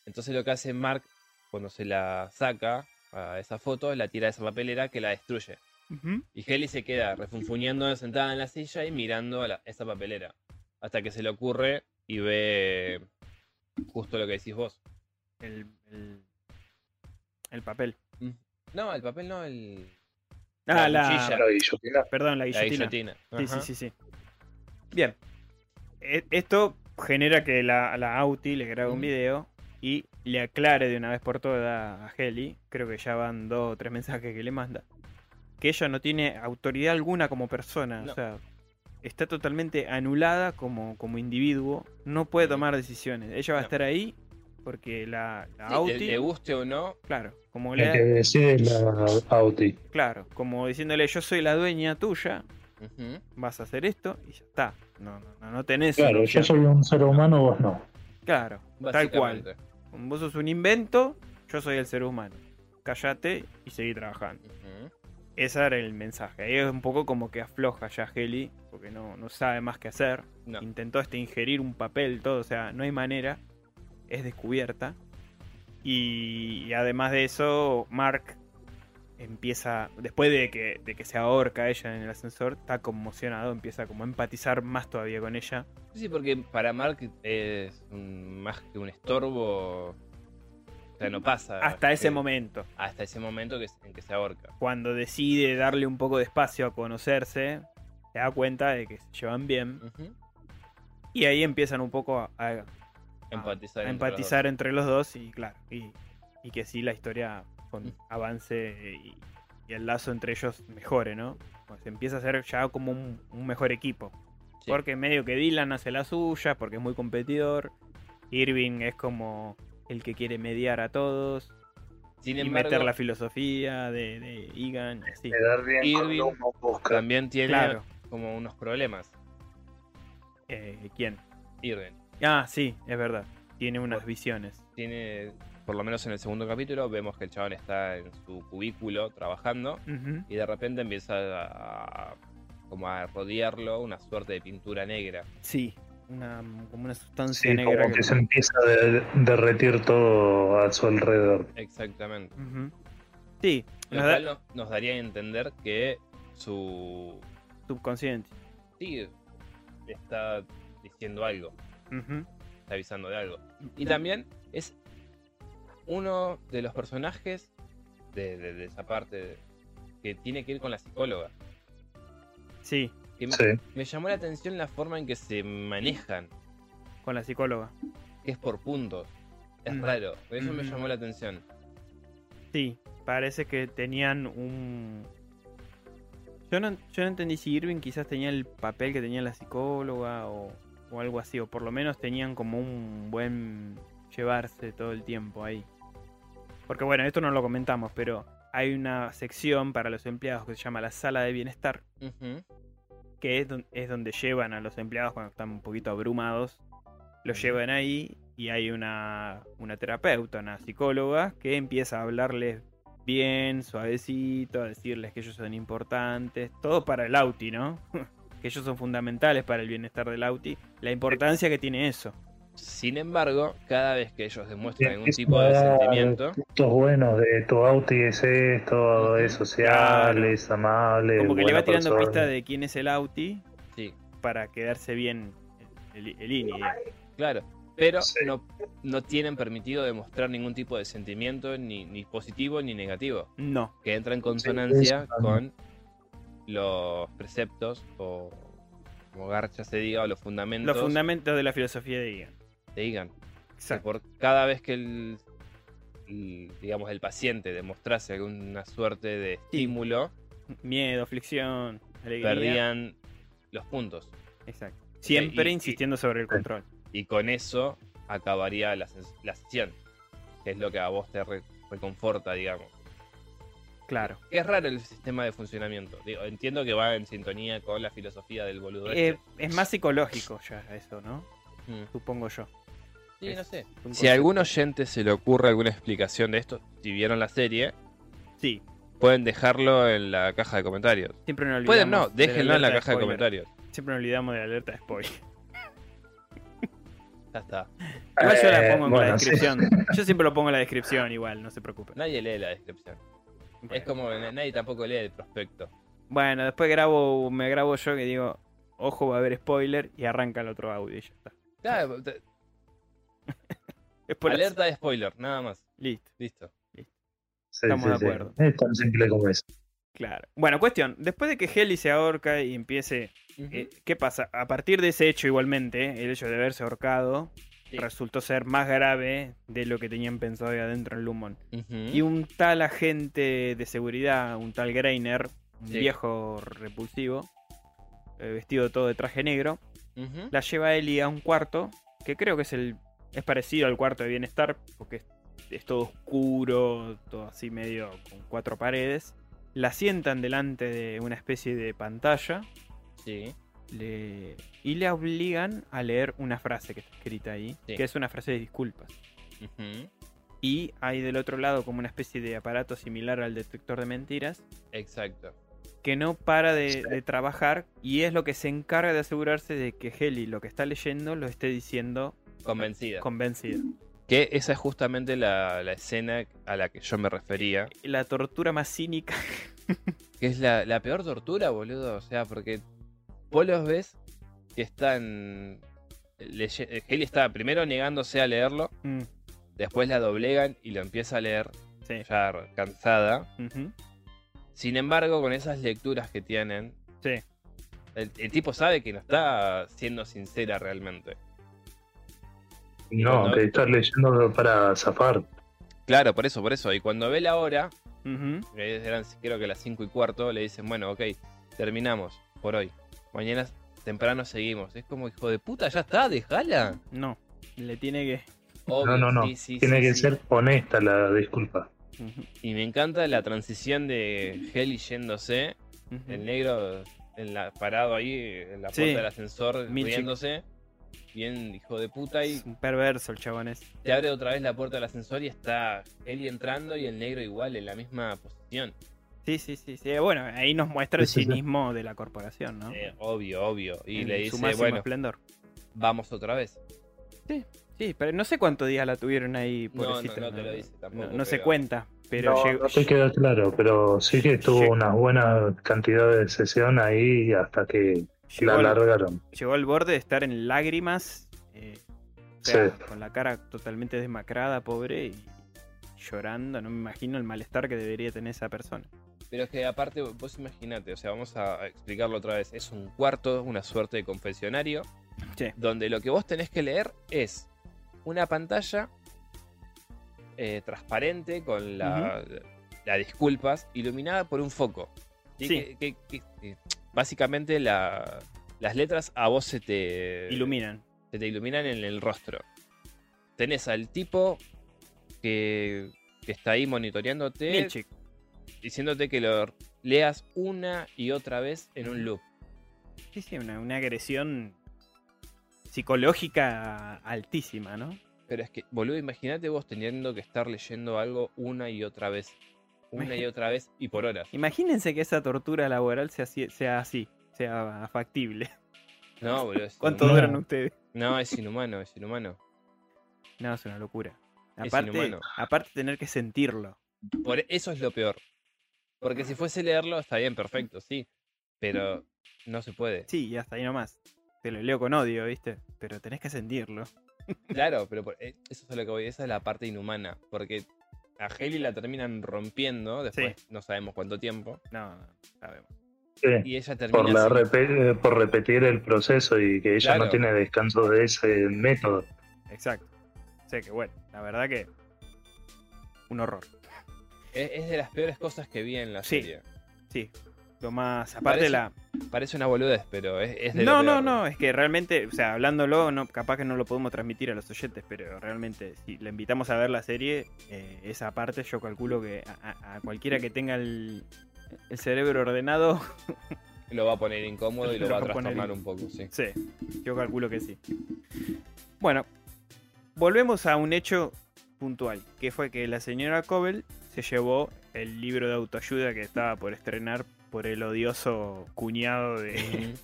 Speaker 1: Entonces lo que hace Mark cuando se la saca a esa foto, la tira de esa papelera que la destruye.
Speaker 2: Ujú.
Speaker 1: Y Heli se queda refunfuñando sentada en la silla y mirando a la- esa papelera. Hasta que se le ocurre y ve justo lo que decís vos.
Speaker 2: el, el- el papel.
Speaker 1: No, el papel no, el... La
Speaker 2: Ah, la,
Speaker 1: cuchilla.
Speaker 2: Perdón,
Speaker 1: la
Speaker 2: la guillotina.
Speaker 1: guillotina.
Speaker 2: Sí,
Speaker 1: Ajá.
Speaker 2: sí, sí, sí. Bien. E- Esto genera que la, la Auti le grabe un
Speaker 1: Ujú.
Speaker 2: video y le aclare de una vez por todas a Heli, creo que ya van dos o tres mensajes que le manda, que ella no tiene autoridad alguna como persona, o
Speaker 1: No.
Speaker 2: sea, está totalmente anulada como, como individuo, no puede tomar decisiones. Ella va
Speaker 1: Mm.
Speaker 2: a
Speaker 1: No.
Speaker 2: estar ahí porque la, la
Speaker 1: Sí,
Speaker 2: Auti,
Speaker 1: le, le guste o no,
Speaker 2: claro, como
Speaker 3: El
Speaker 2: le,
Speaker 3: que decide es la Audi.
Speaker 2: Claro, como diciéndole yo soy la dueña tuya
Speaker 1: Ujú.
Speaker 2: vas a hacer esto y ya está. No, no, no, no tenés.
Speaker 3: Claro, yo
Speaker 2: opción.
Speaker 3: soy un ser humano, vos no.
Speaker 2: Claro, tal cual.
Speaker 1: Básicamente.
Speaker 2: Vos sos un invento, yo soy el ser humano. Cállate y seguí trabajando.
Speaker 1: Ujú.
Speaker 2: Ese era el mensaje. Ahí es un poco como que afloja ya Heli, porque no, no sabe más qué hacer.
Speaker 1: No.
Speaker 2: Intentó este ingerir un papel, todo, o sea, no hay manera. Es descubierta. Y, y además de eso, Mark empieza, después de que, de que se ahorca ella en el ascensor, está conmocionado, empieza como a empatizar más todavía con ella.
Speaker 1: Sí, porque para Mark es un- más que un estorbo. O sea, no pasa.
Speaker 2: Hasta ese
Speaker 1: Eh,
Speaker 2: momento.
Speaker 1: Hasta ese momento que, en que se ahorca.
Speaker 2: cuando decide darle un poco de espacio a conocerse, se da cuenta de que se llevan bien.
Speaker 1: Ujú.
Speaker 2: Y ahí empiezan un poco a, a-
Speaker 1: Empatizar.
Speaker 2: a
Speaker 1: entre
Speaker 2: Ah, empatizar entre los dos y claro, y, y que sí la historia con- avance y, y el lazo entre ellos mejore, ¿no? Pues empieza a ser ya como un, un mejor equipo.
Speaker 1: los dos. Sí.
Speaker 2: Porque medio que Dylan hace la suya, porque es muy competidor. Irving es como el que quiere mediar a todos
Speaker 1: Sin
Speaker 2: y
Speaker 1: embargo,
Speaker 2: meter la filosofía de, de Egan. y así.
Speaker 3: Me da bien
Speaker 1: Irving
Speaker 3: con los moscas.
Speaker 1: también tiene
Speaker 2: Claro.
Speaker 1: como unos problemas.
Speaker 2: Eh, ¿Quién?
Speaker 1: Irving
Speaker 2: Ah, sí, es verdad. Tiene unas visiones.
Speaker 1: tiene, por lo menos en el segundo capítulo, vemos que el chabón está en su cubículo trabajando
Speaker 2: Ujú.
Speaker 1: y de repente empieza a, a- como a rodearlo una suerte de pintura negra.
Speaker 2: Sí, una, como una sustancia
Speaker 3: Sí,
Speaker 2: negra.
Speaker 3: como
Speaker 2: que-
Speaker 3: que se empieza a de- derretir todo a su alrededor.
Speaker 1: Exactamente.
Speaker 2: Ujú. Sí,
Speaker 1: Lo
Speaker 2: nos da
Speaker 1: cual no- nos daría a entender que su
Speaker 2: subconsciente.
Speaker 1: sí está diciendo algo,
Speaker 2: Ujú.
Speaker 1: está avisando de algo. Y también es uno de los personajes de, de- de esa parte de- que tiene que ir con la psicóloga.
Speaker 2: Sí,
Speaker 1: Que me-
Speaker 3: Sí.
Speaker 1: me llamó la atención la forma en que se manejan.
Speaker 2: con la psicóloga.
Speaker 1: que es por puntos. Es
Speaker 2: Mm.
Speaker 1: raro. Eso me
Speaker 2: Mm.
Speaker 1: llamó la atención.
Speaker 2: Sí, parece que tenían un... Yo no, yo no entendí si Irving quizás tenía el papel que tenía la psicóloga o, o algo así, o por lo menos tenían como un buen llevarse todo el tiempo ahí. Porque bueno, esto no lo comentamos, pero hay una sección para los empleados que se llama la sala de bienestar,
Speaker 1: Ujú.
Speaker 2: que es, don- es donde llevan a los empleados cuando están un poquito abrumados, los llevan ahí y hay una, una terapeuta, una psicóloga, que empieza a hablarles bien, suavecito, a decirles que ellos son importantes, todo para el Auti, ¿no? que ellos son fundamentales para el bienestar del Auti, la importancia que tiene eso.
Speaker 1: Sin embargo, cada vez que ellos demuestran algún
Speaker 3: Empieza
Speaker 1: tipo
Speaker 3: a
Speaker 1: de
Speaker 3: dar
Speaker 1: sentimiento,
Speaker 3: Estos buenos de tu auto y es esto, es social,
Speaker 2: Claro.
Speaker 3: es amable.
Speaker 2: Como que le
Speaker 3: Eh, buena
Speaker 2: va tirando
Speaker 3: persona.
Speaker 2: pista de quién es el Auti
Speaker 1: sí,
Speaker 2: para quedarse bien el, el, el INI, digamos.
Speaker 1: claro. Pero
Speaker 3: Sí.
Speaker 1: no, no tienen permitido demostrar ningún tipo de sentimiento, ni, ni positivo ni negativo,
Speaker 2: No,
Speaker 1: que entra en consonancia
Speaker 3: eso también.
Speaker 1: con los preceptos o, como Garcha se diga, o los fundamentos
Speaker 2: los fundamentos de la filosofía de Ian.
Speaker 1: que digan. que
Speaker 2: Exacto.
Speaker 1: por cada vez que el, el, digamos, el paciente demostrase alguna suerte de estímulo,
Speaker 3: pues.
Speaker 2: Miedo, aflicción, alegría.
Speaker 1: perdían los puntos.
Speaker 2: Exacto. Siempre
Speaker 1: y-
Speaker 2: insistiendo sobre el control.
Speaker 1: Y con eso acabaría la, ses- la sesión. Que es lo que a vos te re- reconforta, digamos.
Speaker 2: Claro.
Speaker 1: Es raro el sistema de funcionamiento. Digo, entiendo que va en sintonía con la filosofía del boludo.
Speaker 2: Eh,
Speaker 1: este.
Speaker 2: es más psicológico ya eso, ¿no?
Speaker 1: Mm.
Speaker 2: Supongo yo.
Speaker 1: Sí, no
Speaker 2: es
Speaker 1: sé.
Speaker 2: un
Speaker 1: Si a algún
Speaker 2: concepto.
Speaker 1: oyente se le ocurre alguna explicación de esto, si vieron la serie,
Speaker 2: Sí,
Speaker 1: pueden dejarlo en la caja de comentarios.
Speaker 2: siempre nos olvidamos.
Speaker 1: Pueden no,
Speaker 2: de
Speaker 1: déjenlo en la
Speaker 2: alerta
Speaker 1: caja de
Speaker 2: spoiler.
Speaker 1: comentarios.
Speaker 2: Siempre nos olvidamos de la alerta de spoiler.
Speaker 1: Ya está.
Speaker 2: Igual yo la
Speaker 3: Eh,
Speaker 2: pongo en la
Speaker 3: bueno, sí.
Speaker 2: descripción. Yo siempre lo pongo en la descripción, igual, no se preocupen.
Speaker 1: Nadie lee la descripción. Es
Speaker 2: Bueno.
Speaker 1: como que na- nadie tampoco lee el prospecto.
Speaker 2: Bueno, después grabo, me grabo yo que digo, ojo, va a haber spoiler y arranca el otro audio y ya está.
Speaker 1: Claro, te-
Speaker 2: Es por
Speaker 1: alerta de spoiler, nada más.
Speaker 2: Listo.
Speaker 1: Listo.
Speaker 3: Sí,
Speaker 2: estamos
Speaker 3: sí,
Speaker 2: de
Speaker 3: sí.
Speaker 2: acuerdo.
Speaker 3: Es tan simple como eso.
Speaker 2: Claro. Bueno, cuestión. Después de que Heli se ahorca y empiece Eh, ¿Qué pasa? A partir de ese hecho, igualmente, eh, el hecho de verse ahorcado
Speaker 1: Sí.
Speaker 2: resultó ser más grave de lo que tenían pensado ahí adentro en Lumon.
Speaker 1: Ujú.
Speaker 2: Y un tal agente de seguridad, un tal Greiner, un
Speaker 1: Sí.
Speaker 2: viejo repulsivo, eh, vestido todo de traje negro,
Speaker 1: Ujú.
Speaker 2: la lleva a Eli a un cuarto que creo que es el es parecido al cuarto de bienestar porque es, es todo oscuro, todo así medio con cuatro paredes. La sientan delante de una especie de pantalla
Speaker 1: Sí.
Speaker 2: le- y le obligan a leer una frase que está escrita ahí,
Speaker 1: Sí.
Speaker 2: que es una frase de disculpas.
Speaker 1: Ujú.
Speaker 2: Y hay del otro lado como una especie de aparato similar al detector de mentiras
Speaker 1: Exacto.
Speaker 2: que no para de, de trabajar y es lo que se encarga de asegurarse de que Heli lo que está leyendo lo esté diciendo
Speaker 1: Convencida.
Speaker 2: convencida.
Speaker 1: Que esa es justamente la, la escena a la que yo me refería.
Speaker 2: La tortura más cínica.
Speaker 1: Que es la, la peor tortura, boludo. O sea, porque vos los ves que están. eh, leye- Haley está primero negándose a leerlo.
Speaker 2: Mm,
Speaker 1: Después la doblegan y lo empieza a leer
Speaker 2: sí.
Speaker 1: ya cansada.
Speaker 2: Ujú.
Speaker 1: Sin embargo, con esas lecturas que tienen,
Speaker 2: Sí.
Speaker 1: el, el tipo sabe que no está siendo sincera realmente.
Speaker 3: No,
Speaker 1: no.
Speaker 3: que estás leyendo para zafar.
Speaker 1: Claro, por eso, por eso. Y cuando ve la hora,
Speaker 2: Ujú.
Speaker 1: que eran creo que las 5 y cuarto, le dicen, bueno, ok, terminamos por hoy. Mañana temprano seguimos. Es como, hijo de puta, ya está, dejala.
Speaker 2: No, le tiene que...
Speaker 1: Obvio,
Speaker 3: no, no.
Speaker 1: sí, sí,
Speaker 3: Tiene
Speaker 1: sí,
Speaker 3: que
Speaker 1: sí.
Speaker 3: ser honesta la disculpa.
Speaker 2: Ujú,
Speaker 1: Y me encanta la transición de Heli yéndose,
Speaker 2: ujú.
Speaker 1: el negro en la, parado ahí en la puerta
Speaker 2: Sí.
Speaker 1: del ascensor
Speaker 2: Milchick.
Speaker 1: riéndose. Bien, hijo de puta, y
Speaker 2: Es un perverso el chabón ese.
Speaker 1: te abre otra vez la puerta del ascensor y está Heli entrando y el negro igual, en la misma posición.
Speaker 2: Sí, sí, sí, sí. Bueno, ahí nos muestra el
Speaker 3: Sí, sí, sí.
Speaker 2: cinismo de la corporación, ¿no?
Speaker 1: Eh, obvio, obvio. Y
Speaker 2: En
Speaker 1: le
Speaker 2: su
Speaker 1: dice,
Speaker 2: máximo
Speaker 1: bueno,
Speaker 2: esplendor.
Speaker 1: vamos otra vez.
Speaker 2: Sí, pero no sé cuántos días la tuvieron ahí,
Speaker 1: No, no,
Speaker 2: pobrecita.
Speaker 1: no te lo dice tampoco,
Speaker 2: No, no se
Speaker 1: pero-
Speaker 2: cuenta, pero
Speaker 3: no,
Speaker 2: llegó-
Speaker 3: no te queda claro, pero sí que tuvo
Speaker 2: Llegó-
Speaker 3: una buena cantidad de sesión ahí hasta que
Speaker 2: llegó
Speaker 3: la
Speaker 2: al-
Speaker 3: alargaron.
Speaker 2: llegó al borde de estar en lágrimas, eh, o sea,
Speaker 3: Sí.
Speaker 2: con la cara totalmente desmacrada, pobre, y llorando. No me imagino el malestar que debería tener esa persona.
Speaker 1: Pero es que aparte, vos imaginate, o sea, vamos a a explicarlo otra vez. Es un cuarto, una suerte de confesionario,
Speaker 2: Sí.
Speaker 1: donde lo que vos tenés que leer es una pantalla eh, transparente con la, las disculpas, iluminada por un foco. Y
Speaker 2: Sí.
Speaker 1: que- que- que- básicamente la- las letras a vos se te
Speaker 2: Iluminan.
Speaker 1: se te iluminan en el rostro. Tenés al tipo que, que está ahí monitoreándote,
Speaker 2: Milchick.
Speaker 1: diciéndote que lo leas una y otra vez en un loop.
Speaker 2: Sí, sí, una, una agresión psicológica altísima, ¿no?
Speaker 1: Pero es que, boludo, imagínate vos teniendo que estar leyendo algo una y otra vez. Una y
Speaker 2: Imagi-
Speaker 1: otra vez y por horas.
Speaker 2: Imagínense que esa tortura laboral sea, así- sea así, sea factible.
Speaker 1: No, boludo. es
Speaker 2: ¿Cuánto
Speaker 1: inhumano.
Speaker 2: duran ustedes?
Speaker 1: No, es inhumano, es inhumano.
Speaker 2: No, es una locura.
Speaker 1: Es
Speaker 2: Aparte,
Speaker 1: inhumano.
Speaker 2: aparte tener que sentirlo.
Speaker 1: Por e, eso es lo peor. Porque si fuese leerlo, está bien, perfecto, sí. Pero no se puede.
Speaker 2: Sí, y hasta ahí nomás. Te lo leo con odio, ¿viste? Pero tenés que sentirlo.
Speaker 1: Claro, pero por- eh, eso es a lo que voy, esa es la parte inhumana, porque a Heli la terminan rompiendo, después no sabemos cuánto tiempo,
Speaker 2: No, no, sabemos.
Speaker 3: Sí,
Speaker 1: y ella termina...
Speaker 3: por, la
Speaker 1: así.
Speaker 3: repe- eh, por repetir el proceso y que ella
Speaker 1: Claro.
Speaker 3: no tiene descanso de ese método.
Speaker 2: Exacto. O sea que bueno, la verdad que. Un horror.
Speaker 1: es, es de las peores cosas que vi en la
Speaker 2: Sí.
Speaker 1: serie.
Speaker 2: Sí. Lo más. Aparte
Speaker 1: Parece-
Speaker 2: la.
Speaker 1: Parece una boludez, pero es, es de lo
Speaker 2: No, no,
Speaker 1: peor.
Speaker 2: no. Es que realmente, o sea, hablándolo, no, capaz que no lo podemos transmitir a los oyentes, pero realmente, si le invitamos a ver la serie, eh, esa parte yo calculo que a, a- a cualquiera que tenga el, el cerebro ordenado,
Speaker 1: Lo va a poner incómodo y lo,
Speaker 2: Lo
Speaker 1: va a
Speaker 2: va a poner
Speaker 1: trastornar
Speaker 2: in-
Speaker 1: un poco, sí.
Speaker 2: Sí, yo calculo que sí. Bueno, volvemos a un hecho puntual, que fue que la señora Cobel se llevó el libro de autoayuda que estaba por estrenar por el odioso cuñado de...
Speaker 1: en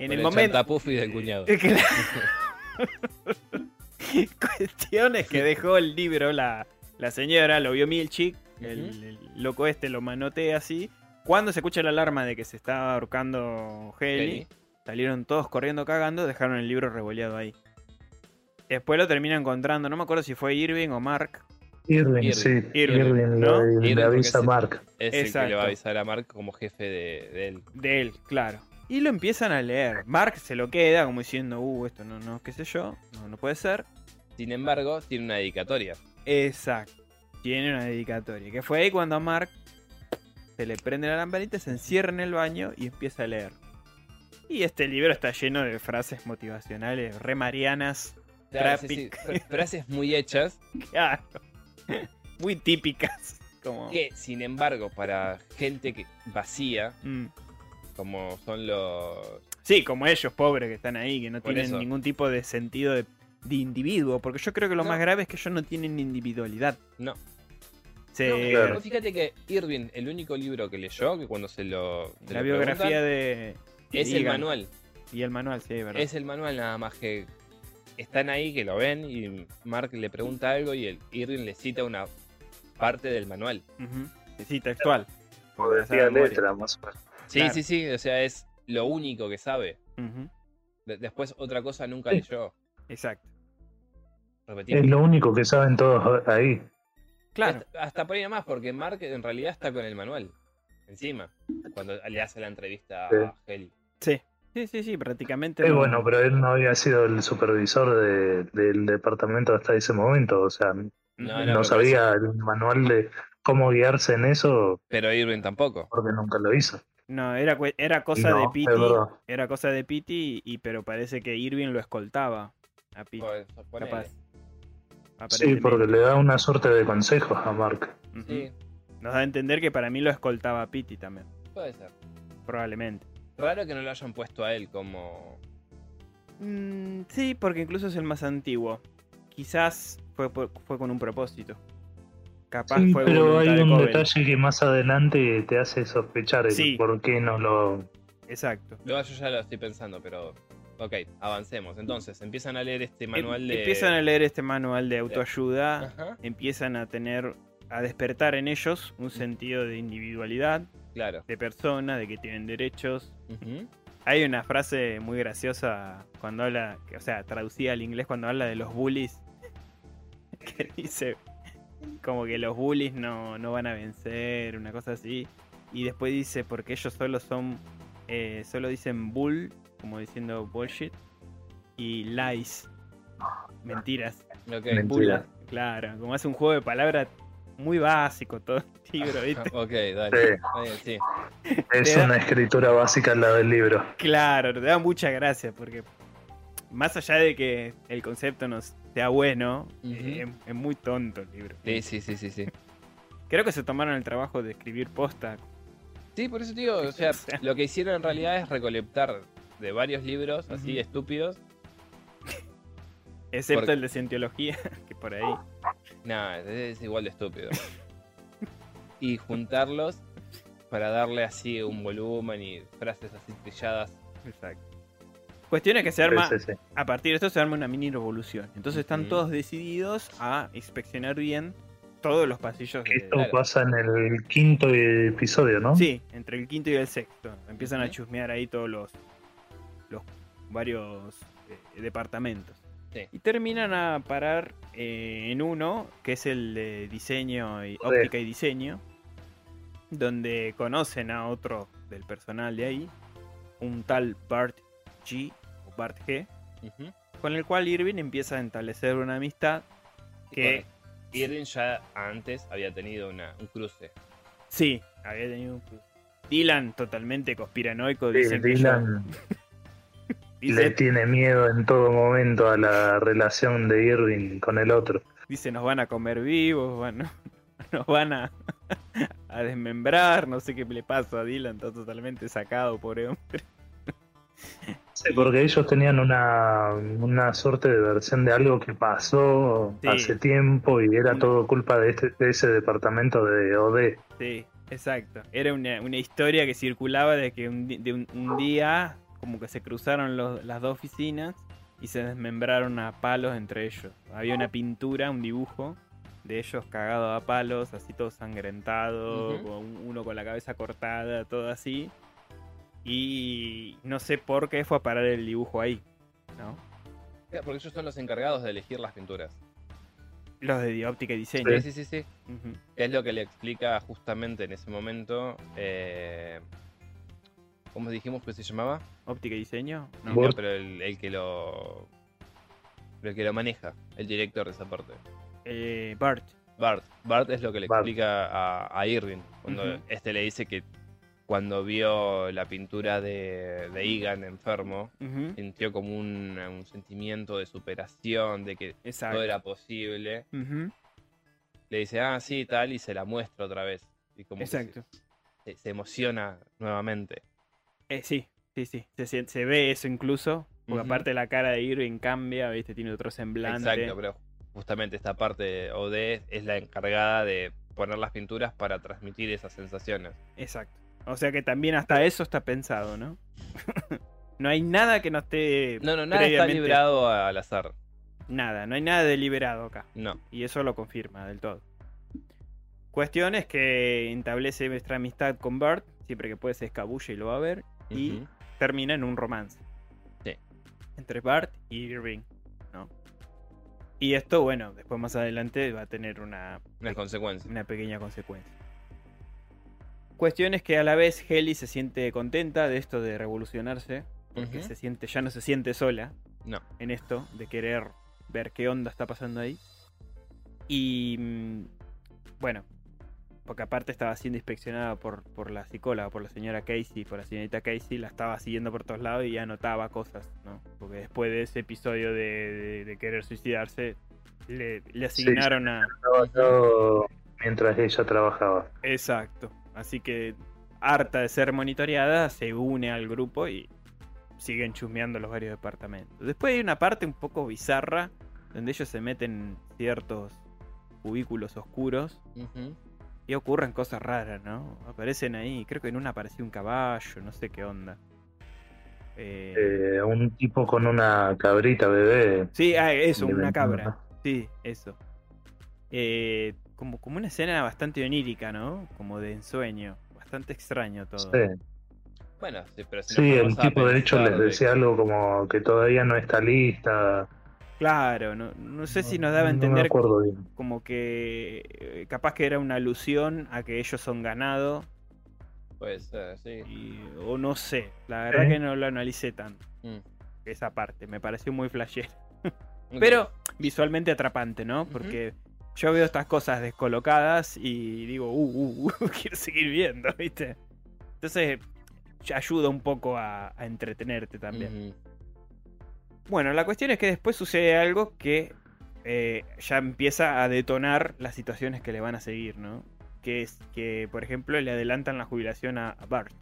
Speaker 2: En el momento...
Speaker 1: Puffy del cuñado.
Speaker 2: Eh, claro. Cuestiones que dejó el libro la, la señora, lo vio Milchick, el, el loco este lo manotea así. Cuando se escucha la alarma de que se está ahorcando Heli,
Speaker 1: Heli.
Speaker 2: Salieron todos corriendo cagando, dejaron el libro revoleado ahí. Después lo termina encontrando, no me acuerdo si fue Irving o Mark.
Speaker 3: Irving,
Speaker 1: Irving.
Speaker 3: sí. Irving,
Speaker 2: Irving, ¿no?
Speaker 3: le- le,
Speaker 1: Irving,
Speaker 3: avisa a
Speaker 1: porque
Speaker 3: Mark.
Speaker 1: Es el que le va
Speaker 2: Exacto.
Speaker 1: a avisar a Mark como jefe de, de él.
Speaker 2: De él, claro. Y lo empiezan a leer. Mark se lo queda como diciendo, uh, esto no, no, qué sé yo, no, no puede ser.
Speaker 1: Sin embargo, tiene una dedicatoria.
Speaker 2: Exacto. Tiene una dedicatoria. Que fue ahí cuando a Mark se le prende la lamparita, se encierra en el baño y empieza a leer. Y este libro está lleno de frases motivacionales, remarianas,
Speaker 1: Claro, sí, sí, fr- Frases muy hechas
Speaker 2: claro. Muy típicas. Como...
Speaker 1: Que, sin embargo, para gente que, vacía,
Speaker 2: Mm.
Speaker 1: como son los...
Speaker 2: Sí, como ellos, pobres, que están ahí, que no
Speaker 1: Por
Speaker 2: tienen
Speaker 1: eso.
Speaker 2: ningún tipo de sentido de, de individuo. Porque yo creo que lo
Speaker 1: No.
Speaker 2: más grave es que ellos no tienen individualidad.
Speaker 1: No.
Speaker 2: Se-
Speaker 1: No, pero
Speaker 4: claro.
Speaker 1: Fíjate que Irving, el único libro que leyó, que cuando se lo... se
Speaker 2: La
Speaker 1: lo
Speaker 2: biografía
Speaker 1: preguntan,
Speaker 2: de.
Speaker 1: Es el
Speaker 2: Digan.
Speaker 1: manual.
Speaker 2: Y el manual, sí, es verdad.
Speaker 1: Es el manual nada más que están ahí, que lo ven y Mark le pregunta algo y el Irving le cita una parte del manual.
Speaker 2: Ujú. Sí, textual.
Speaker 3: Como
Speaker 2: Porque
Speaker 3: decía
Speaker 2: esa memoria.
Speaker 3: letra, más o menos.
Speaker 1: Sí,
Speaker 2: Claro.
Speaker 1: sí, sí, o sea, es lo único que sabe.
Speaker 2: Ujú,
Speaker 1: De- después otra cosa nunca
Speaker 3: Sí.
Speaker 1: leyó.
Speaker 2: Exacto.
Speaker 1: Repetimos.
Speaker 3: Es lo único que saben todos ahí.
Speaker 2: Claro.
Speaker 1: Hasta, hasta por ahí nomás, porque Mark en realidad está con el manual. Encima. Cuando le hace la entrevista a Heli.
Speaker 2: Sí. Sí, sí, sí, prácticamente.
Speaker 3: Eh,
Speaker 2: no-
Speaker 3: bueno, pero él no había sido el supervisor de- del departamento hasta ese momento, o sea, no,
Speaker 1: No, no, pero-
Speaker 3: sabía el manual de cómo guiarse en eso
Speaker 1: Pero Irving tampoco.
Speaker 3: porque nunca lo hizo.
Speaker 2: No, era, cu- era cosa
Speaker 3: No,
Speaker 2: de
Speaker 3: es
Speaker 2: Pity.
Speaker 3: verdad.
Speaker 2: Era cosa de Pity, y, pero parece que Irving lo escoltaba a Pity.
Speaker 1: Por- por- ponele.
Speaker 2: Capaz.
Speaker 3: Sí,
Speaker 2: aparentemente.
Speaker 3: porque le da una suerte de consejos a Mark.
Speaker 2: Ujú.
Speaker 1: Sí,
Speaker 2: Nos da a entender que para mí lo escoltaba a Pity también.
Speaker 1: puede ser.
Speaker 2: Probablemente.
Speaker 1: Raro que no lo hayan puesto a él como.
Speaker 2: Mm, sí, porque incluso es el más antiguo. Quizás fue, por- fue con un propósito. Capaz
Speaker 3: Sí,
Speaker 2: fue
Speaker 3: pero
Speaker 2: voluntad
Speaker 3: hay
Speaker 2: de
Speaker 3: un
Speaker 2: Covell.
Speaker 3: detalle que más adelante te hace sospechar el
Speaker 2: Sí.
Speaker 3: por qué no lo...
Speaker 2: Exacto.
Speaker 1: No, yo ya lo estoy pensando, pero. Ok, avancemos. Entonces, empiezan a leer este
Speaker 2: Em-
Speaker 1: manual de. Eh,
Speaker 2: Empiezan a leer este manual de autoayuda.
Speaker 1: Ajá,
Speaker 2: Empiezan a tener, a despertar en ellos
Speaker 1: Mm.
Speaker 2: un sentido de individualidad,
Speaker 1: claro.
Speaker 2: de persona, de que tienen derechos.
Speaker 1: Ujú.
Speaker 2: Hay una frase muy graciosa cuando habla, que- o sea, traducida al inglés cuando habla de los bullies, que dice como que los bullies no, no van a vencer, una cosa así. Y después dice, porque ellos solo son, eh, solo dicen bull, como diciendo bullshit, y lies, mentiras.
Speaker 1: Ok.
Speaker 3: Mentira.
Speaker 2: Bulla, claro, como hace un juego de palabras muy básico, todo tigro, ¿viste?
Speaker 1: Ah, Ok, dale.
Speaker 3: Sí.
Speaker 1: Está bien, sí.
Speaker 3: Es
Speaker 2: da-
Speaker 3: una escritura básica la del libro.
Speaker 2: Claro, te da muchas gracias porque más allá de que el concepto nos sea bueno,
Speaker 1: Ujú.
Speaker 2: eh, es, es muy tonto el libro.
Speaker 1: Sí, sí, sí, sí, sí.
Speaker 2: Creo que se tomaron el trabajo de escribir posta.
Speaker 1: Sí, por eso te digo, o sea, lo que hicieron en realidad es recolectar de varios libros así
Speaker 2: Ujú.
Speaker 1: estúpidos.
Speaker 2: Excepto
Speaker 1: Porque-
Speaker 2: el de cientología, que por ahí.
Speaker 1: Nada, es igual de estúpido. y juntarlos para darle así un volumen y frases así trilladas.
Speaker 2: Exacto. Cuestiones que se arma,
Speaker 3: Sí, sí, sí.
Speaker 2: a partir de esto se arma una mini revolución. Entonces están
Speaker 1: Ujú.
Speaker 2: todos decididos a inspeccionar bien todos los pasillos de,
Speaker 3: Esto
Speaker 1: Claro.
Speaker 3: pasa en el quinto episodio, ¿no?
Speaker 2: Eh, Sí, entre el quinto y el sexto. Empiezan a
Speaker 1: Ujú.
Speaker 2: chusmear ahí todos los, los varios eh, departamentos.
Speaker 1: Sí.
Speaker 2: Y terminan a parar eh, en uno, que es el de diseño y óptica y diseño, donde conocen a otro del personal de ahí, un tal Bart G o Bart G,
Speaker 1: Ujú.
Speaker 2: con el cual Irving empieza a establecer una amistad que
Speaker 1: Y Irving ya antes había tenido una, un cruce.
Speaker 2: sí, había tenido un cruce. Dylan totalmente conspiranoico,
Speaker 3: Sí,
Speaker 2: dicen que yo-
Speaker 3: Dylan
Speaker 2: dice-
Speaker 3: le tiene miedo en todo momento a la relación de Irving con el otro.
Speaker 2: Dice, nos van a comer vivos, van- nos van a, a desmembrar, no sé qué le pasa a Dylan, está totalmente sacado, pobre hombre.
Speaker 3: Sí, porque ellos tenían una, una suerte de versión de algo que pasó
Speaker 2: Sí. Mm.
Speaker 3: hace tiempo y era
Speaker 2: Una-
Speaker 3: todo culpa de, este- de ese departamento de OD.
Speaker 2: Sí, exacto. Era una, una historia que circulaba de que un, di- de un, un día como que se cruzaron los- las dos oficinas y se desmembraron a palos entre ellos. Había una pintura, un dibujo de ellos cagados a palos, así todo sangrentado,
Speaker 1: Ujú.
Speaker 2: con uno con la cabeza cortada, todo así. Y no sé por qué fue a parar el dibujo ahí,
Speaker 1: Claro,
Speaker 2: ¿no?
Speaker 1: Eh, Porque ellos son los encargados de elegir las pinturas.
Speaker 2: Los de óptica y diseño.
Speaker 1: Sí, sí, sí, sí.
Speaker 2: Ujú.
Speaker 1: Es lo que le explica justamente en ese momento. eh, ¿Cómo dijimos que se llamaba?
Speaker 2: ¿Óptica y diseño? No.
Speaker 1: No,
Speaker 3: Bort.
Speaker 1: pero el, el que lo. El que lo maneja, el director de esa parte.
Speaker 2: Eh, Bart.
Speaker 1: Bart. Bart es lo que le
Speaker 3: Bart.
Speaker 1: explica a, a Irving. Cuando
Speaker 2: Ujú.
Speaker 1: este le dice que cuando vio la pintura de, de Egan enfermo,
Speaker 2: Ujú.
Speaker 1: sintió como un, un sentimiento de superación, de que
Speaker 2: Exacto.
Speaker 1: todo era posible.
Speaker 2: Ujú.
Speaker 1: Le dice, ah, sí, tal, y se la muestra otra vez. Y como que se-
Speaker 2: Exacto.
Speaker 1: se, se emociona nuevamente.
Speaker 2: Eh, sí, sí, sí. Se, sien- se ve eso incluso. Porque
Speaker 1: Ujú.
Speaker 2: aparte la cara de Irving cambia, ¿viste? Tiene otro semblante.
Speaker 1: Exacto, pero justamente esta parte OD es la encargada de poner las pinturas para transmitir esas sensaciones.
Speaker 2: Exacto. O sea que también hasta eso está pensado, ¿no? no hay nada que no esté.
Speaker 1: No, no, nada está
Speaker 2: previamente-
Speaker 1: librado al azar.
Speaker 2: Nada, no hay nada deliberado acá.
Speaker 1: No.
Speaker 2: Y eso lo confirma del todo. Cuestión es que establece nuestra amistad con Bart. Siempre que puede se escabulle y lo va a ver. Y
Speaker 1: Ujú.
Speaker 2: termina en un romance.
Speaker 1: Sí.
Speaker 2: Entre Bart y Irving, ¿no? Y esto, bueno, después más adelante va a tener una,
Speaker 1: Las consecuencias.
Speaker 2: una pequeña consecuencia. Cuestión es que a la vez Heli se siente contenta de esto de revolucionarse, porque
Speaker 1: Ujú.
Speaker 2: se siente, ya no se siente sola
Speaker 1: No.
Speaker 2: en esto de querer ver qué onda está pasando ahí. Y mm, bueno, porque aparte estaba siendo inspeccionada por, por la psicóloga, por la señora Casey, por la señorita Casey, la estaba siguiendo por todos lados y anotaba cosas, ¿no? Porque después de ese episodio de, de- de querer suicidarse, le, le
Speaker 3: Sí.
Speaker 2: asignaron a...
Speaker 3: Estaba yo mientras ella trabajaba.
Speaker 2: Exacto. Así que harta de ser monitoreada, se une al grupo y siguen chusmeando los varios departamentos. Después hay una parte un poco bizarra donde ellos se meten en ciertos cubículos oscuros
Speaker 1: Ujú.
Speaker 2: y ocurren cosas raras, ¿no? Aparecen ahí, creo que en una apareció un caballo, no sé qué onda. Eh,
Speaker 3: Eh, un tipo con una cabrita bebé.
Speaker 2: sí, ah, eso,
Speaker 3: Le
Speaker 2: una
Speaker 3: ven-
Speaker 2: cabra. Sí, eso. Eh, como, como una escena bastante onírica, ¿no? Como de ensueño. Bastante extraño todo.
Speaker 3: Sí,
Speaker 1: Bueno, sí, pero si
Speaker 3: Sí,
Speaker 1: nos
Speaker 3: el
Speaker 1: ponemos a
Speaker 3: tipo de hecho
Speaker 1: pensar
Speaker 3: les
Speaker 1: de-
Speaker 3: decía algo como que todavía no está lista.
Speaker 2: Claro, no, no sé si nos daba a
Speaker 3: daba No me
Speaker 2: entender
Speaker 3: acuerdo bien.
Speaker 2: como que eh, capaz que era una alusión a que ellos son ganado,
Speaker 1: Puede ser, sí.
Speaker 2: y- o no sé, la verdad
Speaker 3: Sí.
Speaker 2: que no lo analicé tanto,
Speaker 1: Mm.
Speaker 2: esa parte, me pareció muy flashera.
Speaker 1: Ok.
Speaker 2: Pero visualmente atrapante, ¿no? Porque yo veo estas cosas descolocadas y digo, uh, uh, uh, quiero seguir viendo, ¿viste? Entonces, ya ayuda un poco a, a entretenerte
Speaker 1: Ujú.
Speaker 2: también. Bueno, la cuestión es que después sucede algo que eh, ya empieza a detonar las situaciones que le van a seguir, ¿no? Que es que, por ejemplo, le adelantan la jubilación a a Bart,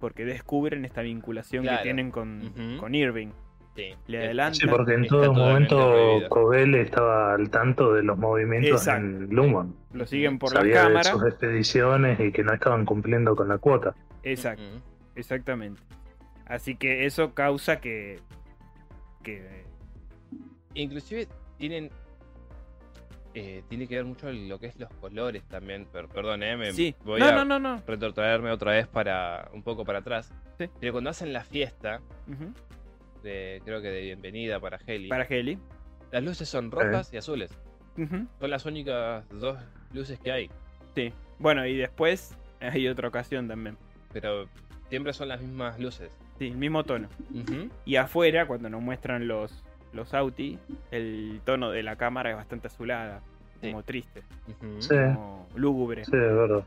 Speaker 2: porque descubren esta vinculación
Speaker 1: Claro.
Speaker 2: que tienen con,
Speaker 1: Ujú.
Speaker 2: con Irving.
Speaker 1: Sí.
Speaker 2: Le
Speaker 1: Es-
Speaker 2: adelantan.
Speaker 3: Sí, porque en
Speaker 1: Está
Speaker 3: todo
Speaker 1: totalmente
Speaker 3: momento
Speaker 1: prohibido.
Speaker 3: Cobel estaba al tanto de los movimientos
Speaker 2: Exacto.
Speaker 3: en Lumon.
Speaker 2: Lo siguen por la
Speaker 3: Sabía de
Speaker 2: cámara.
Speaker 3: sus expediciones y que no estaban cumpliendo con la cuota.
Speaker 2: Exacto.
Speaker 1: Ujú.
Speaker 2: Exactamente. Así que eso causa que. que
Speaker 1: Inclusive tienen... eh, tiene que ver mucho lo que es los colores también. per- perdón, eh, me
Speaker 2: sí.
Speaker 1: voy
Speaker 2: no,
Speaker 1: a
Speaker 2: no, no, no.
Speaker 1: retrotraerme otra vez para un poco para atrás.
Speaker 2: Sí.
Speaker 1: Pero cuando hacen la fiesta,
Speaker 2: Ujú.
Speaker 1: de, creo que de bienvenida para Heli,
Speaker 2: Para Heli.
Speaker 1: las luces son rojas y azules.
Speaker 2: Ujú.
Speaker 1: Son las únicas dos luces que hay.
Speaker 2: Sí. Bueno, y después hay otra ocasión también.
Speaker 1: Pero siempre son las mismas luces.
Speaker 2: Sí, el mismo tono.
Speaker 1: Ujú.
Speaker 2: Y afuera, cuando nos muestran los, los Auti, el tono de la cámara es bastante azulada,
Speaker 1: Sí.
Speaker 2: como triste, Mm.
Speaker 1: Ujú.
Speaker 3: Sí,
Speaker 2: como lúgubre.
Speaker 3: sí, es verdad.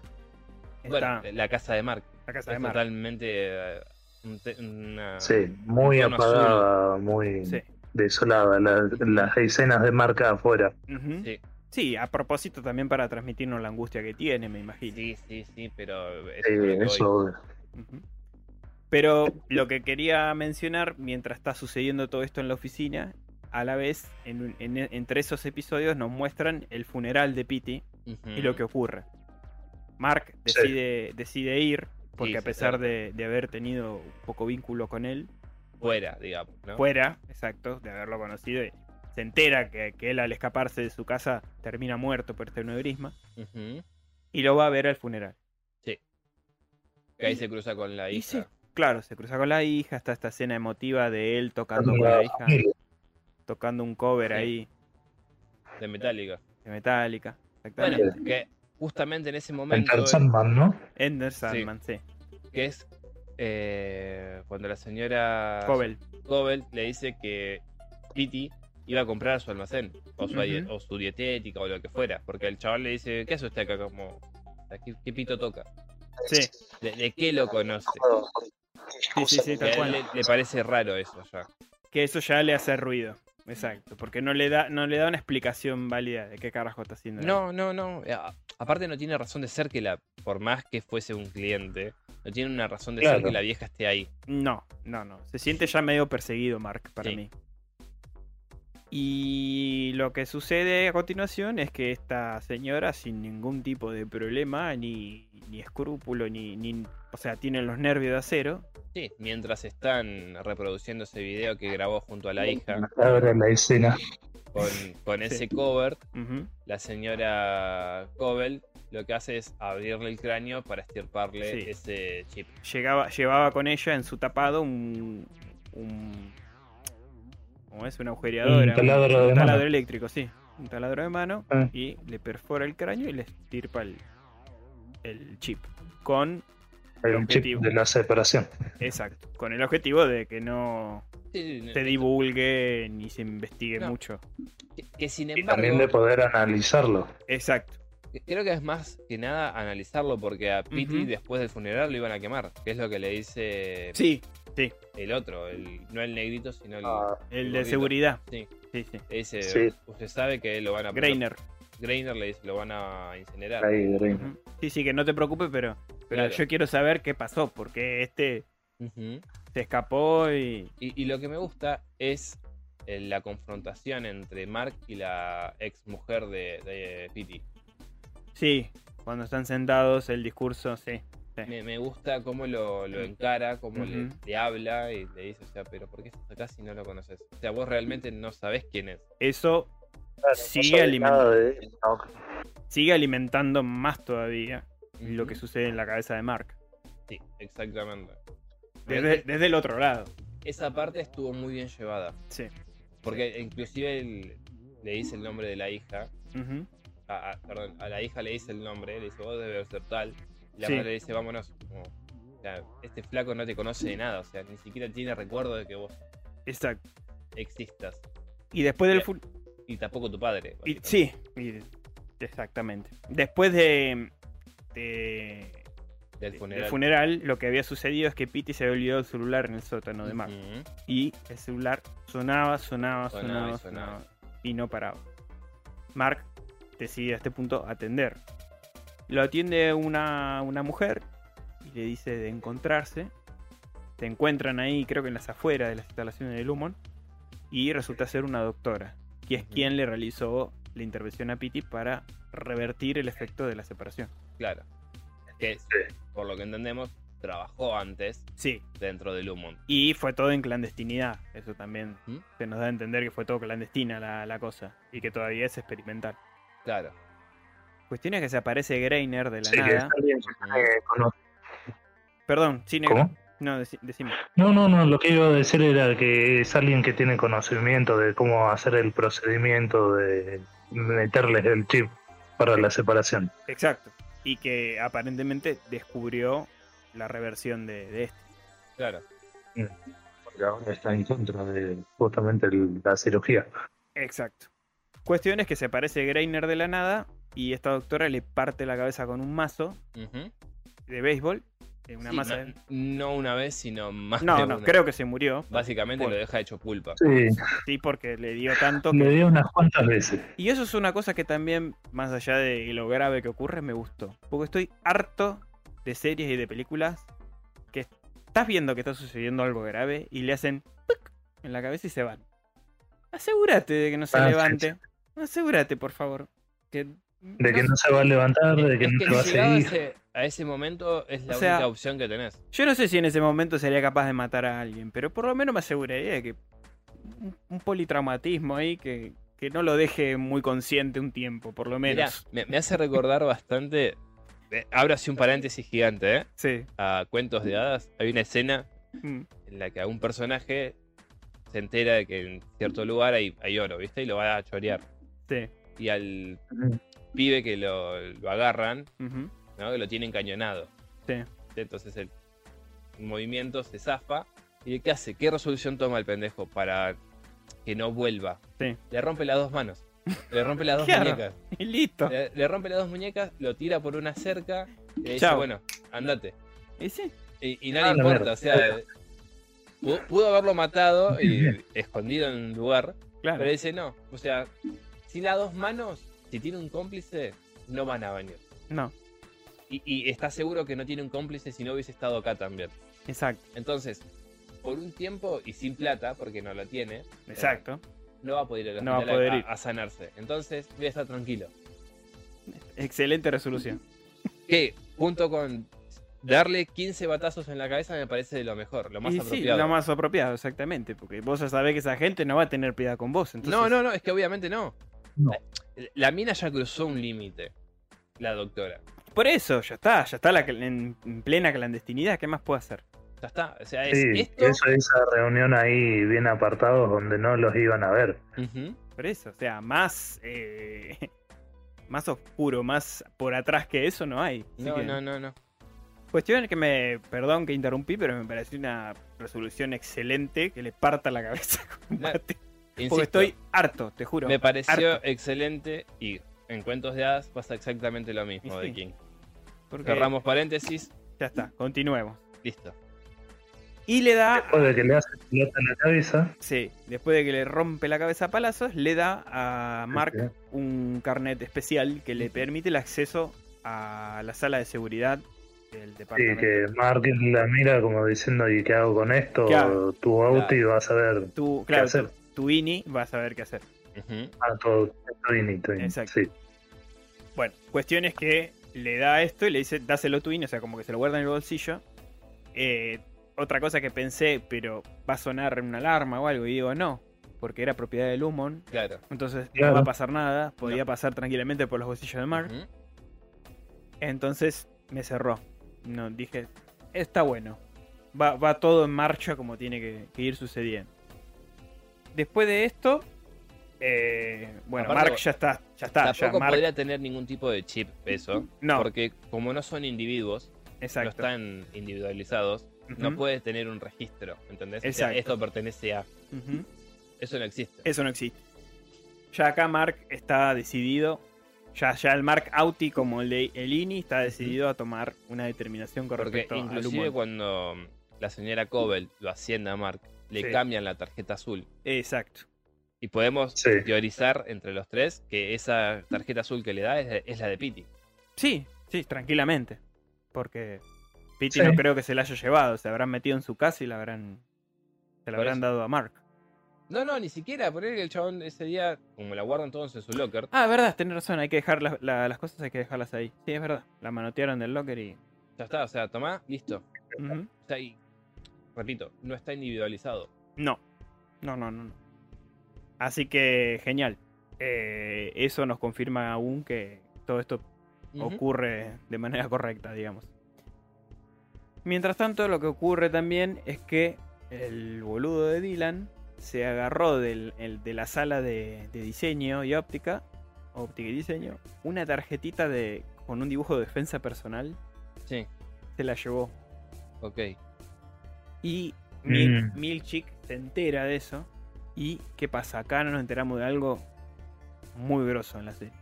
Speaker 2: Está
Speaker 1: Bueno, la casa de Mark.
Speaker 2: la casa de
Speaker 1: Es
Speaker 2: mar.
Speaker 1: totalmente eh, un te- una-
Speaker 3: Sí, muy
Speaker 1: Un tono
Speaker 3: apagada, muy
Speaker 2: Sí.
Speaker 3: desolada la- las escenas de marca afuera.
Speaker 2: Ujú.
Speaker 1: Sí,
Speaker 2: Sí, a propósito también para transmitirnos la angustia que tiene, me imagino.
Speaker 1: sí, sí, sí, pero eso
Speaker 3: Sí,
Speaker 1: es lo que voy.
Speaker 3: eso
Speaker 2: Ujú. Pero lo que quería mencionar, mientras está sucediendo todo esto en la oficina, a la vez, en un- en- entre esos episodios nos muestran el funeral de Pity,
Speaker 1: Ujú.
Speaker 2: y lo que ocurre. Mark
Speaker 3: Sí.
Speaker 2: decide, decide ir, porque
Speaker 1: Sí,
Speaker 2: a
Speaker 1: sí,
Speaker 2: pesar
Speaker 1: claro.
Speaker 2: de, de haber tenido un poco vínculo con él,
Speaker 1: fuera, digamos, ¿no?
Speaker 2: fuera, exacto, de haberlo conocido, y se entera que, que él al escaparse de su casa termina muerto por este neurisma,
Speaker 1: Ujú.
Speaker 2: y lo va a ver al funeral.
Speaker 1: Que ahí se cruza con la
Speaker 2: Y
Speaker 1: hija.
Speaker 2: se- claro, se cruza con la hija, está esta escena emotiva de él tocando con
Speaker 3: La
Speaker 2: la hija,
Speaker 3: familia.
Speaker 2: tocando un cover
Speaker 1: Sí.
Speaker 2: ahí
Speaker 1: de Metallica.
Speaker 2: de Metallica.
Speaker 1: Bueno,
Speaker 2: Exactamente.
Speaker 1: que justamente en ese
Speaker 3: En
Speaker 1: momento,
Speaker 3: Tarzanman, ¿no?
Speaker 2: Ender Sandman, sí.
Speaker 1: que es eh, cuando la señora
Speaker 2: Cobel.
Speaker 1: Cobel le dice que Kitty iba a comprar su almacén, o su, die-
Speaker 2: Ujú.
Speaker 1: o su dietética, o lo que fuera, porque el chaval le dice, ¿qué hace usted acá? Como, ¿qué, qué pito toca?
Speaker 2: Sí,
Speaker 1: ¿De, de qué lo conoce?
Speaker 2: sí, sí, sí,
Speaker 1: Que a
Speaker 2: tal
Speaker 1: él
Speaker 2: cual.
Speaker 1: le, le parece raro eso ya.
Speaker 2: Que eso ya le hace ruido. Exacto. Porque no le da, no le da una explicación válida de qué carajo está haciendo. él.
Speaker 1: No, no, no. eh, a- Aparte no tiene razón de ser que la, por más que fuese un cliente, No tiene una razón de ser
Speaker 3: Claro.
Speaker 1: que la vieja esté ahí.
Speaker 2: No, no, no. Se siente ya medio perseguido Mark para
Speaker 1: Sí.
Speaker 2: mí. Y lo que sucede a continuación es que esta señora sin ningún tipo de problema, ni, ni escrúpulo, ni, ni... O sea, tiene los nervios de acero.
Speaker 1: Sí, mientras están reproduciendo ese video que grabó junto a la hija
Speaker 3: Ahora la escena.
Speaker 1: con, con ese cover,
Speaker 2: Ujú.
Speaker 1: la señora Cobel lo que hace es abrirle el cráneo para estirparle
Speaker 2: Sí.
Speaker 1: ese chip.
Speaker 2: Llegaba, llevaba con ella en su tapado un... un ¿Cómo es? Una agujereadora.
Speaker 3: Un taladro de
Speaker 2: taladro
Speaker 3: mano.
Speaker 2: eléctrico, sí. Un taladro de mano.
Speaker 3: Ah.
Speaker 2: Y le perfora el cráneo y le estirpa el, el chip. Con
Speaker 3: Hay un chip
Speaker 2: Objetivo.
Speaker 3: de la separación.
Speaker 2: Exacto, con el objetivo de que no
Speaker 1: Sí, sí,
Speaker 2: se divulgue ni se investigue
Speaker 1: No.
Speaker 2: mucho.
Speaker 1: Que, que sin
Speaker 3: Y también
Speaker 1: embargo, eh,
Speaker 3: de poder analizarlo.
Speaker 2: Exacto,
Speaker 1: creo que es más que nada analizarlo porque a Pity
Speaker 2: Ujú.
Speaker 1: después del funeral lo iban a quemar, que es lo que le dice
Speaker 2: sí,
Speaker 1: el otro, el, no el negrito, sino el...
Speaker 3: Ah,
Speaker 2: el de
Speaker 1: gordito.
Speaker 2: seguridad.
Speaker 1: Sí.
Speaker 2: Sí, sí.
Speaker 1: le dice,
Speaker 3: Sí.
Speaker 1: usted sabe que lo van a...
Speaker 2: Greiner.
Speaker 1: Greiner le dice, lo van a incinerar.
Speaker 3: ahí, Drain.
Speaker 2: Ujú. Sí, sí, que no te preocupes, pero, pero
Speaker 1: Claro.
Speaker 2: yo quiero saber qué pasó, porque este
Speaker 1: Ujú.
Speaker 2: se escapó y...
Speaker 1: Y, y lo que me gusta es eh, la confrontación entre Mark y la ex mujer de, de Pity.
Speaker 2: Sí, cuando están sentados, el discurso, sí.
Speaker 1: Me, me gusta cómo lo, lo encara, cómo le-
Speaker 2: Ujú.
Speaker 1: le, habla y le dice, o sea, pero ¿por qué estás acá si no lo conoces? O sea, vos realmente no sabés quién es.
Speaker 2: Eso
Speaker 3: Claro,
Speaker 2: Sigue
Speaker 3: sabe
Speaker 2: alimentando.
Speaker 3: nada de- no,
Speaker 2: sigue alimentando más todavía lo que
Speaker 1: Ujú.
Speaker 2: sucede en la cabeza de Mark.
Speaker 1: Sí, exactamente.
Speaker 2: Desde, desde el otro lado.
Speaker 1: Esa parte estuvo muy bien llevada.
Speaker 2: Sí.
Speaker 1: Porque inclusive él- le dice el nombre de la hija.
Speaker 2: Ujú.
Speaker 1: A, a- perdón, a la hija le dice el nombre, le dice, vos debes ser tal. Y la
Speaker 2: Sí.
Speaker 1: madre le dice, vámonos. Como, o sea, este flaco no te conoce de nada, o sea, ni siquiera tiene recuerdo de que vos
Speaker 2: Exacto.
Speaker 1: existas.
Speaker 2: Y después del,
Speaker 1: Bien.
Speaker 2: fu-
Speaker 1: Y tampoco tu padre.
Speaker 2: Y-
Speaker 1: básicamente.
Speaker 2: sí, y- exactamente. Después de, de-
Speaker 1: Del funeral.
Speaker 2: del funeral, lo que había sucedido es que Pity se había olvidado el celular en el sótano de Mark.
Speaker 1: Ujú.
Speaker 2: Y el celular sonaba,
Speaker 1: Sonaba
Speaker 2: sonaba, sonaba,
Speaker 1: y
Speaker 2: sonaba,
Speaker 1: sonaba.
Speaker 2: Y no paraba. Mark decide a este punto atender. Lo atiende una, una mujer y le dice de encontrarse. Se encuentran ahí, creo que en las afueras de las instalaciones de Lumon. Y resulta ser una doctora, que es
Speaker 1: Ujú.
Speaker 2: quien le realizó la intervención a Pity para revertir el efecto de la separación.
Speaker 1: Claro. Que, es, por lo que entendemos, trabajó antes
Speaker 2: Sí.
Speaker 1: dentro del Lumon.
Speaker 2: Y fue todo en clandestinidad. Eso también
Speaker 1: ¿Mm?
Speaker 2: se nos da a entender que fue todo clandestina la, la cosa. Y que todavía es experimental.
Speaker 1: Claro.
Speaker 2: Cuestión es que se aparece Greiner de la
Speaker 3: Sí, que
Speaker 2: nada.
Speaker 3: está bien, eh, cono-
Speaker 2: Perdón, sí, negro.
Speaker 3: ¿Cómo?
Speaker 2: No, deci- decime.
Speaker 3: No, no, no, lo que iba a decir era que es alguien que tiene conocimiento de cómo hacer el procedimiento de meterles el chip para la separación.
Speaker 2: Exacto. Y que aparentemente descubrió la reversión de, de este.
Speaker 1: Claro.
Speaker 3: Porque ahora está en contra de justamente el- la cirugía.
Speaker 2: Exacto. Cuestión es que se aparece Greiner de la nada y esta doctora le parte la cabeza con un mazo
Speaker 1: Ujú.
Speaker 2: de béisbol. eh, Una
Speaker 1: Sí,
Speaker 2: masa
Speaker 1: no,
Speaker 2: de-
Speaker 1: no una vez, sino más de
Speaker 2: No, no,
Speaker 1: una.
Speaker 2: creo que se murió.
Speaker 1: Básicamente
Speaker 2: Bueno.
Speaker 1: lo deja hecho pulpa.
Speaker 3: Sí,
Speaker 2: Sí, porque le dio tanto
Speaker 3: me
Speaker 2: que
Speaker 3: dio unas cuantas veces.
Speaker 2: Y eso es una cosa que también, más allá de lo grave que ocurre, me gustó. Porque estoy harto de series y de películas que estás viendo que está sucediendo algo grave y le hacen tuc en la cabeza y se van. Asegúrate de que no se
Speaker 3: Ah, sí,
Speaker 2: levante. Asegúrate, por favor. Que,
Speaker 3: De que
Speaker 2: no-
Speaker 3: no se va a levantar, de que
Speaker 1: Es
Speaker 3: no
Speaker 1: que
Speaker 3: se va a
Speaker 1: llegado a
Speaker 3: seguir.
Speaker 1: ese, a ese momento es la
Speaker 2: O sea,
Speaker 1: única opción que tenés.
Speaker 2: Yo no sé si en ese momento sería capaz de matar a alguien, pero por lo menos me aseguraría de que un, un politraumatismo ahí que, que no lo deje muy consciente un tiempo, por lo
Speaker 1: Mirá,
Speaker 2: menos.
Speaker 1: me, me hace recordar bastante. eh, Abro así un paréntesis gigante, ¿eh?
Speaker 2: Sí.
Speaker 1: A cuentos de hadas. Hay una escena
Speaker 2: Mm.
Speaker 1: en la que a un personaje se entera de que en cierto lugar hay, hay oro, ¿viste? Y lo va a chorear.
Speaker 2: Sí.
Speaker 1: Y al pibe que lo, lo agarran,
Speaker 2: Ujú.
Speaker 1: ¿no? Que lo tiene encañonado.
Speaker 2: Sí.
Speaker 1: Entonces el movimiento se zafa. ¿Y qué hace? ¿Qué resolución toma el pendejo para que no vuelva?
Speaker 2: Sí.
Speaker 1: Le rompe las dos manos. Le rompe las dos
Speaker 2: Claro.
Speaker 1: muñecas.
Speaker 2: Y listo.
Speaker 1: Le, le rompe las dos muñecas, lo tira por una cerca y le dice,
Speaker 2: Chao.
Speaker 1: bueno, andate.
Speaker 2: Y sí,
Speaker 1: Y, y no le
Speaker 3: Ah, la
Speaker 1: importa,
Speaker 3: mierda.
Speaker 1: o sea, pu- pudo haberlo matado y escondido en un lugar,
Speaker 2: claro.
Speaker 1: pero dice no. O sea, si las dos manos, si tiene un cómplice, no van a venir.
Speaker 2: No.
Speaker 1: Y, y está seguro que no tiene un cómplice si no hubiese estado acá también.
Speaker 2: Exacto,
Speaker 1: Entonces, por un tiempo y sin plata, porque no la tiene, eh,
Speaker 2: exacto.
Speaker 1: no va a poder ir, al
Speaker 2: No va a
Speaker 1: hospital
Speaker 2: poder ir.
Speaker 1: a sanarse. Entonces, voy a estar tranquilo.
Speaker 2: Excelente resolución.
Speaker 1: Que junto con darle 15 batazos en la cabeza me parece de lo mejor, lo más
Speaker 2: y sí,
Speaker 1: apropiado.
Speaker 2: lo más apropiado, exactamente. Porque vos ya sabés que esa gente no va a tener piedad con vos. Entonces,
Speaker 1: No, no, no, es que obviamente no.
Speaker 3: No.
Speaker 1: La, la mina ya cruzó un límite, la doctora.
Speaker 2: Por eso, ya está, ya está la, cl- en, en plena clandestinidad. ¿Qué más puedo hacer?
Speaker 1: Ya está. O sea, es
Speaker 3: Sí,
Speaker 1: esto.
Speaker 3: eso- esa reunión ahí bien apartados donde no los iban a ver.
Speaker 1: Ujú.
Speaker 2: Por eso, o sea, más. eh, más oscuro, más por atrás que eso no hay. Así
Speaker 1: No,
Speaker 2: que-
Speaker 1: no, no, no.
Speaker 2: Cuestión que me. Perdón que interrumpí, pero me pareció una resolución excelente que le parta la cabeza con un
Speaker 1: No,
Speaker 2: mate.
Speaker 1: Insisto,
Speaker 2: Porque estoy harto, te juro.
Speaker 1: me pareció
Speaker 2: harto.
Speaker 1: excelente y en Cuentos de Hadas pasa exactamente lo mismo
Speaker 2: Y
Speaker 1: de
Speaker 2: sí.
Speaker 1: King.
Speaker 2: Porque-
Speaker 1: Cerramos paréntesis,
Speaker 2: Ya está, continuemos.
Speaker 1: listo.
Speaker 2: Y le da
Speaker 3: Después de que le hacen pelota en la cabeza,
Speaker 2: Sí, después de que le rompe la cabeza a palazos, le da a
Speaker 3: este,
Speaker 2: Mark un carnet especial que le permite el acceso a la sala de seguridad del
Speaker 3: sí,
Speaker 2: departamento.
Speaker 3: que Mark la mira como diciendo, ¿y qué hago con esto?
Speaker 2: ¿Qué hago?
Speaker 3: Tu auto
Speaker 1: Claro.
Speaker 3: y vas a ver
Speaker 2: Tú,
Speaker 3: qué
Speaker 2: claro,
Speaker 3: hacer.
Speaker 2: tu INI va a saber qué hacer.
Speaker 1: Ujú.
Speaker 3: Ah, todo, todo bien, todo bien.
Speaker 2: Exacto.
Speaker 3: Sí.
Speaker 2: Bueno, cuestión es que le da esto y le dice, dáselo tu INI, o sea, como que se lo guarda en el bolsillo. Eh, otra cosa que pensé, pero va a sonar una alarma o algo, y digo, no, porque era propiedad de Lumon,
Speaker 1: Claro.
Speaker 2: entonces
Speaker 3: Claro.
Speaker 2: no va a pasar nada, podía pasar tranquilamente por los bolsillos de Mark.
Speaker 1: Ujú.
Speaker 2: Entonces me cerró. No, dije, está bueno. Va, va todo en marcha como tiene que, que ir sucediendo. Después de esto, eh, bueno,
Speaker 1: Aparte,
Speaker 2: Mark ya está. Ya está. Ya
Speaker 1: Tampoco
Speaker 2: Mark-
Speaker 1: podría tener ningún tipo de chip eso.
Speaker 2: No,
Speaker 1: Porque como no son individuos, no
Speaker 2: exacto.
Speaker 1: están individualizados,
Speaker 2: Ujú,
Speaker 1: no puede tener un registro, ¿entendés? O sea,
Speaker 2: Exacto.
Speaker 1: esto pertenece a...
Speaker 2: ujú.
Speaker 1: Eso no existe.
Speaker 2: Eso no existe. Ya acá Mark está decidido. Ya, ya el Mark Auti, como el de el INI, está decidido a tomar una determinación con
Speaker 1: Porque
Speaker 2: respecto a
Speaker 1: inclusive
Speaker 2: Lumon.
Speaker 1: cuando mm, la señora Cobel lo asciende a Mark, le
Speaker 2: Sí.
Speaker 1: cambian la tarjeta azul.
Speaker 2: Exacto.
Speaker 1: Y podemos
Speaker 3: Sí.
Speaker 1: teorizar entre los tres que esa tarjeta azul que le da es, de- es la de Pity.
Speaker 2: Sí, sí, tranquilamente. Porque Pitti
Speaker 3: Sí.
Speaker 2: no creo que se la haya llevado. Se habrán metido en su casa y la habrán. Se la
Speaker 1: Por
Speaker 2: habrán
Speaker 1: eso.
Speaker 2: dado a Mark.
Speaker 1: No, no, ni siquiera. Poner el chabón ese día, como la guardan todos en su locker,
Speaker 2: Ah, verdad, tenés razón. Hay que dejar las, la- las cosas, hay que dejarlas ahí. Sí, es verdad. La manotearon del locker y.
Speaker 1: ya está. O sea, tomá, listo.
Speaker 2: Ujú.
Speaker 1: O sea, y, repito, no está individualizado.
Speaker 2: No. No, no, no. no. Así que, genial. Eh, eso nos confirma aún que todo esto
Speaker 1: Ujú.
Speaker 2: ocurre de manera correcta, digamos. Mientras tanto, lo que ocurre también es que el boludo de Dylan se agarró del- el- de la sala de, de diseño y óptica, óptica y diseño, una tarjetita de, con un dibujo de defensa personal,
Speaker 1: Sí,
Speaker 2: se la llevó.
Speaker 1: ok.
Speaker 2: Eh. Y Mil,
Speaker 3: Mm.
Speaker 2: Milchik se entera de eso. ¿Y qué pasa? Acá nos enteramos de algo muy grosso en la serie.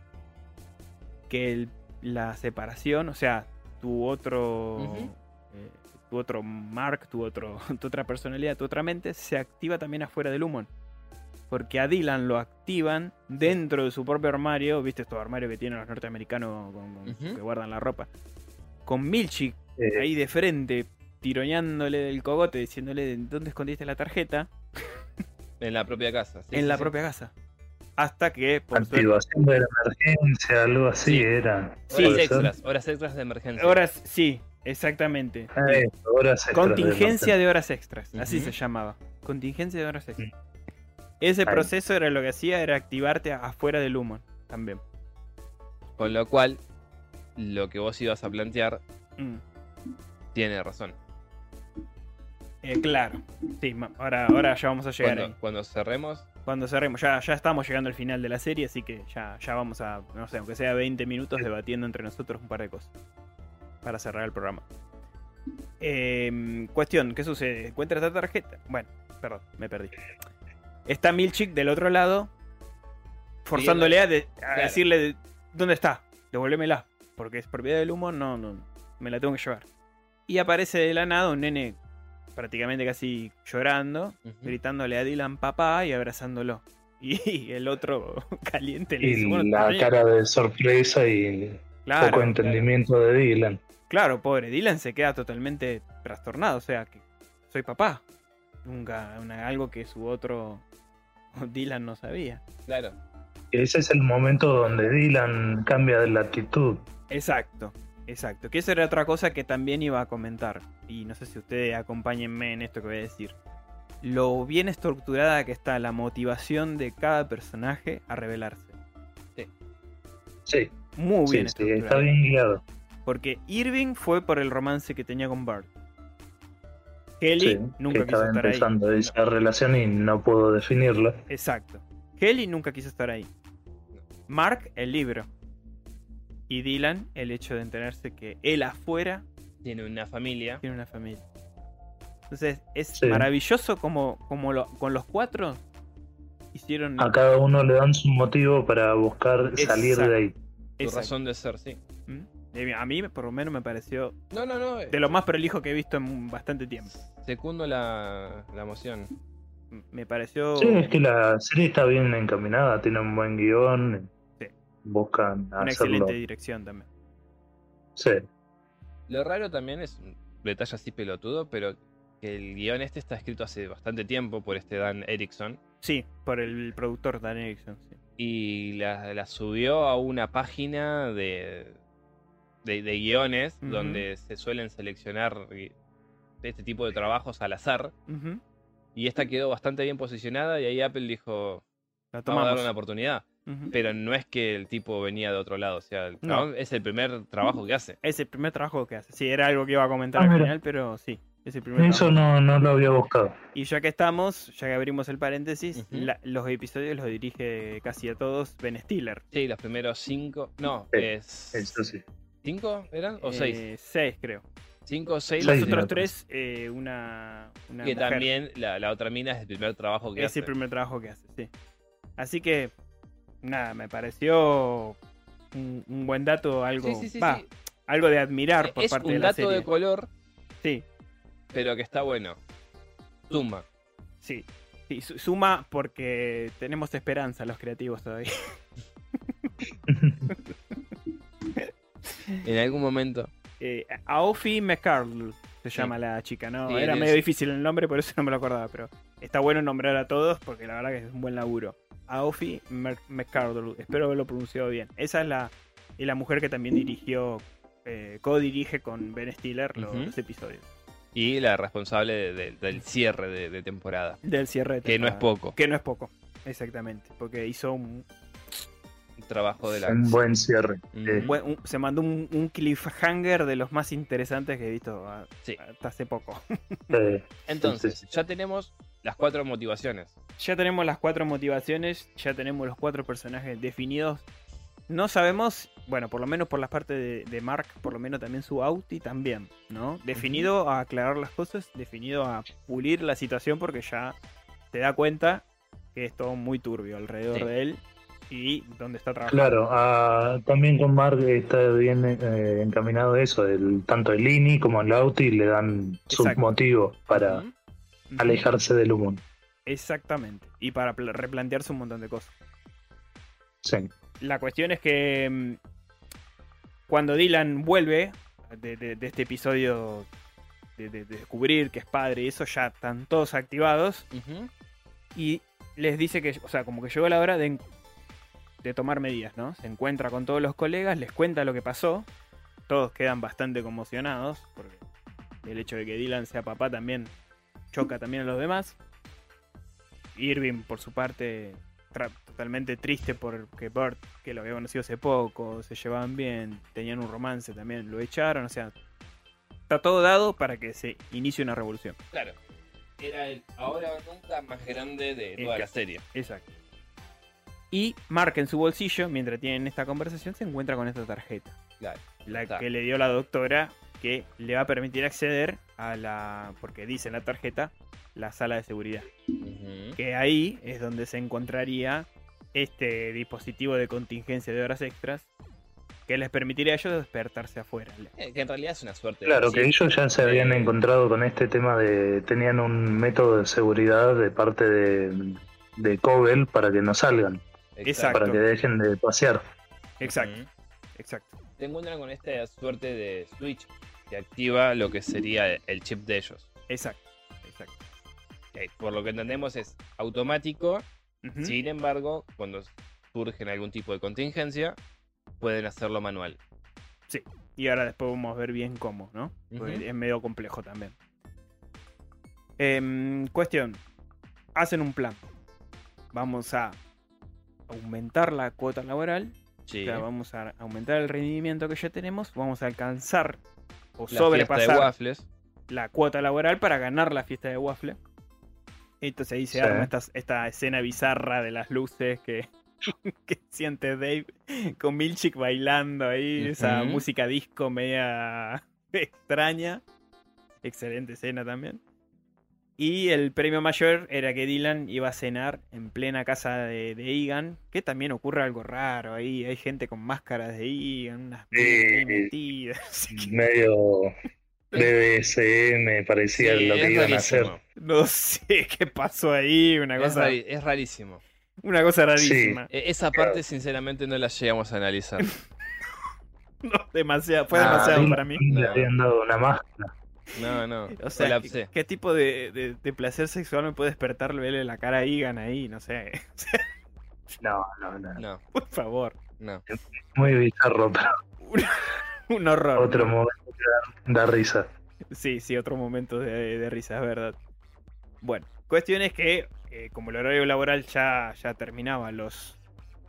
Speaker 2: Que el- la separación, o sea, tu otro.
Speaker 1: Ujú.
Speaker 2: eh, tu otro Mark, tu, otro, tu otra personalidad, tu otra mente, se activa también afuera del Lumon. Porque a Dylan lo activan dentro de su propio armario. ¿Viste estos armarios que tienen los norteamericanos con- con-
Speaker 1: Ujú.
Speaker 2: que guardan la ropa? Con Milchik
Speaker 3: Eh,
Speaker 2: ahí de frente, tironeándole del cogote, diciéndole dónde escondiste la tarjeta,
Speaker 1: En la propia casa. sí,
Speaker 2: en
Speaker 1: sí,
Speaker 2: la
Speaker 1: sí.
Speaker 2: propia casa. Hasta que, por suerte,
Speaker 3: activación de la emergencia, algo así
Speaker 1: Sí.
Speaker 3: era.
Speaker 2: Sí,
Speaker 1: horas
Speaker 3: ¿Puede ser?
Speaker 1: extras, horas extras de emergencia.
Speaker 2: horas, sí, exactamente.
Speaker 3: Ah, eso, horas extras de
Speaker 2: Contingencia de horas extras, así
Speaker 1: Ujú. Mm.
Speaker 2: se llamaba. Contingencia de horas extras. Ese
Speaker 3: Ahí.
Speaker 2: proceso era lo que hacía, era activarte afuera del humo también.
Speaker 1: Con lo cual, lo que vos ibas a plantear
Speaker 2: Mm.
Speaker 1: tiene razón.
Speaker 2: Eh, claro, sí, ma- ahora, ahora ya vamos a llegar
Speaker 1: Cuando,
Speaker 2: ahí.
Speaker 1: cuando cerremos,
Speaker 2: Cuando cerremos, ya, ya estamos llegando al final de la serie, así que ya, ya vamos a, no sé, aunque sea 20 minutos debatiendo entre nosotros un par de cosas. Para cerrar el programa. Eh, cuestión, ¿qué sucede? Encuentra esta tarjeta. Bueno, perdón, me perdí. Está Milchik del otro lado, forzándole a, de- a
Speaker 1: Claro.
Speaker 2: decirle, de- ¿dónde está? Devuélvemela. Porque es propiedad del humo, no, no, me la tengo que llevar. Y aparece de la nada un nene prácticamente casi llorando,
Speaker 1: Ujú.
Speaker 2: gritándole a Dylan papá y abrazándolo. Y el otro caliente le dice,
Speaker 3: Y
Speaker 2: bueno,
Speaker 3: la
Speaker 2: también".
Speaker 3: cara de sorpresa y
Speaker 2: Claro,
Speaker 3: poco entendimiento de Dylan.
Speaker 2: Claro, pobre Dylan se queda totalmente trastornado. O sea, que soy papá. Nunca, una- algo que su otro Dylan no sabía.
Speaker 1: Claro.
Speaker 3: Ese es el momento donde Dylan cambia de latitud.
Speaker 2: Exacto, exacto. Que esa era otra cosa que también iba a comentar. Y no sé si ustedes acompáñenme en esto que voy a decir. Lo bien estructurada que está la motivación de cada personaje a revelarse.
Speaker 3: Sí,
Speaker 2: Muy
Speaker 3: sí,
Speaker 2: bien
Speaker 3: sí, está
Speaker 2: estructurada.
Speaker 3: bien guiado.
Speaker 2: Porque Irving fue por el romance que tenía con Bart. Kelly
Speaker 3: Sí,
Speaker 2: nunca
Speaker 3: que
Speaker 2: quiso
Speaker 3: estaba
Speaker 2: estar ahí.
Speaker 3: empezando
Speaker 2: No,
Speaker 3: esa relación y no puedo definirla.
Speaker 2: Exacto. Kelly nunca quiso estar ahí. Mark, el libro. Y Dylan, el hecho de enterarse que él afuera
Speaker 1: Tiene una familia.
Speaker 2: tiene una familia. Entonces, es
Speaker 3: Sí.
Speaker 2: maravilloso como, como lo- con los cuatro hicieron
Speaker 3: A cada uno le dan su motivo para buscar salir de ahí.
Speaker 1: Su
Speaker 2: esa-
Speaker 1: razón de ser, sí.
Speaker 2: ¿Mm? Eh, A mí, por lo menos, me pareció
Speaker 1: No, no, no. eh,
Speaker 2: de lo más prolijo que he visto en bastante tiempo.
Speaker 1: Secundo la, la emoción.
Speaker 2: M- Me pareció.
Speaker 3: Sí, es que la serie está bien encaminada, tiene un buen guión.
Speaker 2: Sí.
Speaker 3: Buscan
Speaker 2: Una
Speaker 3: hacerlo.
Speaker 2: excelente dirección también.
Speaker 3: Sí,
Speaker 1: Lo raro también es un detalle así pelotudo, pero que el guión este está escrito hace bastante tiempo por este Dan Erickson.
Speaker 2: Sí, por el productor Dan Erickson. sí.
Speaker 1: y la, la subió a una página de, de, de guiones
Speaker 2: Ujú.
Speaker 1: donde se suelen seleccionar gui- este tipo de trabajos al azar.
Speaker 2: Ujú.
Speaker 1: Y
Speaker 2: Mm.
Speaker 1: esta quedó bastante bien posicionada y ahí Apple dijo, vamos
Speaker 2: La
Speaker 1: a
Speaker 2: tomamos.
Speaker 1: darle una oportunidad.
Speaker 2: Ujú.
Speaker 1: Pero no es que el tipo venía de otro lado, o sea, el
Speaker 2: No.
Speaker 1: chabón es el primer trabajo que hace.
Speaker 2: Es el primer trabajo que hace. Sí, era algo que iba a comentar
Speaker 3: Ah,
Speaker 2: al
Speaker 3: mira.
Speaker 2: final, pero sí. Es el primer
Speaker 3: eso
Speaker 2: trabajo.
Speaker 3: no, no lo había buscado.
Speaker 2: Y ya que estamos, ya que abrimos el paréntesis,
Speaker 1: Ujú.
Speaker 2: la- los episodios los dirige casi a todos Ben Stiller.
Speaker 1: Sí, los primeros cinco, no,
Speaker 3: Sí,
Speaker 1: es...
Speaker 3: Eso sí.
Speaker 1: ¿Cinco eran? ¿O
Speaker 2: Eh,
Speaker 1: seis?
Speaker 2: seis, creo.
Speaker 1: Cinco o seis.
Speaker 2: Y
Speaker 3: Seis,
Speaker 2: los otros
Speaker 3: mira.
Speaker 2: tres, eh, una, una
Speaker 1: que
Speaker 2: mujer.
Speaker 1: también la, la otra mina es el primer trabajo que
Speaker 2: es
Speaker 1: hace.
Speaker 2: el primer trabajo que hace, sí. Así que, nada, me pareció un, un buen dato, algo,
Speaker 1: Sí, sí, sí,
Speaker 2: va,
Speaker 1: sí.
Speaker 2: algo de admirar por
Speaker 1: Es
Speaker 2: parte
Speaker 1: un
Speaker 2: de la
Speaker 1: dato
Speaker 2: serie.
Speaker 1: de color
Speaker 2: sí,
Speaker 1: pero que está bueno. Suma.
Speaker 2: sí. Sí, su- suma porque tenemos esperanza los creativos todavía.
Speaker 1: En algún momento.
Speaker 2: Eh, Aofi McCarl se llama la chica, ¿no?
Speaker 1: Sí,
Speaker 2: Era
Speaker 1: es-
Speaker 2: medio difícil el nombre, por eso no me lo acordaba, pero está bueno nombrar a todos porque la verdad que es un buen laburo. Aofi Mer- McCarl, espero haberlo pronunciado bien. Esa es la, es la mujer que también dirigió, eh, co-dirige con Ben Stiller los,
Speaker 1: Ujú.
Speaker 2: los episodios
Speaker 1: Y la responsable de- de- del cierre de, de temporada.
Speaker 2: del cierre de
Speaker 1: Que no es
Speaker 2: temporada.
Speaker 1: poco.
Speaker 2: Que no es poco, exactamente, porque hizo un,
Speaker 1: El trabajo de la.
Speaker 3: Un buen cierre.
Speaker 1: Ujú.
Speaker 2: buen- un- se mandó un, un cliffhanger de los más interesantes que he visto ah,
Speaker 1: Sí.
Speaker 2: hasta hace poco.
Speaker 3: Eh,
Speaker 1: Entonces,
Speaker 3: Sí,
Speaker 1: ya tenemos las cuatro motivaciones.
Speaker 2: Ya tenemos las cuatro motivaciones, ya tenemos los cuatro personajes definidos. No sabemos, bueno, por lo menos por la parte de, de Mark, por lo menos también su Auti también, ¿no? Definido a aclarar las cosas, definido a pulir la situación porque ya te da cuenta que es todo muy turbio alrededor
Speaker 1: Sí.
Speaker 2: de él y dónde está trabajando.
Speaker 3: claro, ah, también con Mark está bien eh, encaminado eso. El, tanto el INI como el Auti le dan sus
Speaker 2: Exacto.
Speaker 3: motivos para
Speaker 1: Ujú.
Speaker 2: Ujú.
Speaker 3: alejarse del humo.
Speaker 2: Exactamente. Y para pl- replantearse un montón de cosas.
Speaker 3: Sí.
Speaker 2: La cuestión es que mm, cuando Dylan vuelve de, de- de este episodio de, de- de descubrir que es padre y eso, ya están todos activados
Speaker 1: Ujú.
Speaker 2: y les dice que, o sea, como que llegó la hora de, en- de tomar medidas, ¿no? Se encuentra con todos los colegas, les cuenta lo que pasó, todos quedan bastante conmocionados porque el hecho de que Dylan sea papá también choca también a los demás. Irving, por su parte, tra- totalmente triste porque Bert, que lo había conocido hace poco, se llevaban bien, tenían un romance también, lo echaron, o sea, está todo dado para que se inicie una revolución.
Speaker 1: Claro. Era el ahora o nunca más grande de
Speaker 2: Es
Speaker 1: toda
Speaker 2: que-
Speaker 1: la serie.
Speaker 2: Exacto. Y Mark en su bolsillo, mientras tienen esta conversación, se encuentra con esta tarjeta.
Speaker 1: Claro.
Speaker 2: La
Speaker 1: Está.
Speaker 2: que le dio la doctora, que le va a permitir acceder a la, porque dice en la tarjeta, la sala de seguridad.
Speaker 1: Ujú.
Speaker 2: Que ahí es donde se encontraría este dispositivo de contingencia de horas extras que les permitiría a ellos despertarse afuera.
Speaker 1: Eh, Que en realidad es una suerte. de
Speaker 3: Claro, que
Speaker 1: chiste.
Speaker 3: ellos ya se
Speaker 2: Eh,
Speaker 3: habían encontrado con este tema de. tenían un método de seguridad de parte de, de Cobel para que no salgan,
Speaker 2: Exacto.
Speaker 3: para que dejen de pasear.
Speaker 2: Exacto,
Speaker 1: Ujú.
Speaker 2: exacto.
Speaker 1: te encuentran con esta suerte de Switch que activa lo que sería el chip de ellos.
Speaker 2: Exacto, exacto.
Speaker 1: que por lo que entendemos es automático,
Speaker 2: Ujú.
Speaker 1: sin embargo, cuando surgen algún tipo de contingencia, pueden hacerlo manual.
Speaker 2: Y ahora después vamos a ver bien cómo, ¿no? Porque
Speaker 5: Ujú.
Speaker 2: es medio complejo también. Em, cuestión. Hacen un plan. Vamos a aumentar la cuota laboral.
Speaker 1: Sí.
Speaker 2: O sea, vamos a aumentar el rendimiento que ya tenemos. Vamos a alcanzar o
Speaker 1: La fiesta de
Speaker 2: sobrepasar
Speaker 1: waffles.
Speaker 2: la cuota laboral para ganar la fiesta de waffle. Entonces ahí se
Speaker 3: Sí.
Speaker 2: arma esta, esta escena bizarra de las luces que, que siente Dave con Milchick bailando ahí, esa
Speaker 5: Ujú.
Speaker 2: música disco media extraña. Excelente escena también. Y el premio mayor era que Dylan iba a cenar en plena casa de, de Egan, que también ocurre algo raro ahí. Hay gente con máscaras de Egan, unas minas ahí
Speaker 3: Eh,
Speaker 2: metidas. así que
Speaker 3: Medio BDSM parecía
Speaker 1: Sí,
Speaker 3: lo que
Speaker 1: es
Speaker 3: iban a hacer.
Speaker 1: rarísimo.
Speaker 2: No sé qué pasó ahí, una
Speaker 1: Es,
Speaker 2: cosa,
Speaker 1: rari- es rarísimo.
Speaker 2: una cosa rarísima.
Speaker 1: E- Esa parte, sinceramente, no la llegamos a analizar.
Speaker 2: No, demasiado, fue
Speaker 5: Ah,
Speaker 2: demasiado
Speaker 3: Dylan
Speaker 2: para mí.
Speaker 3: Le
Speaker 5: No.
Speaker 3: habían dado una máscara.
Speaker 1: No, no.
Speaker 2: O sea, ¿qué,
Speaker 1: colapsé.
Speaker 2: qué tipo de, de- de placer sexual me puede despertar verle la cara a Igan ahí? No sé,
Speaker 3: No, no, no.
Speaker 1: No,
Speaker 2: por favor.
Speaker 1: no.
Speaker 3: Muy bizarro, pero
Speaker 2: Un horror.
Speaker 3: otro momento que da, da risa.
Speaker 2: Sí, sí, otro momento de, de risa, es verdad. Bueno, cuestión es que, eh, como el horario laboral ya, ya terminaba, los.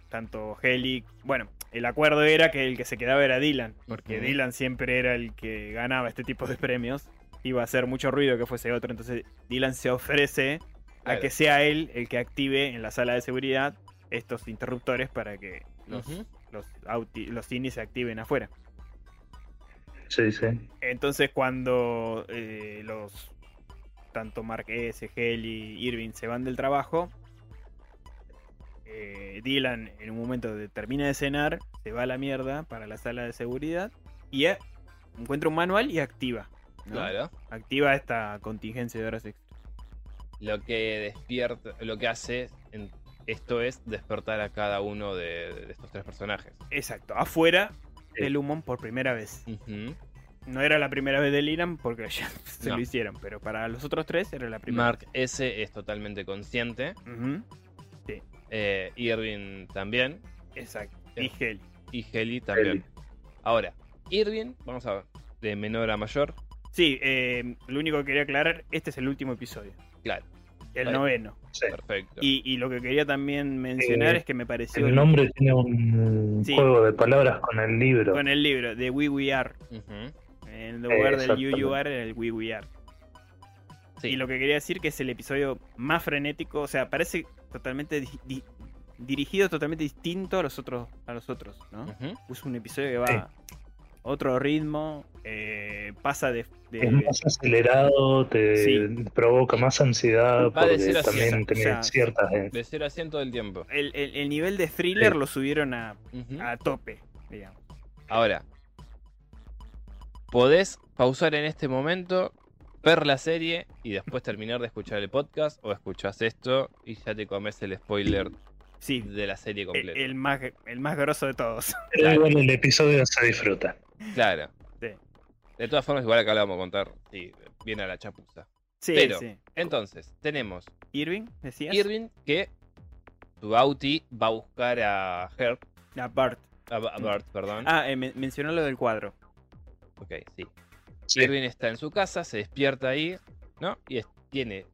Speaker 2: Tanto Helic. Bueno, el acuerdo era que el que se quedaba era Dylan, porque
Speaker 5: Ujú.
Speaker 2: Dylan siempre era el que ganaba este tipo de premios. Iba a hacer mucho ruido que fuese otro, entonces Dylan se ofrece a
Speaker 1: Claro.
Speaker 2: que sea él el que active en la sala de seguridad estos interruptores para que los,
Speaker 5: Ujú.
Speaker 2: los, auti- los cinis se activen afuera.
Speaker 3: Sí, sí.
Speaker 2: Entonces cuando eh, los tanto Marqués, Egel y Irving se van del trabajo, eh, Dylan en un momento de- termina de cenar, se va a la mierda para la sala de seguridad y eh, encuentra un manual y activa. ¿no?
Speaker 1: Claro.
Speaker 2: Activa esta contingencia de horas extras.
Speaker 1: Lo que despierta, lo que hace en- esto es despertar a cada uno de, de estos tres personajes.
Speaker 2: Exacto, afuera
Speaker 3: Sí.
Speaker 2: del Lumon por primera vez.
Speaker 1: Ujú.
Speaker 2: No era la primera vez de Dylan porque ya se
Speaker 1: No.
Speaker 2: lo hicieron, pero para los otros tres era la primera.
Speaker 1: Mark S es totalmente consciente.
Speaker 2: vez. Ujú,
Speaker 1: eh, Irving también.
Speaker 2: Exacto.
Speaker 1: Sí.
Speaker 2: Y Heli.
Speaker 1: Y Heli también.
Speaker 3: Heli.
Speaker 1: Ahora, Irving, vamos a ver, de menor a mayor.
Speaker 2: Sí, eh, lo único que quería aclarar, este es el último episodio,
Speaker 1: Claro,
Speaker 2: el
Speaker 1: Vale.
Speaker 2: noveno.
Speaker 3: sí.
Speaker 1: perfecto.
Speaker 2: Y, y lo que quería también mencionar
Speaker 3: Eh,
Speaker 2: es que me pareció
Speaker 3: El nombre tiene un
Speaker 2: Sí.
Speaker 3: juego de palabras con el libro.
Speaker 2: con el libro de We We Are,
Speaker 1: Ujú.
Speaker 2: en lugar del You You
Speaker 3: Exactamente.
Speaker 2: Are era el We We Are.
Speaker 1: Sí.
Speaker 2: Y lo que quería decir que es el episodio más frenético, o sea, parece totalmente di- di- dirigido totalmente distinto a los otros, a los otros, ¿no?
Speaker 1: Ujú.
Speaker 2: Es un episodio que va
Speaker 3: Sí.
Speaker 2: a otro ritmo, eh, pasa de, de-
Speaker 3: Es más acelerado, te
Speaker 2: Sí.
Speaker 3: provoca más ansiedad
Speaker 1: Va a
Speaker 3: porque
Speaker 1: decir así,
Speaker 3: también
Speaker 2: o sea,
Speaker 3: tenés
Speaker 2: o sea,
Speaker 3: ciertas. eh,
Speaker 1: De 0 a 100 todo el tiempo.
Speaker 2: el, el- el nivel de thriller lo subieron a,
Speaker 1: Ujú.
Speaker 2: a tope, digamos.
Speaker 1: Ahora, podés pausar en este momento, ver la serie y después terminar de escuchar el podcast o escuchás esto y ya te comes el spoiler
Speaker 2: Sí,
Speaker 1: de la serie
Speaker 2: el,
Speaker 1: completa.
Speaker 2: el más, el más grosso de todos.
Speaker 3: pero igual el episodio se disfruta.
Speaker 1: Claro.
Speaker 2: Sí.
Speaker 1: De todas formas, igual acá lo vamos a contar. Sí, viene a la chapuza.
Speaker 2: Sí,
Speaker 1: Pero-
Speaker 2: sí.
Speaker 1: Entonces, tenemos
Speaker 2: Irving, decías.
Speaker 1: Irving que su Auti va a buscar a Herb,
Speaker 2: Ah, Bart.
Speaker 1: a, a Bart, perdón.
Speaker 2: Ah, eh, men- mencionó lo del cuadro.
Speaker 1: Ok, sí.
Speaker 3: Sí.
Speaker 1: Irving está en su casa, se despierta ahí, ¿no? Y es- tiene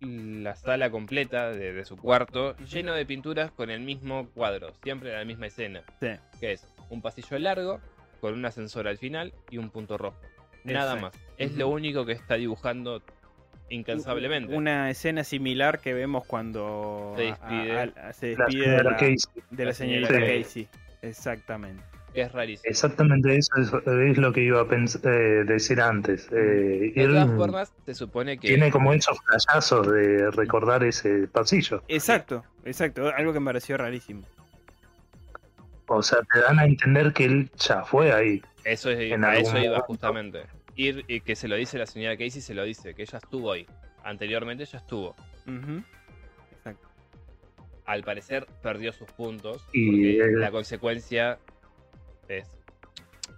Speaker 1: la sala completa de, de su cuarto lleno de pinturas con el mismo cuadro, siempre la misma escena,
Speaker 2: Sí.
Speaker 1: que es un pasillo largo con un ascensor al final y un punto rojo. Nada
Speaker 2: Exacto.
Speaker 1: más. Es lo
Speaker 2: Ujú.
Speaker 1: único que está dibujando incansablemente.
Speaker 2: Una escena similar que vemos cuando
Speaker 1: Se despide.
Speaker 2: a- a- a- se
Speaker 3: La
Speaker 2: despide de la,
Speaker 3: señora Casey.
Speaker 2: de la
Speaker 1: La señora
Speaker 2: señorita
Speaker 1: Casey.
Speaker 2: Casey. Exactamente.
Speaker 1: que es rarísimo.
Speaker 3: Exactamente eso es, es lo que iba a pens- eh, decir antes. Eh,
Speaker 1: De todas
Speaker 3: Irving
Speaker 1: formas, se supone que.
Speaker 3: tiene como esos flashazos de recordar ese pasillo.
Speaker 2: Exacto, exacto. Algo que me pareció rarísimo.
Speaker 3: O sea, te dan a entender que él ya fue ahí.
Speaker 1: Eso es,
Speaker 3: en
Speaker 1: a
Speaker 3: algún
Speaker 1: eso iba
Speaker 3: momento.
Speaker 1: justamente. Ir, y que se lo dice la señora Casey, se lo dice, que ella estuvo ahí. Anteriormente ya estuvo.
Speaker 2: Ujú. Exacto.
Speaker 1: Al parecer perdió sus puntos. porque
Speaker 3: Y, eh,
Speaker 1: la consecuencia es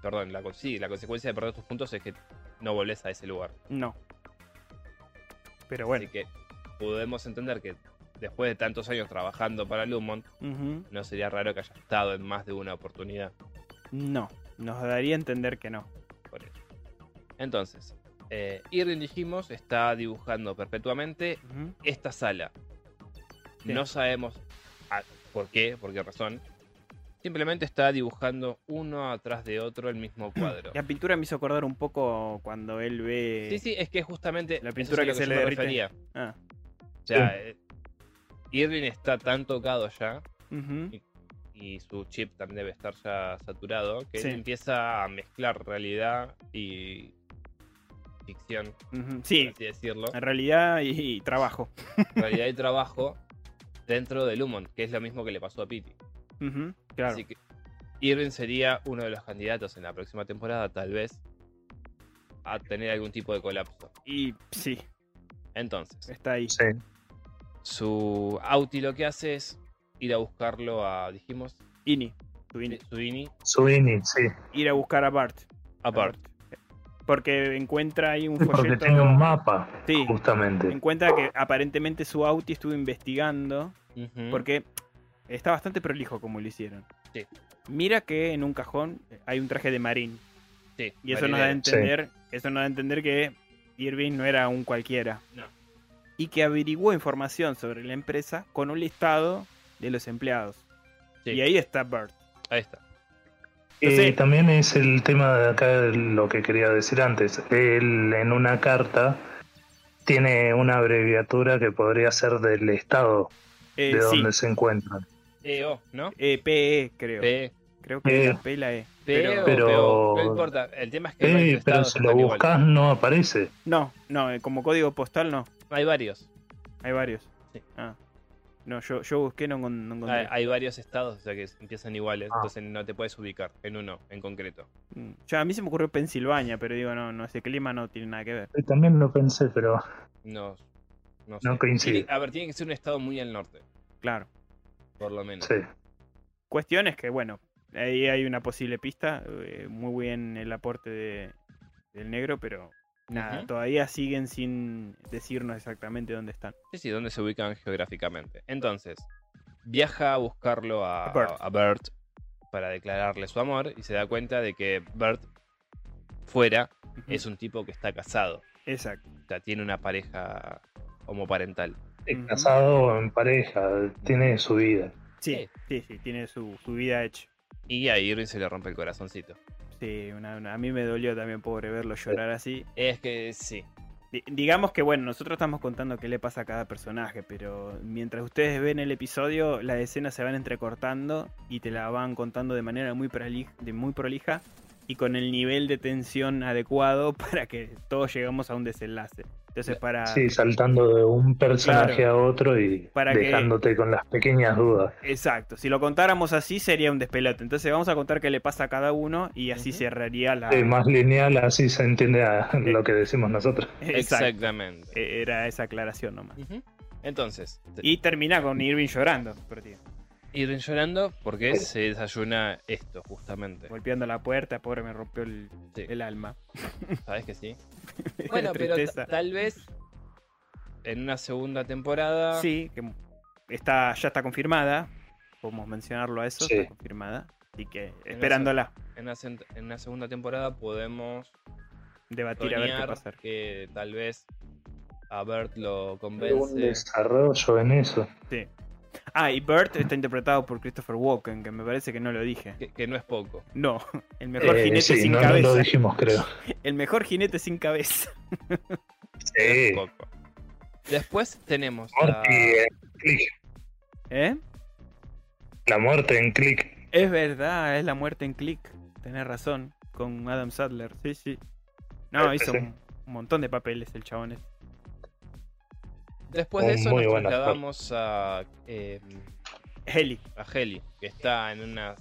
Speaker 1: perdón, la, co- sí, la consecuencia de perder tus puntos es que no volvés a ese lugar.
Speaker 2: No. Pero bueno.
Speaker 1: Así que podemos entender que después de tantos años trabajando para Lumont,
Speaker 2: Ujú.
Speaker 1: no sería raro que haya estado en más de una oportunidad
Speaker 2: No. Nos daría a entender que no.
Speaker 1: por ello. Entonces, eh, Irving dijimos está dibujando perpetuamente
Speaker 2: Ujú.
Speaker 1: esta sala.
Speaker 2: Sí.
Speaker 1: No sabemos a- por qué, por qué razón. Simplemente está dibujando uno atrás de otro el mismo cuadro.
Speaker 2: La pintura me hizo acordar un poco cuando él ve.
Speaker 1: Sí, sí, es que justamente
Speaker 2: La
Speaker 1: eso
Speaker 2: pintura
Speaker 1: es a
Speaker 2: que
Speaker 1: lo
Speaker 2: se
Speaker 1: yo
Speaker 2: le
Speaker 1: me
Speaker 2: derrite.
Speaker 1: refería.
Speaker 2: Ah.
Speaker 1: O sea, eh, Irving está tan tocado ya
Speaker 2: Ujú.
Speaker 1: y su chip también debe estar ya saturado que
Speaker 2: Sí.
Speaker 1: él empieza a mezclar realidad y ficción,
Speaker 2: Ujú.
Speaker 1: por
Speaker 2: Sí,
Speaker 1: así decirlo.
Speaker 2: en realidad y, y trabajo.
Speaker 1: realidad y trabajo dentro de Lumon, que es lo mismo que le pasó a Pity.
Speaker 2: Ujú, Claro.
Speaker 1: Así que Irving sería uno de los candidatos en la próxima temporada, tal vez, a tener algún tipo de colapso.
Speaker 2: Y sí,
Speaker 1: Entonces,
Speaker 2: está ahí.
Speaker 3: Sí.
Speaker 1: su Auti lo que hace es ir a buscarlo a, dijimos, eh,
Speaker 2: Ini. tu Ini.
Speaker 1: Suini,
Speaker 3: Subini, sí.
Speaker 2: Ir a buscar a Bart.
Speaker 1: a Bart.
Speaker 2: Porque encuentra ahí un
Speaker 3: Porque
Speaker 2: folleto.
Speaker 3: tiene un mapa,
Speaker 2: Sí.
Speaker 3: justamente.
Speaker 2: Encuentra que aparentemente su Auti estuvo investigando.
Speaker 1: Ujú.
Speaker 2: Porque está bastante prolijo como lo hicieron.
Speaker 1: Sí.
Speaker 2: Mira que en un cajón eh, hay un traje de marín.
Speaker 1: Sí,
Speaker 2: Y eso nos da a
Speaker 1: marinero.
Speaker 2: entender. Eso nos da a entender que Irving no era un cualquiera.
Speaker 1: No.
Speaker 2: Y que averiguó información sobre la empresa con un listado de los empleados.
Speaker 1: Sí,
Speaker 2: Y ahí está Bart.
Speaker 1: ahí está.
Speaker 3: Eh,
Speaker 2: Entonces-
Speaker 3: también es el tema de acá lo que quería decir antes. Él en una carta tiene una abreviatura que podría ser del estado
Speaker 2: Eh,
Speaker 3: de
Speaker 2: sí,
Speaker 3: donde se encuentran.
Speaker 1: EO, ¿no?
Speaker 2: eh, PE, creo.
Speaker 1: P, E.
Speaker 2: Creo que
Speaker 3: Eh.
Speaker 2: la P y la E.
Speaker 1: P o
Speaker 3: pero-
Speaker 1: PO, no importa. El tema es que
Speaker 3: Eh,
Speaker 1: varios
Speaker 3: pero
Speaker 1: estados
Speaker 3: si lo
Speaker 1: están igual.
Speaker 3: buscas no aparece.
Speaker 2: No, no, eh, como código postal no.
Speaker 1: hay varios.
Speaker 2: Hay varios.
Speaker 1: Sí.
Speaker 2: Ah. No, yo, yo busqué, no, encon- no encontré.
Speaker 1: Hay, hay varios estados, o sea que empiezan iguales,
Speaker 3: Ah.
Speaker 1: entonces no te puedes ubicar en uno en concreto.
Speaker 2: Mm. Yo, a mí se me ocurrió Pensilvania, pero digo, no, no, ese clima no tiene nada que ver.
Speaker 3: Eh, También lo pensé, pero
Speaker 1: No, no,
Speaker 3: No
Speaker 1: sé.
Speaker 3: coincide.
Speaker 1: Tiene- a ver, tiene que ser un estado muy al norte,
Speaker 2: Claro.
Speaker 1: por lo menos.
Speaker 3: sí.
Speaker 2: Cuestión es que, bueno, ahí hay una posible pista. eh, muy bien el aporte de, del negro, pero nada,
Speaker 1: Ujú.
Speaker 2: todavía siguen sin decirnos exactamente dónde están.
Speaker 1: Sí, sí, dónde se ubican geográficamente. Entonces, viaja a buscarlo a,
Speaker 2: A Bert.
Speaker 1: a Bert para declararle su amor y se da cuenta de que Bert fuera
Speaker 2: Ujú.
Speaker 1: es un tipo que está casado,
Speaker 2: Exacto.
Speaker 1: o sea, tiene una pareja homoparental.
Speaker 2: Ujú.
Speaker 3: Casado o en pareja, tiene su vida.
Speaker 2: Sí, sí, sí, tiene su, su vida hecha.
Speaker 1: Y a Irving se le rompe el corazoncito.
Speaker 2: Sí, una- una- a mí me dolió también, pobre, verlo llorar así.
Speaker 1: Es que sí,
Speaker 2: Di- Digamos que, bueno, nosotros estamos contando qué le pasa a cada personaje, pero mientras ustedes ven el episodio, las escenas se van entrecortando y te la van contando de manera muy, prolij- de muy prolija y con el nivel de tensión adecuado para que todos llegamos a un desenlace. Entonces, para...
Speaker 3: Sí, saltando de un personaje a otro y
Speaker 2: Para que-
Speaker 3: dejándote con las pequeñas dudas.
Speaker 2: Exacto, si lo contáramos así sería un despelote. Entonces vamos a contar qué le pasa a cada uno y así
Speaker 1: Ujú.
Speaker 2: cerraría la...
Speaker 3: Sí, más lineal, así se entiende a lo que decimos nosotros.
Speaker 2: Exacto.
Speaker 1: exactamente.
Speaker 2: E- Era esa aclaración nomás.
Speaker 1: Ujú. Entonces,
Speaker 2: Y termina con Irving llorando, por ti.
Speaker 1: Irving llorando porque se desayuna esto, justamente.
Speaker 2: golpeando la puerta, pobre, me rompió el,
Speaker 1: Sí.
Speaker 2: el alma.
Speaker 1: ¿Sabes que sí? Bueno, pero ta-
Speaker 2: Tristeza.
Speaker 1: tal vez en una segunda temporada.
Speaker 2: Sí, que está, ya está confirmada. Podemos mencionarlo a eso,
Speaker 3: Sí.
Speaker 2: está confirmada. Así que esperándola,
Speaker 1: En una, sen- en una segunda temporada podemos
Speaker 2: debatir a ver qué
Speaker 1: soñar
Speaker 2: pasa.
Speaker 1: que tal vez a Bert lo
Speaker 3: Un
Speaker 1: convence.
Speaker 3: desarrollo en eso.
Speaker 2: Sí. Ah, y Bert está interpretado por Christopher Walken, que me parece que no lo dije.
Speaker 1: Que, que no es poco.
Speaker 2: No, el mejor
Speaker 3: Eh,
Speaker 2: jinete
Speaker 3: sí,
Speaker 2: sin
Speaker 3: no, no
Speaker 2: cabeza.
Speaker 3: lo dijimos, creo.
Speaker 2: el mejor jinete sin cabeza.
Speaker 3: Sí,
Speaker 1: poco. Después tenemos a
Speaker 3: Morty en click.
Speaker 2: ¿Eh?
Speaker 3: La muerte en click.
Speaker 2: Es verdad, es la muerte en click. Tenés razón, con Adam Sadler. Sí, sí. No,
Speaker 3: Sí,
Speaker 2: hizo
Speaker 3: Eh, sí.
Speaker 2: un un montón de papeles el chabón. este.
Speaker 1: Después de
Speaker 3: Un
Speaker 1: eso
Speaker 3: muy
Speaker 1: nos
Speaker 3: buen actor.
Speaker 1: trasladamos a, eh,
Speaker 2: Heli.
Speaker 1: a Heli, que está en una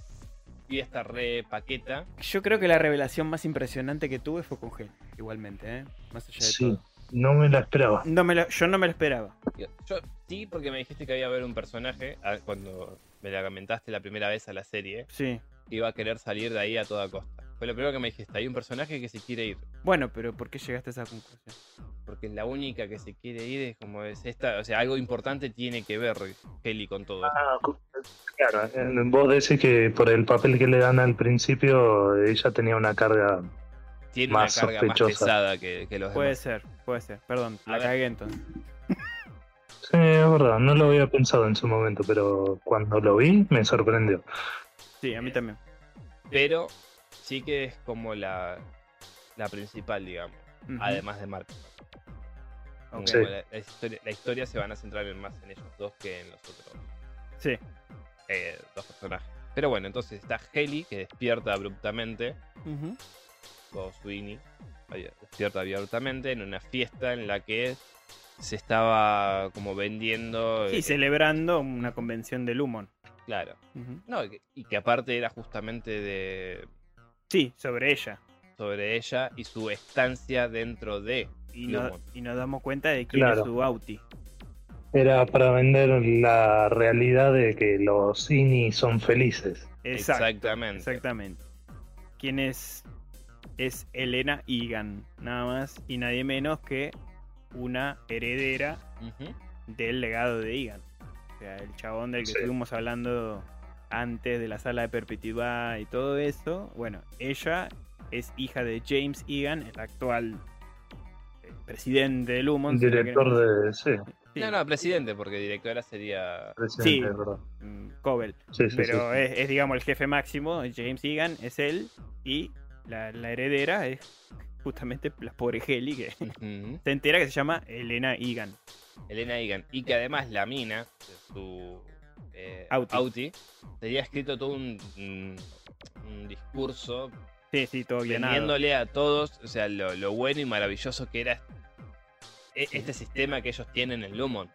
Speaker 1: fiesta re paqueta.
Speaker 2: Yo creo que la revelación más impresionante que tuve fue con Gel, igualmente, ¿eh? Más allá de
Speaker 3: Sí,
Speaker 2: todo.
Speaker 3: no me la esperaba.
Speaker 2: No me lo- yo no me lo esperaba.
Speaker 1: Yo yo sí, ah, porque me dijiste que había a ver un personaje a- cuando me la comentaste la primera vez a la serie.
Speaker 2: Sí.
Speaker 1: que iba a querer salir de ahí a toda costa. Fue lo primero que me dijiste, hay un personaje que se quiere ir.
Speaker 2: Bueno, pero ¿por qué llegaste a esa conclusión?
Speaker 1: Porque es la única que se quiere ir, es como es esta, o sea, algo importante tiene que ver Kelly con todo. esto.
Speaker 3: Ah, cu- claro, eh, vos decís que por el papel que le dan al principio, ella tenía una carga.
Speaker 1: Tiene
Speaker 3: más
Speaker 1: una carga más
Speaker 3: sospechosa.
Speaker 1: pesada que, que los
Speaker 2: Puede
Speaker 1: demás.
Speaker 2: ser, puede ser. Perdón,
Speaker 1: A
Speaker 2: la
Speaker 1: ver.
Speaker 2: cagué entonces.
Speaker 3: Sí, es verdad, no lo había pensado en su momento, pero cuando lo vi me sorprendió.
Speaker 2: Sí, a
Speaker 1: Eh,
Speaker 2: mí también.
Speaker 1: Pero sí que es como la, la principal, digamos,
Speaker 2: Ujú.
Speaker 1: además de Marco.
Speaker 2: Ok.
Speaker 3: Sí.
Speaker 1: la, la historia, la historia se van a centrar en- más en ellos dos que en los otros
Speaker 2: Sí.
Speaker 1: eh, dos personajes. Pero bueno, entonces está Heli, que despierta abruptamente,
Speaker 2: Ujú.
Speaker 1: o Sweeney, ay, despierta abiertamente en una fiesta en la que se estaba como vendiendo.
Speaker 2: Sí,
Speaker 1: eh,
Speaker 2: celebrando una convención de Lumon.
Speaker 1: Claro.
Speaker 2: Ujú.
Speaker 1: No, y que- y que aparte era justamente de
Speaker 2: Sí, sobre ella.
Speaker 1: sobre ella y su estancia dentro de
Speaker 2: Y, no-
Speaker 1: Lumon.
Speaker 2: y nos damos cuenta de quién
Speaker 3: Claro.
Speaker 2: es su Auti.
Speaker 3: Era para vender la realidad de que los INI son felices.
Speaker 2: Exacto,
Speaker 1: Exactamente.
Speaker 2: Exactamente. ¿Quién es? Es Elena Egan, nada más y nadie menos que una heredera
Speaker 1: Ujú.
Speaker 2: del legado de Egan. O sea, el chabón del que
Speaker 3: Sí.
Speaker 2: estuvimos hablando antes de la sala de perpetuidad y todo eso. Bueno, ella es hija de James Egan, el actual eh, presidente de Lumon. si lo queremos
Speaker 3: Director de. Sí,
Speaker 2: Sí.
Speaker 1: No, no, presidente, porque directora sería.
Speaker 3: presidente,
Speaker 2: Sí.
Speaker 3: es verdad.
Speaker 2: Mm, Cobel.
Speaker 3: Sí, sí,
Speaker 2: Pero
Speaker 3: sí.
Speaker 2: es, es, digamos, el jefe máximo, James Egan, es él. Y la, la heredera es justamente la pobre Heli, que
Speaker 1: Ujú.
Speaker 2: se entera que se llama Elena Egan.
Speaker 1: Elena Egan. Y que además la mina, de su eh,
Speaker 2: Auti.
Speaker 1: Auti. tenía escrito todo un, un- un discurso
Speaker 2: Sí, sí, todo bien.
Speaker 1: vendiéndole a todos, o sea, lo, lo bueno y maravilloso que era e- este sistema que ellos tienen en Lumon.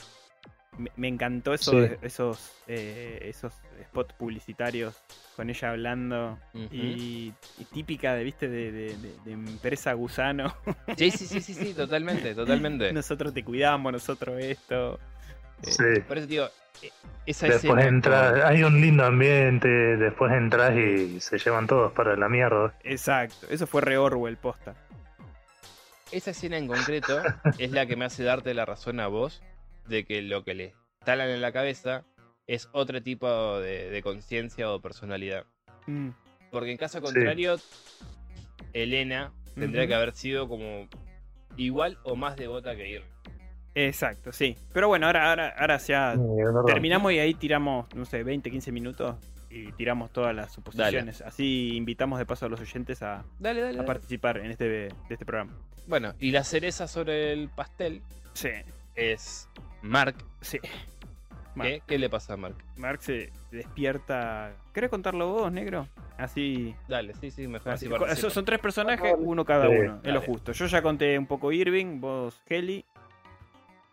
Speaker 2: Me, me encantó eso,
Speaker 3: Sí.
Speaker 2: esos, eh, esos spots publicitarios con ella hablando.
Speaker 1: Ujú.
Speaker 2: Y, y típica de, viste, de, de- de- de empresa gusano.
Speaker 1: Sí, sí, sí, sí, sí, totalmente, totalmente.
Speaker 2: Nosotros te cuidamos, nosotros esto. eh,
Speaker 3: Sí.
Speaker 1: Por eso digo, e- esa
Speaker 3: Después
Speaker 1: escena
Speaker 3: entras, hay un lindo ambiente, después entras y se llevan todos para la mierda.
Speaker 2: Exacto. Eso fue re Orwell posta.
Speaker 1: Esa escena en concreto es la que me hace darte la razón a vos de que lo que le talan en la cabeza es otro tipo de, de conciencia o personalidad.
Speaker 2: Mm.
Speaker 1: Porque en caso contrario, Elena tendría
Speaker 2: Ujú.
Speaker 1: que haber sido como igual o más devota que Ir.
Speaker 2: Exacto, sí. Pero bueno, ahora, ahora, ahora ya
Speaker 3: Sí, es verdad.
Speaker 2: terminamos y ahí tiramos, no sé, 20, 15 minutos y tiramos todas las suposiciones. Así invitamos de paso a los oyentes a,
Speaker 1: Dale, dale.
Speaker 2: a participar en este, de este programa.
Speaker 1: Bueno, y la cereza sobre el pastel
Speaker 2: Sí,
Speaker 1: es Mark.
Speaker 2: sí.
Speaker 1: ¿Qué,
Speaker 2: Mark,
Speaker 1: ¿Qué le pasa a Mark?
Speaker 2: Mark se despierta. ¿Querés contarlo vos, negro? Así.
Speaker 1: Dale, sí, Ah, sí, mejor
Speaker 2: así-
Speaker 1: así.
Speaker 2: co-
Speaker 1: participa.
Speaker 2: son, son tres personajes, uno cada
Speaker 3: Sí,
Speaker 2: uno. Es lo
Speaker 1: dale.
Speaker 2: justo. Yo ya conté un poco Irving, vos Heli.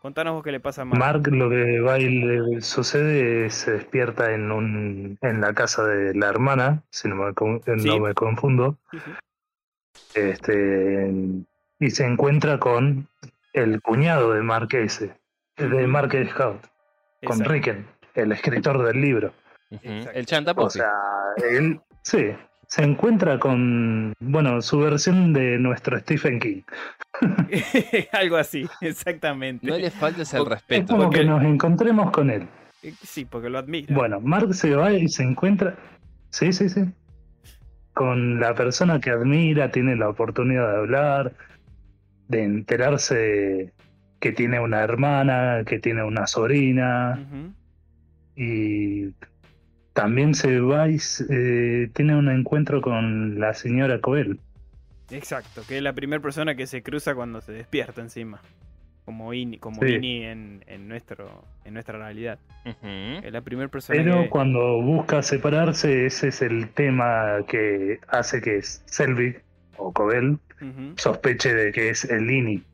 Speaker 2: Contanos vos qué le pasa a Mark.
Speaker 3: Mark lo que va y le sucede es se despierta en un en la casa de la hermana, si no me, con-
Speaker 2: Sí.
Speaker 3: no me confundo,
Speaker 2: Sí, sí.
Speaker 3: este y se encuentra con el cuñado de Mark ese, de Mark Scout, con
Speaker 2: Exacto.
Speaker 3: Ricken, el escritor del libro.
Speaker 1: Ujú.
Speaker 2: Exacto.
Speaker 1: El chanta
Speaker 3: O sea, él sí, se encuentra con bueno, su versión de nuestro Stephen King.
Speaker 2: Algo así, exactamente.
Speaker 1: No le faltes el
Speaker 2: Es
Speaker 3: Es
Speaker 1: respeto.
Speaker 3: como
Speaker 2: porque-
Speaker 3: que nos encontremos con él.
Speaker 2: Eh, Sí, porque lo admira.
Speaker 3: Bueno, Mark se va y se encuentra. Sí, sí, sí. Con la persona que admira, tiene la oportunidad de hablar, de enterarse que tiene una hermana, que tiene una sobrina,
Speaker 2: Ujú.
Speaker 3: y también se va y se- eh, tiene un encuentro con la señora Coel.
Speaker 2: Exacto, que es la primera persona que se cruza cuando se despierta encima. Como Ini, como
Speaker 3: Sí.
Speaker 2: Ini en, en nuestro, en nuestra realidad.
Speaker 1: Ujú.
Speaker 2: Es la primera persona
Speaker 3: Pero
Speaker 2: que...
Speaker 3: cuando busca separarse, ese es el tema que hace que Selvig o Coel
Speaker 2: Ujú,
Speaker 3: sospeche de que es el INI.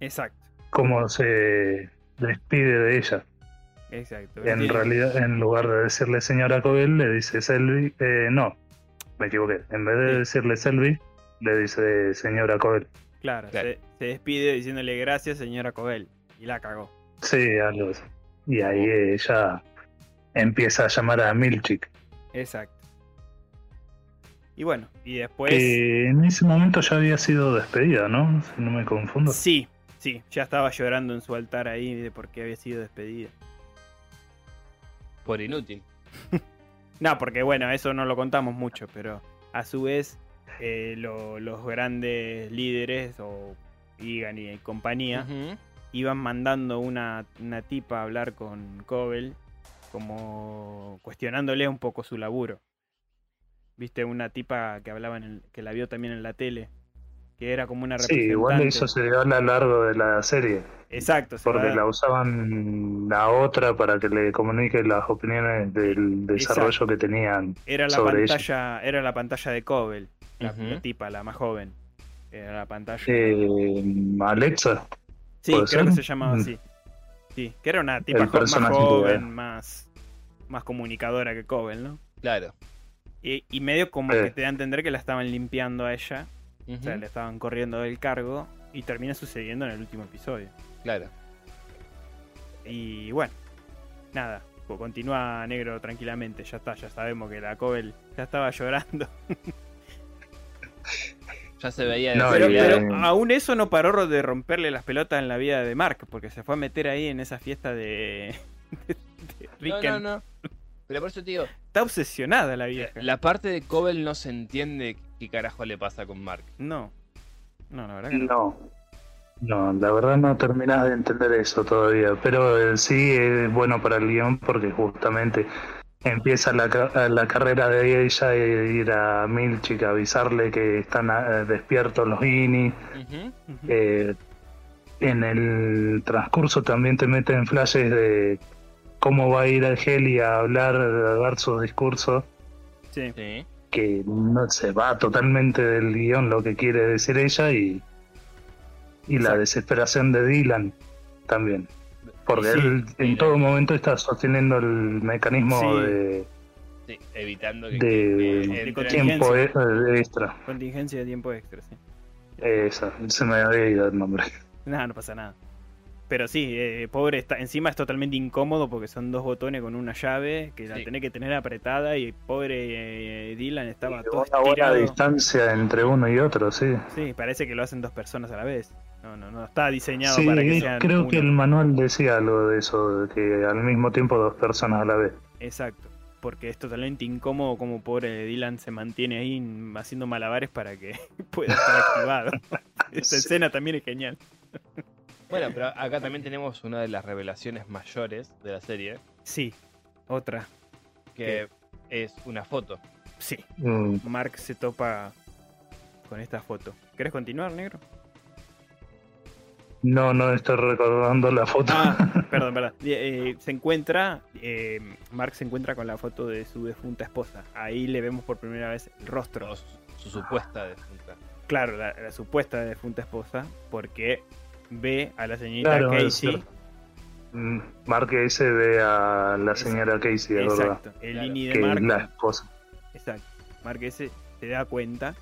Speaker 2: Exacto,
Speaker 3: cómo se despide de ella.
Speaker 2: exacto.
Speaker 3: En
Speaker 2: Sí.
Speaker 3: realidad, en lugar de decirle señora Cobel, le dice Selvi. eh, no, me equivoqué. En vez de
Speaker 2: Sí.
Speaker 3: decirle Selvi, le dice señora Cobel.
Speaker 2: Claro,
Speaker 1: Claro.
Speaker 2: Se, se despide diciéndole gracias señora Cobel. Y la cagó.
Speaker 3: Sí, algo así. Y ahí ella empieza a llamar a Milchik.
Speaker 2: Exacto. Y bueno, y después...
Speaker 3: Que en ese momento ya había sido despedida, ¿no? Si no me confundo.
Speaker 2: Sí, sí, ya estaba llorando en su altar ahí de por qué había sido despedida.
Speaker 6: Por inútil.
Speaker 2: No, porque bueno, eso no lo contamos mucho, pero a su vez eh, lo- los grandes líderes, o Igan y compañía,
Speaker 6: Ujú.
Speaker 2: iban mandando una, una tipa a hablar con Cobel, como cuestionándole un poco su laburo. Viste, una tipa que hablaba en el- que la vio también en la tele, que era como una
Speaker 3: Sí,
Speaker 2: representante.
Speaker 3: igual eso se dio a lo largo de la serie.
Speaker 2: Exacto, se
Speaker 3: Porque
Speaker 2: va-
Speaker 3: la usaban la otra para que le comunique las opiniones del desarrollo
Speaker 2: Exacto.
Speaker 3: que tenían.
Speaker 2: era la
Speaker 3: sobre ella.
Speaker 2: pantalla, era la pantalla de Cobel, la,
Speaker 6: Ujú.
Speaker 2: la tipa, la más joven. Era la pantalla.
Speaker 3: Eh, Alexa,
Speaker 2: Sí, creo
Speaker 3: ¿Puede ser?
Speaker 2: que se llamaba
Speaker 3: Mm.
Speaker 2: así. Sí, que era una tipa
Speaker 3: El
Speaker 2: jo- más
Speaker 3: personaje que
Speaker 2: joven,
Speaker 3: era.
Speaker 2: más, más comunicadora que Cobel, ¿no?
Speaker 6: Claro.
Speaker 2: Y, y medio como
Speaker 3: Sí.
Speaker 2: que te da a entender que la estaban limpiando a ella, o sea,
Speaker 6: Ujú.
Speaker 2: le estaban corriendo del cargo, y termina sucediendo en el último episodio.
Speaker 6: Claro.
Speaker 2: Y bueno, nada, co- continúa negro tranquilamente, ya está, ya sabemos que la Cobel ya estaba llorando.
Speaker 6: Ya se veía
Speaker 3: No,
Speaker 2: pero,
Speaker 6: desde
Speaker 3: y-
Speaker 6: la-
Speaker 2: pero aún eso no paró de romperle las pelotas en la vida de Mark, porque se fue a meter ahí en esa fiesta de... de- de
Speaker 6: No,
Speaker 2: Rick
Speaker 6: no,
Speaker 2: and-
Speaker 6: no. Pero por eso te digo,
Speaker 2: Está obsesionada la vieja.
Speaker 6: la parte de Cobel no se entiende qué carajo le pasa con Mark.
Speaker 2: No. No, la verdad que no.
Speaker 3: no. No, la verdad no terminás de entender eso todavía, pero eh, sí es bueno para el guión porque justamente empieza la, ca- la carrera de ella e ir a Milchick a avisarle que están eh, despiertos los Inis,
Speaker 6: Ujú.
Speaker 2: Ujú.
Speaker 3: Eh, en el transcurso también te meten flashes de cómo va a ir el Heli a hablar, a dar sus discursos,
Speaker 2: Sí.
Speaker 6: Sí.
Speaker 3: que no se va totalmente del guión lo que quiere decir ella y, y la desesperación de Dylan también. Porque
Speaker 6: Sí,
Speaker 3: él en
Speaker 6: Dylan.
Speaker 3: todo momento está sosteniendo el mecanismo
Speaker 2: Sí.
Speaker 3: de,
Speaker 6: Sí, evitando que,
Speaker 3: de,
Speaker 6: que- que
Speaker 2: de
Speaker 6: entren-
Speaker 3: tiempo e- extra.
Speaker 2: Contingencia de tiempo extra, sí.
Speaker 3: Esa, se me había ido el nombre.
Speaker 2: Nada, no pasa nada. Pero sí, eh, pobre, está, encima es totalmente incómodo porque son dos botones con una llave que la
Speaker 6: Sí.
Speaker 2: tenés que tener apretada y pobre eh, Dylan estaba todo
Speaker 3: Una buena
Speaker 2: estirado.
Speaker 3: distancia entre uno y otro, sí.
Speaker 2: Sí, parece que lo hacen dos personas a la vez. No, no, no está diseñado
Speaker 3: Sí,
Speaker 2: para que
Speaker 3: eh,
Speaker 2: sean
Speaker 3: creo que el
Speaker 2: uno.
Speaker 3: manual decía algo de eso, de que al mismo tiempo dos personas a la vez.
Speaker 2: Exacto. Porque es totalmente incómodo como pobre Dylan se mantiene ahí haciendo malabares para que pueda estar activado. Esa
Speaker 3: Sí.
Speaker 2: escena también es genial.
Speaker 6: Bueno, pero acá también tenemos una de las revelaciones mayores de la serie,
Speaker 2: Sí, otra.
Speaker 6: que es una foto.
Speaker 2: Sí,
Speaker 3: Mm,
Speaker 2: Mark se topa con esta foto. ¿Querés continuar, negro?
Speaker 3: No, no estoy recordando la foto.
Speaker 2: Ah, perdón, perdón. Eh, eh, se encuentra, eh, Mark se encuentra con la foto de su defunta esposa. Ahí le vemos por primera vez el rostro.
Speaker 6: o su, su supuesta defunta.
Speaker 2: Claro, la, la supuesta defunta esposa, porque ve a la señorita
Speaker 3: Claro, es
Speaker 2: Casey.
Speaker 3: cierto. Mm, Marque ese de a la señora Casey, es verdad.
Speaker 2: Exacto, el
Speaker 6: Claro.
Speaker 2: INI de
Speaker 3: Que
Speaker 2: Mark.
Speaker 3: es la esposa.
Speaker 2: Exacto. Mark se, se da cuenta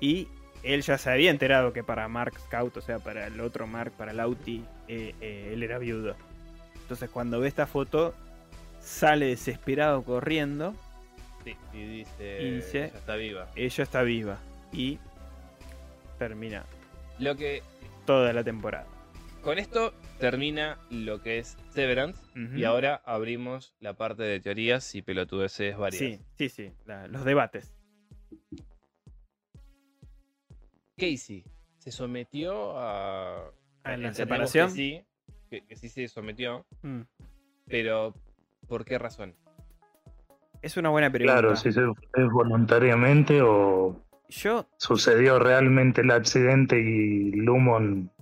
Speaker 2: y él ya se había enterado que para Mark Scout, o sea, para el otro Mark, para Lauti, eh, eh, él era viudo. Entonces cuando ve esta foto, sale desesperado corriendo,
Speaker 6: Sí, y dice,
Speaker 2: Y dice-
Speaker 6: "Ella está viva.
Speaker 2: ella está viva y termina
Speaker 6: Lo que
Speaker 2: toda la temporada.
Speaker 6: con esto termina lo que es Severance
Speaker 2: Ujú.
Speaker 6: y ahora abrimos la parte de teorías y pelotudeces varias.
Speaker 2: Sí, sí, sí, la- los debates.
Speaker 6: Casey se sometió a
Speaker 2: Ah, en la
Speaker 6: entendemos
Speaker 2: separación.
Speaker 6: que sí, que- que sí se sometió,
Speaker 2: Mm.
Speaker 6: pero ¿por qué razón?
Speaker 2: Es una buena pregunta.
Speaker 3: Claro, si se- es voluntariamente o
Speaker 2: Yo
Speaker 3: sucedió realmente el accidente y Lumon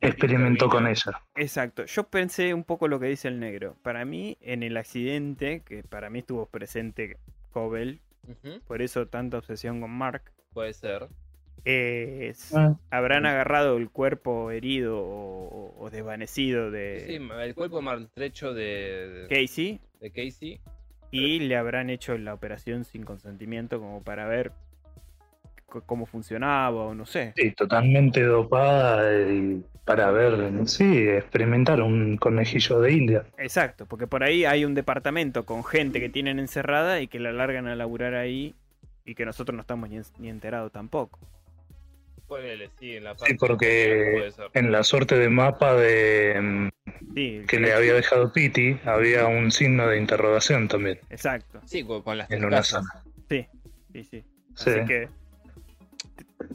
Speaker 3: experimentó con ella.
Speaker 2: Exacto, yo pensé un poco lo que dice el negro. Para mí, en el accidente, que para mí estuvo presente Cobel,
Speaker 6: Ujú,
Speaker 2: por eso tanta obsesión con Mark,
Speaker 6: Puede ser.
Speaker 2: eh, es-
Speaker 3: Ah,
Speaker 2: habrán agarrado el cuerpo herido o, o- o desvanecido
Speaker 6: Sí,
Speaker 2: de
Speaker 6: el cuerpo maltrecho de, de,
Speaker 2: Casey
Speaker 6: de Casey.
Speaker 2: y le habrán hecho la operación sin consentimiento como para ver c- cómo funcionaba o no sé.
Speaker 3: Sí, totalmente dopada y para ver, sí, experimentar un conejillo de India.
Speaker 2: Exacto, porque por ahí hay un departamento con gente que tienen encerrada y que la largan a laburar ahí y que nosotros no estamos ni, en- ni enterados tampoco.
Speaker 1: Ponele, sí, en la parte.
Speaker 3: Sí, porque
Speaker 1: puede ser.
Speaker 3: en la suerte de mapa de mm,
Speaker 2: Sí,
Speaker 3: que le había dejado Pity había un signo de interrogación también
Speaker 2: exacto.
Speaker 1: Sí, con, con las
Speaker 3: en
Speaker 1: tres
Speaker 3: una
Speaker 1: casas.
Speaker 3: zona.
Speaker 2: Sí, sí.
Speaker 3: Sí.
Speaker 2: Así que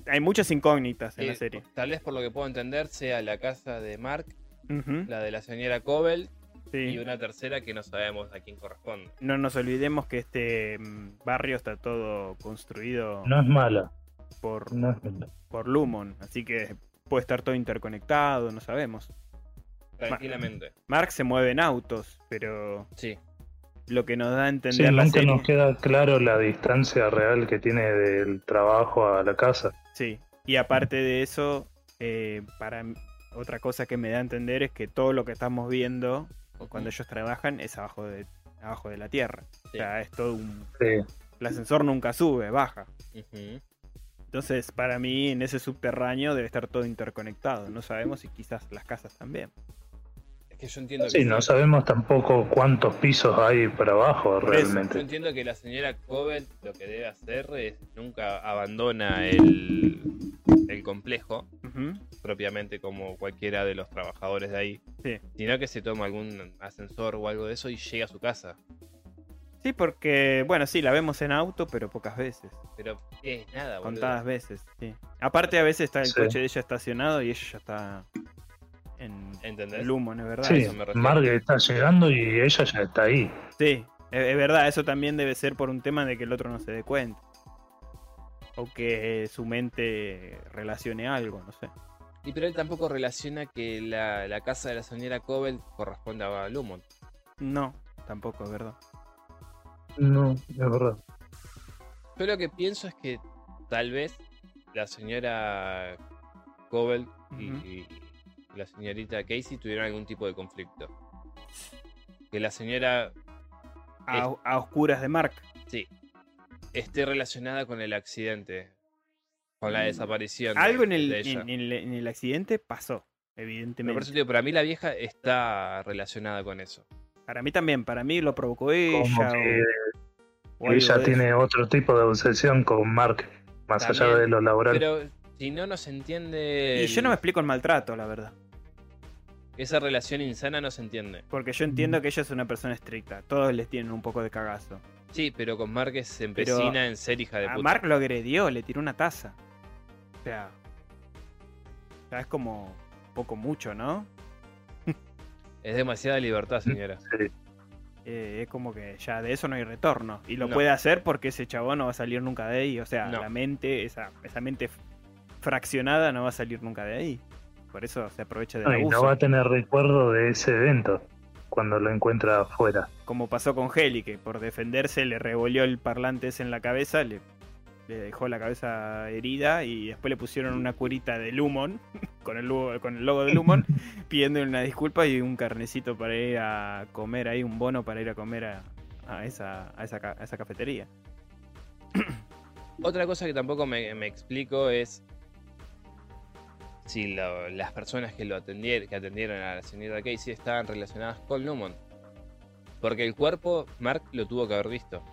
Speaker 2: t- hay muchas incógnitas en la
Speaker 1: Eh,
Speaker 2: serie.
Speaker 1: Tal vez por lo que puedo entender sea la casa de Mark,
Speaker 2: Ujú,
Speaker 1: la de la señora Cobel y
Speaker 2: sí.
Speaker 1: una tercera que no sabemos a quién corresponde.
Speaker 2: No nos olvidemos que este mm, barrio está todo construido
Speaker 3: No es mala,
Speaker 2: por,
Speaker 3: no es mala.
Speaker 2: por Lumon, así que puede estar todo interconectado, no sabemos.
Speaker 1: Tranquilamente.
Speaker 2: Mark se mueve en autos, pero
Speaker 1: Sí.
Speaker 2: lo que nos da a entender
Speaker 3: Sí,
Speaker 2: la
Speaker 3: nunca
Speaker 2: serie.
Speaker 3: nos queda claro la distancia real que tiene del trabajo a la casa.
Speaker 2: Sí, y aparte de eso, eh, para m- otra cosa que me da a entender es que todo lo que estamos viendo cuando ellos trabajan es abajo de abajo de la tierra. O
Speaker 1: Mm. Sí.
Speaker 2: sea, es todo un
Speaker 3: Sí,
Speaker 2: el ascensor nunca sube, baja.
Speaker 1: Ujú.
Speaker 2: Entonces, para mí en ese subterráneo debe estar todo interconectado, no sabemos y quizás las casas también.
Speaker 1: Es que yo entiendo que.
Speaker 3: Sí, no
Speaker 1: sí.
Speaker 3: sabemos tampoco cuántos pisos hay para abajo
Speaker 2: Por eso,
Speaker 1: Yo
Speaker 3: realmente.
Speaker 1: entiendo que la señora Cobel lo que debe hacer es nunca abandona el, el complejo,
Speaker 2: Ujú.
Speaker 1: propiamente como cualquiera de los trabajadores de ahí,
Speaker 2: Sí.
Speaker 1: sino que se toma algún ascensor o algo de eso y llega a su casa.
Speaker 2: Sí, porque bueno, sí, la vemos en auto, pero pocas veces,
Speaker 1: Pero ¿qué es nada, boludo?
Speaker 2: contadas veces, sí. Aparte a veces está el
Speaker 3: Sí.
Speaker 2: coche de ella estacionado y ella ya está en
Speaker 1: ¿Entendés?
Speaker 2: el humo, ¿no es verdad?
Speaker 3: Sí,
Speaker 1: eso me refiero.
Speaker 3: Margaret está llegando y ella ya está ahí.
Speaker 2: Sí, e-, es, es verdad, eso también debe ser por un tema de que el otro no se dé cuenta. O que eh, su mente relacione algo, no sé.
Speaker 1: Y pero él tampoco relaciona que la, la casa de la señora Cobel corresponde a Lumont.
Speaker 2: No, tampoco es verdad.
Speaker 3: No, es verdad.
Speaker 1: Yo lo que pienso es que tal vez la señora Cobel y,
Speaker 2: Ujú.
Speaker 1: y- y la señorita Casey tuvieron algún tipo de conflicto. Que la señora
Speaker 2: A, a oscuras de Mark.
Speaker 1: sí, esté relacionada con el accidente, con la desaparición. de-
Speaker 2: Mm, Algo en el,
Speaker 1: de ella.
Speaker 2: en- en el- en el accidente
Speaker 1: Pero por
Speaker 2: pasó,
Speaker 1: eso
Speaker 2: evidentemente.
Speaker 1: te digo, para mí la vieja está relacionada con eso.
Speaker 2: Para mí también, para mí lo provocó ella.
Speaker 3: Como
Speaker 2: o-
Speaker 3: que
Speaker 2: o algo de
Speaker 3: ella
Speaker 2: eso.
Speaker 3: tiene otro tipo de obsesión con Mark, más allá
Speaker 1: También,
Speaker 3: de lo laboral.
Speaker 1: Pero si no nos entiende
Speaker 2: Y yo
Speaker 1: el-
Speaker 2: no me explico el maltrato, la verdad.
Speaker 1: esa relación insana, no se entiende.
Speaker 2: Porque yo entiendo que ella es una persona estricta. Todos les tienen un poco de cagazo.
Speaker 1: Sí, pero con Márquez se
Speaker 2: Pero
Speaker 1: empecina en ser hija de
Speaker 2: A
Speaker 1: puta.
Speaker 2: Ah, Mark lo agredió, le tiró una taza. O sea. o sea, es como poco mucho, ¿no?
Speaker 1: Es demasiada libertad, señora.
Speaker 2: Eh, es como que ya de eso no hay retorno. Y lo
Speaker 1: No.
Speaker 2: puede hacer porque ese chabón no va a salir nunca de ahí. O sea,
Speaker 1: No.
Speaker 2: la mente, esa, esa mente f- fraccionada no va a salir nunca de ahí. Por eso se aprovecha del
Speaker 3: No, y
Speaker 2: abuso.
Speaker 3: no va a tener recuerdo de ese evento cuando lo encuentra afuera.
Speaker 2: Como pasó con Heli, que por defenderse le revolvió el parlante ese en la cabeza, le, le dejó la cabeza herida y después le pusieron una curita de Lumon, con el, logo- con el logo de Lumon, pidiéndole una disculpa y un carnecito para ir a comer ahí, un bono para ir a comer a, a esa, a, esa, ca- a esa cafetería.
Speaker 1: Otra cosa que tampoco me, me explico es si lo- las personas que lo atendieron, que atendieron a la señora Casey estaban relacionadas con Lumon. Porque el cuerpo, Mark lo tuvo que haber visto.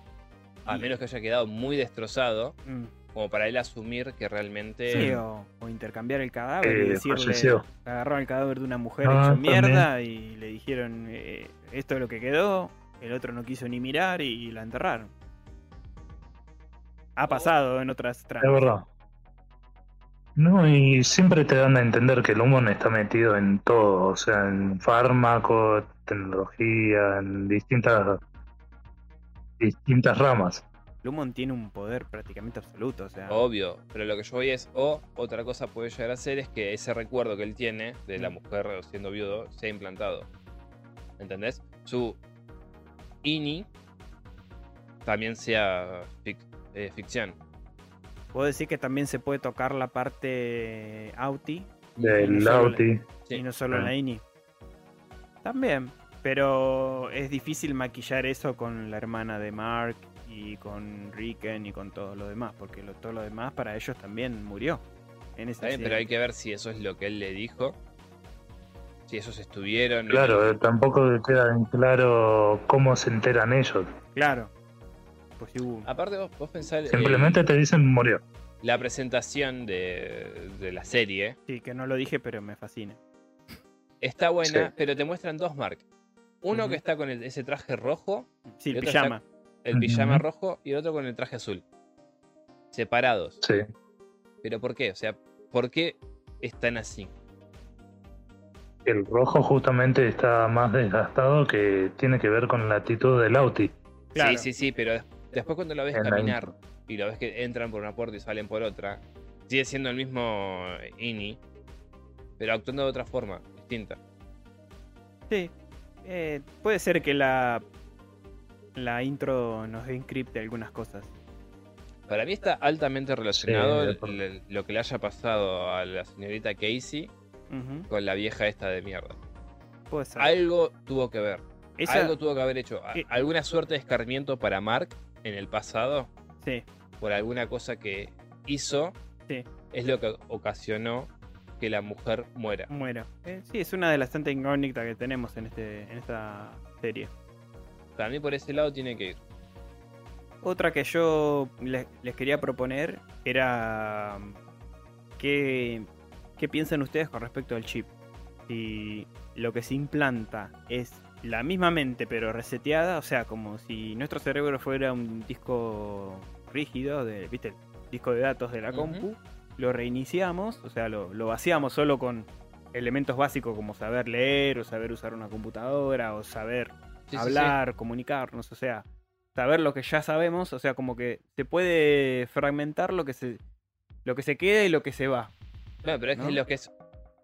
Speaker 1: A
Speaker 2: Y-
Speaker 1: menos que haya quedado muy destrozado,
Speaker 2: Mm.
Speaker 1: como para él asumir que realmente.
Speaker 2: Sí, o, o intercambiar el cadáver y
Speaker 3: Eh,
Speaker 2: decirle.
Speaker 3: falleció.
Speaker 2: Agarraron el cadáver de una mujer
Speaker 3: Ah,
Speaker 2: hecho
Speaker 3: también.
Speaker 2: mierda y le dijeron: eh, Esto es lo que quedó. El otro no quiso ni mirar y, la enterraron. Ha pasado en otras
Speaker 3: Es
Speaker 2: tramas.
Speaker 3: verdad. No, y siempre te dan a entender que el humón está metido en todo, o sea, en fármaco, tecnología, en distintas distintas ramas.
Speaker 2: Lumon tiene un poder prácticamente absoluto. O sea,
Speaker 1: Obvio, pero lo que yo voy es, o otra cosa puede llegar a ser es que ese recuerdo que él tiene de la mujer siendo viudo sea implantado. ¿Entendés? Su INI también sea fic- eh, ficción.
Speaker 2: puedo decir que también se puede tocar la parte Auti
Speaker 3: Del
Speaker 2: solo la-
Speaker 3: Lauti.
Speaker 1: Sí.
Speaker 2: y no solo
Speaker 3: Ah.
Speaker 2: la INI. También. Pero es difícil maquillar eso con la hermana de Mark y con Riken y con todo lo demás, porque lo- todo lo demás para ellos también murió. En ese
Speaker 1: Está bien, pero hay
Speaker 2: accidente.
Speaker 1: que ver si eso es lo que él le dijo. Si esos estuvieron. en
Speaker 3: Claro,
Speaker 1: el-
Speaker 3: eh, tampoco queda en claro cómo se enteran ellos.
Speaker 2: Claro. Pues sí hubo.
Speaker 1: Aparte, vos, vos pensás el-
Speaker 3: eh. Simplemente te dicen murió.
Speaker 1: la presentación de, de la serie.
Speaker 2: Sí, que no lo dije, pero me fascina.
Speaker 1: Está buena,
Speaker 3: Sí.
Speaker 1: pero te muestran dos Mark. Uno
Speaker 2: Ujú.
Speaker 1: que está con el- ese traje rojo,
Speaker 2: Sí,
Speaker 1: Y
Speaker 2: el
Speaker 1: otro ya-
Speaker 2: pijama.
Speaker 1: el pijama
Speaker 3: Ujú.
Speaker 1: rojo, y el otro con el traje azul. Separados.
Speaker 3: Sí.
Speaker 1: ¿Pero por qué? O sea, ¿por qué están así?
Speaker 3: El rojo justamente está más desgastado que tiene que ver con la actitud del Auti.
Speaker 2: Claro.
Speaker 1: Sí, sí, sí, pero des- después cuando lo ves
Speaker 3: En la
Speaker 1: caminar
Speaker 3: intro.
Speaker 1: y lo ves que entran por una puerta y salen por otra, sigue siendo el mismo Ini, pero actuando de otra forma, distinta.
Speaker 2: Sí. Eh, puede ser que la la intro nos encripte algunas cosas.
Speaker 1: Para mí está altamente relacionado
Speaker 3: de
Speaker 1: el-
Speaker 3: acuerdo.
Speaker 1: el- lo que le haya pasado a la señorita Casey
Speaker 2: Ujú,
Speaker 1: con la vieja esta de mierda.
Speaker 2: Puede ser.
Speaker 1: Algo tuvo que ver.
Speaker 2: Esa-
Speaker 1: Algo tuvo que haber hecho. A-
Speaker 2: Eh.
Speaker 1: Alguna suerte de escarmiento para Mark en el pasado
Speaker 2: Sí,
Speaker 1: por alguna cosa que hizo
Speaker 2: Sí.
Speaker 1: es lo que ocasionó que la mujer muera.
Speaker 2: muero. Eh, sí, es una de las tantas incógnitas que tenemos en este en esta serie. Mm.
Speaker 1: Para mí por ese lado tiene que ir.
Speaker 2: Otra que yo le- les, quería proponer era mm, qué, qué piensan ustedes con respecto al chip. Si lo que se implanta es la misma mente pero reseteada, o sea, como si nuestro cerebro fuera un disco rígido, de, ¿viste? El disco de datos de la
Speaker 1: Ujú.
Speaker 2: compu, lo reiniciamos, o sea, lo, lo vaciamos solo con elementos básicos como saber leer o saber usar una computadora o saber
Speaker 1: Sí, sí, sí.
Speaker 2: hablar, comunicarnos, o sea, saber lo que ya sabemos, o sea, como que se puede fragmentar lo que se lo que se queda y lo que se va.
Speaker 1: Bueno, pero es
Speaker 2: ¿No?
Speaker 1: que lo que es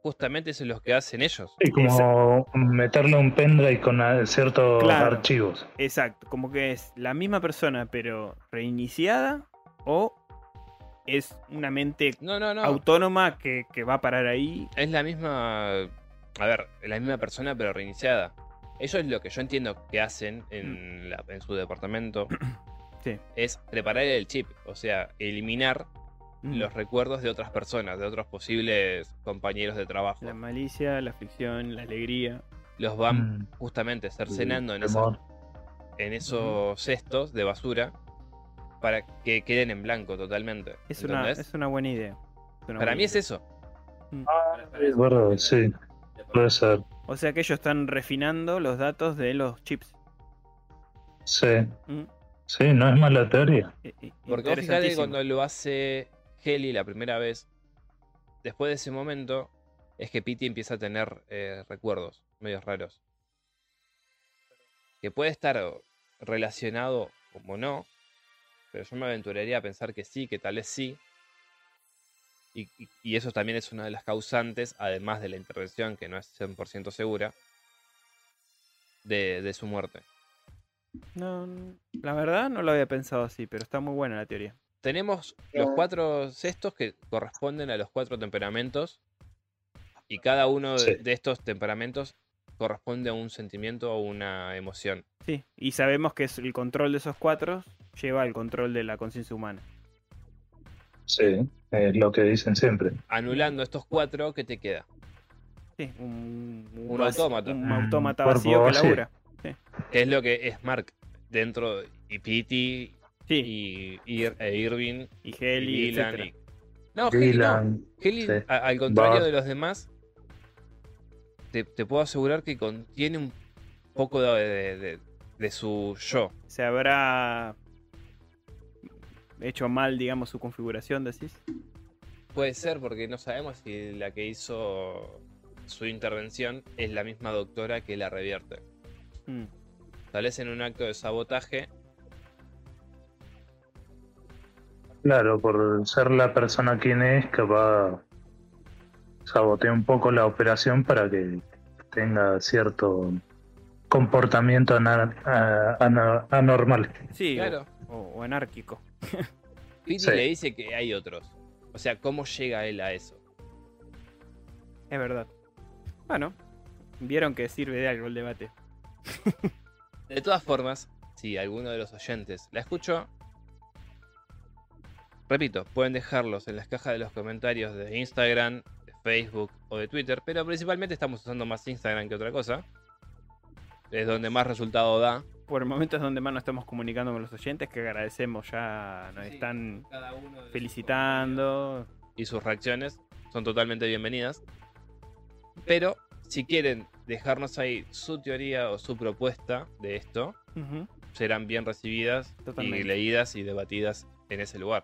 Speaker 1: justamente eso es lo que hacen ellos.
Speaker 3: Es como meterle un pendrive con a- ciertos
Speaker 2: Claro.
Speaker 3: archivos.
Speaker 2: Exacto, como que es la misma persona pero reiniciada o es una mente
Speaker 1: No, no, no.
Speaker 2: autónoma que, que va a parar ahí.
Speaker 1: es la misma. A ver, es la misma persona, pero reiniciada. Eso es lo que yo entiendo que hacen en, la- en su departamento.
Speaker 2: Mm. Sí.
Speaker 1: Es preparar el chip, o sea, eliminar
Speaker 2: Mm.
Speaker 1: los recuerdos de otras personas, de otros posibles compañeros de trabajo.
Speaker 2: La malicia, la aflicción, la alegría.
Speaker 1: Los van
Speaker 3: Mm,
Speaker 1: justamente cercenando en,
Speaker 3: el
Speaker 1: esas-
Speaker 3: temor.
Speaker 1: en esos cestos de basura para que queden en blanco totalmente.
Speaker 2: Es una,
Speaker 1: ¿entendés?
Speaker 2: es una buena idea.
Speaker 1: Para mí es eso.
Speaker 3: De acuerdo, sí, puede ser.
Speaker 2: O sea que ellos están refinando los datos de los chips.
Speaker 3: Sí,
Speaker 2: Mm.
Speaker 3: sí, no es mala teoría.
Speaker 2: Eh,
Speaker 1: Porque
Speaker 2: eh,
Speaker 1: vos fijate que
Speaker 2: interesantísimo.
Speaker 1: cuando lo hace Heli la primera vez, después de ese momento, es que Pity empieza a tener eh, recuerdos medios raros. Que puede estar relacionado como no, pero yo me aventuraría a pensar que sí, que tal vez sí. Y, y- y eso también es una de las causantes, además de la intervención que no es 100% segura, de, de su muerte.
Speaker 2: No, n- la verdad no lo había pensado así, pero está muy buena la teoría.
Speaker 1: tenemos los cuatro cestos que corresponden a los cuatro temperamentos. Y cada uno de,
Speaker 3: Sí.
Speaker 1: de estos temperamentos corresponde a un sentimiento o una emoción.
Speaker 2: Sí, y sabemos que es el control de esos cuatro lleva al control de la conciencia humana.
Speaker 3: Sí, es lo que dicen siempre.
Speaker 1: Anulando estos cuatro, ¿qué te queda?
Speaker 2: Sí, un,
Speaker 1: Un
Speaker 2: vac-
Speaker 1: autómata.
Speaker 2: Un
Speaker 3: Un
Speaker 2: autómata
Speaker 3: cuerpo
Speaker 2: vacío que
Speaker 3: vacío.
Speaker 2: labura.
Speaker 1: ¿Qué es lo que es Mark? Dentro y Pity
Speaker 2: Sí,
Speaker 1: y, Ir- e Irving
Speaker 2: y
Speaker 1: y
Speaker 2: Heli,
Speaker 1: Dylan.
Speaker 2: etcétera.
Speaker 1: y- No, Heli no.
Speaker 3: Dylan,
Speaker 1: Heli,
Speaker 3: sí.
Speaker 1: a- al contrario
Speaker 3: Bart.
Speaker 1: de los demás, te, te puedo asegurar que contiene un poco de- de- de- de su yo.
Speaker 2: Se habrá hecho mal, digamos, su configuración, decís.
Speaker 1: Puede ser, porque no sabemos si la que hizo su intervención es la misma doctora que la revierte.
Speaker 2: Mm,
Speaker 1: Tal vez en un acto de sabotaje.
Speaker 3: claro, por ser la persona quien es, capaz sabotea un poco la operación para que tenga cierto comportamiento ana- a- ana- anormal.
Speaker 2: Sí, o-
Speaker 1: Claro.
Speaker 2: o, o anárquico.
Speaker 1: Pity
Speaker 3: Sí.
Speaker 1: le dice que hay otros. O sea, ¿cómo llega él a eso?
Speaker 2: Es verdad. Bueno, vieron que sirve de algo el debate.
Speaker 1: De todas formas, si alguno de los oyentes la escuchó, repito, pueden dejarlos en las cajas de los comentarios de Instagram, de Facebook o de Twitter, pero principalmente estamos usando más Instagram que otra cosa. Es donde más resultado da.
Speaker 2: por el momento es donde más nos estamos comunicando con los oyentes, que agradecemos ya, nos
Speaker 1: Sí.
Speaker 2: están
Speaker 1: Cada uno de
Speaker 2: felicitando.
Speaker 1: y sus reacciones son totalmente bienvenidas. Pero si quieren dejarnos ahí su teoría o su propuesta de esto,
Speaker 2: Ujú.
Speaker 1: serán bien recibidas y
Speaker 2: Totalmente.
Speaker 1: leídas y debatidas en ese lugar.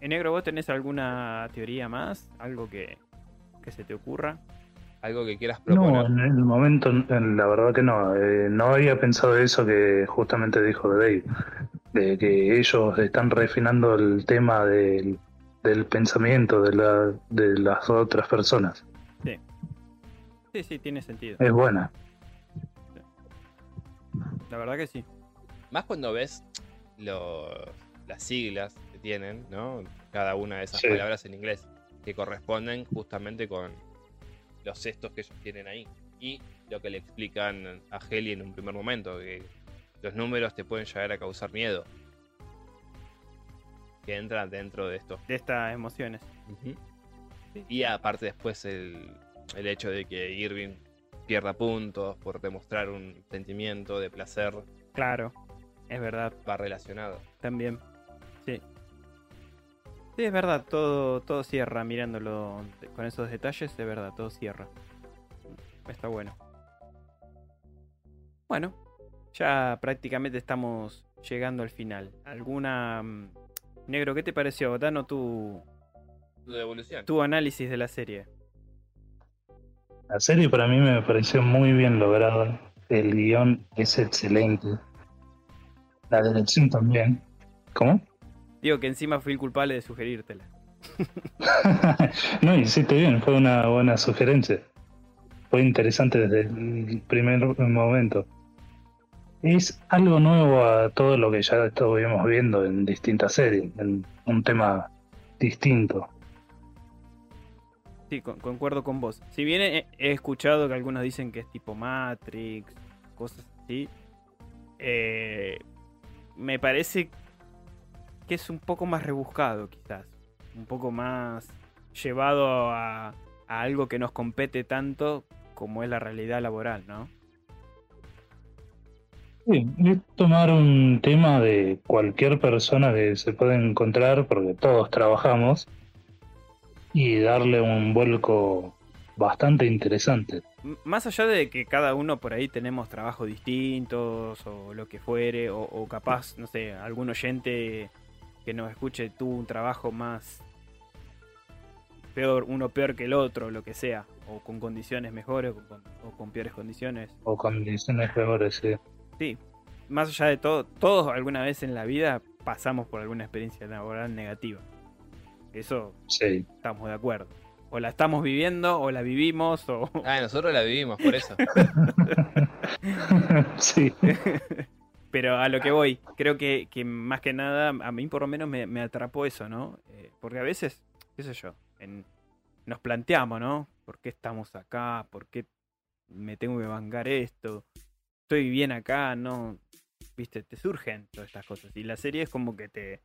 Speaker 2: En negro, ¿vos tenés alguna teoría más? ¿Algo que, que se te ocurra?
Speaker 1: Algo que quieras
Speaker 3: No,
Speaker 1: proponer.
Speaker 3: en el momento, en- la verdad que no. Eh, no había pensado eso que justamente dijo Dave, de que ellos están refinando el tema del, del pensamiento de, la, de las otras personas.
Speaker 2: Sí, sí, tiene sentido.
Speaker 3: Es buena.
Speaker 2: La verdad que sí.
Speaker 1: Más cuando ves los- las siglas que tienen, ¿no? Cada una de esas
Speaker 3: Sí.
Speaker 1: palabras en inglés, que corresponden justamente con los cestos que ellos tienen ahí. Y lo que le explican a Heli en un primer momento, que los números te pueden llegar a causar miedo. Que entran dentro de esto.
Speaker 2: De estas emociones.
Speaker 1: Y aparte después el, el hecho de que Irving pierda puntos por demostrar un sentimiento de placer
Speaker 2: Claro, es verdad.
Speaker 1: va relacionado.
Speaker 2: También. Sí. Sí, es verdad, todo, todo cierra mirándolo de- con esos detalles, de verdad, todo cierra. Está bueno. Bueno, ya prácticamente estamos llegando al final. ¿Alguna... mm, Negro, ¿qué te pareció? Danos tu,
Speaker 1: Tu devolución.
Speaker 2: tu análisis de la serie.
Speaker 3: La serie para mí me pareció muy bien lograda. El guión es excelente. La dirección también. ¿Cómo?
Speaker 2: Digo que encima fui el culpable de sugerírtela.
Speaker 3: no, hiciste bien, fue una buena sugerencia. Fue interesante desde el primer momento. Es algo nuevo a todo lo que ya estuvimos viendo en distintas series, en un tema distinto.
Speaker 2: Sí, con- concuerdo con vos. Si bien he, he escuchado que algunos dicen que es tipo Matrix, cosas así, eh, me parece que es un poco más rebuscado quizás. Un poco más llevado a, a algo que nos compete tanto como es la realidad laboral, ¿no?
Speaker 3: Sí, es tomar un tema de cualquier persona que se pueda encontrar, porque todos trabajamos, y darle un vuelco bastante interesante.
Speaker 2: M- Más allá de que cada uno por ahí tenemos trabajos distintos o lo que fuere, o, o capaz, no sé, algún oyente que nos escuche tuvo un trabajo más peor, uno peor que el otro, lo que sea, o con condiciones mejores o con, o con peores condiciones.
Speaker 3: O condiciones peores, sí.
Speaker 2: Sí, más allá de todo, todos alguna vez en la vida pasamos por alguna experiencia laboral negativa. Eso
Speaker 3: Sí.
Speaker 2: estamos de acuerdo. O la estamos viviendo, o la vivimos, o,
Speaker 1: Ah, nosotros la vivimos por eso.
Speaker 3: sí.
Speaker 2: Pero a lo que voy, creo que, que más que nada, a mí por lo menos me, me atrapó eso, ¿no? Eh, porque a veces, qué sé yo, en- nos planteamos, ¿no? ¿Por qué estamos acá? ¿Por qué me tengo que bancar esto? ¿Estoy bien acá? ¿No? Viste, te surgen todas estas cosas. Y la serie es como que te,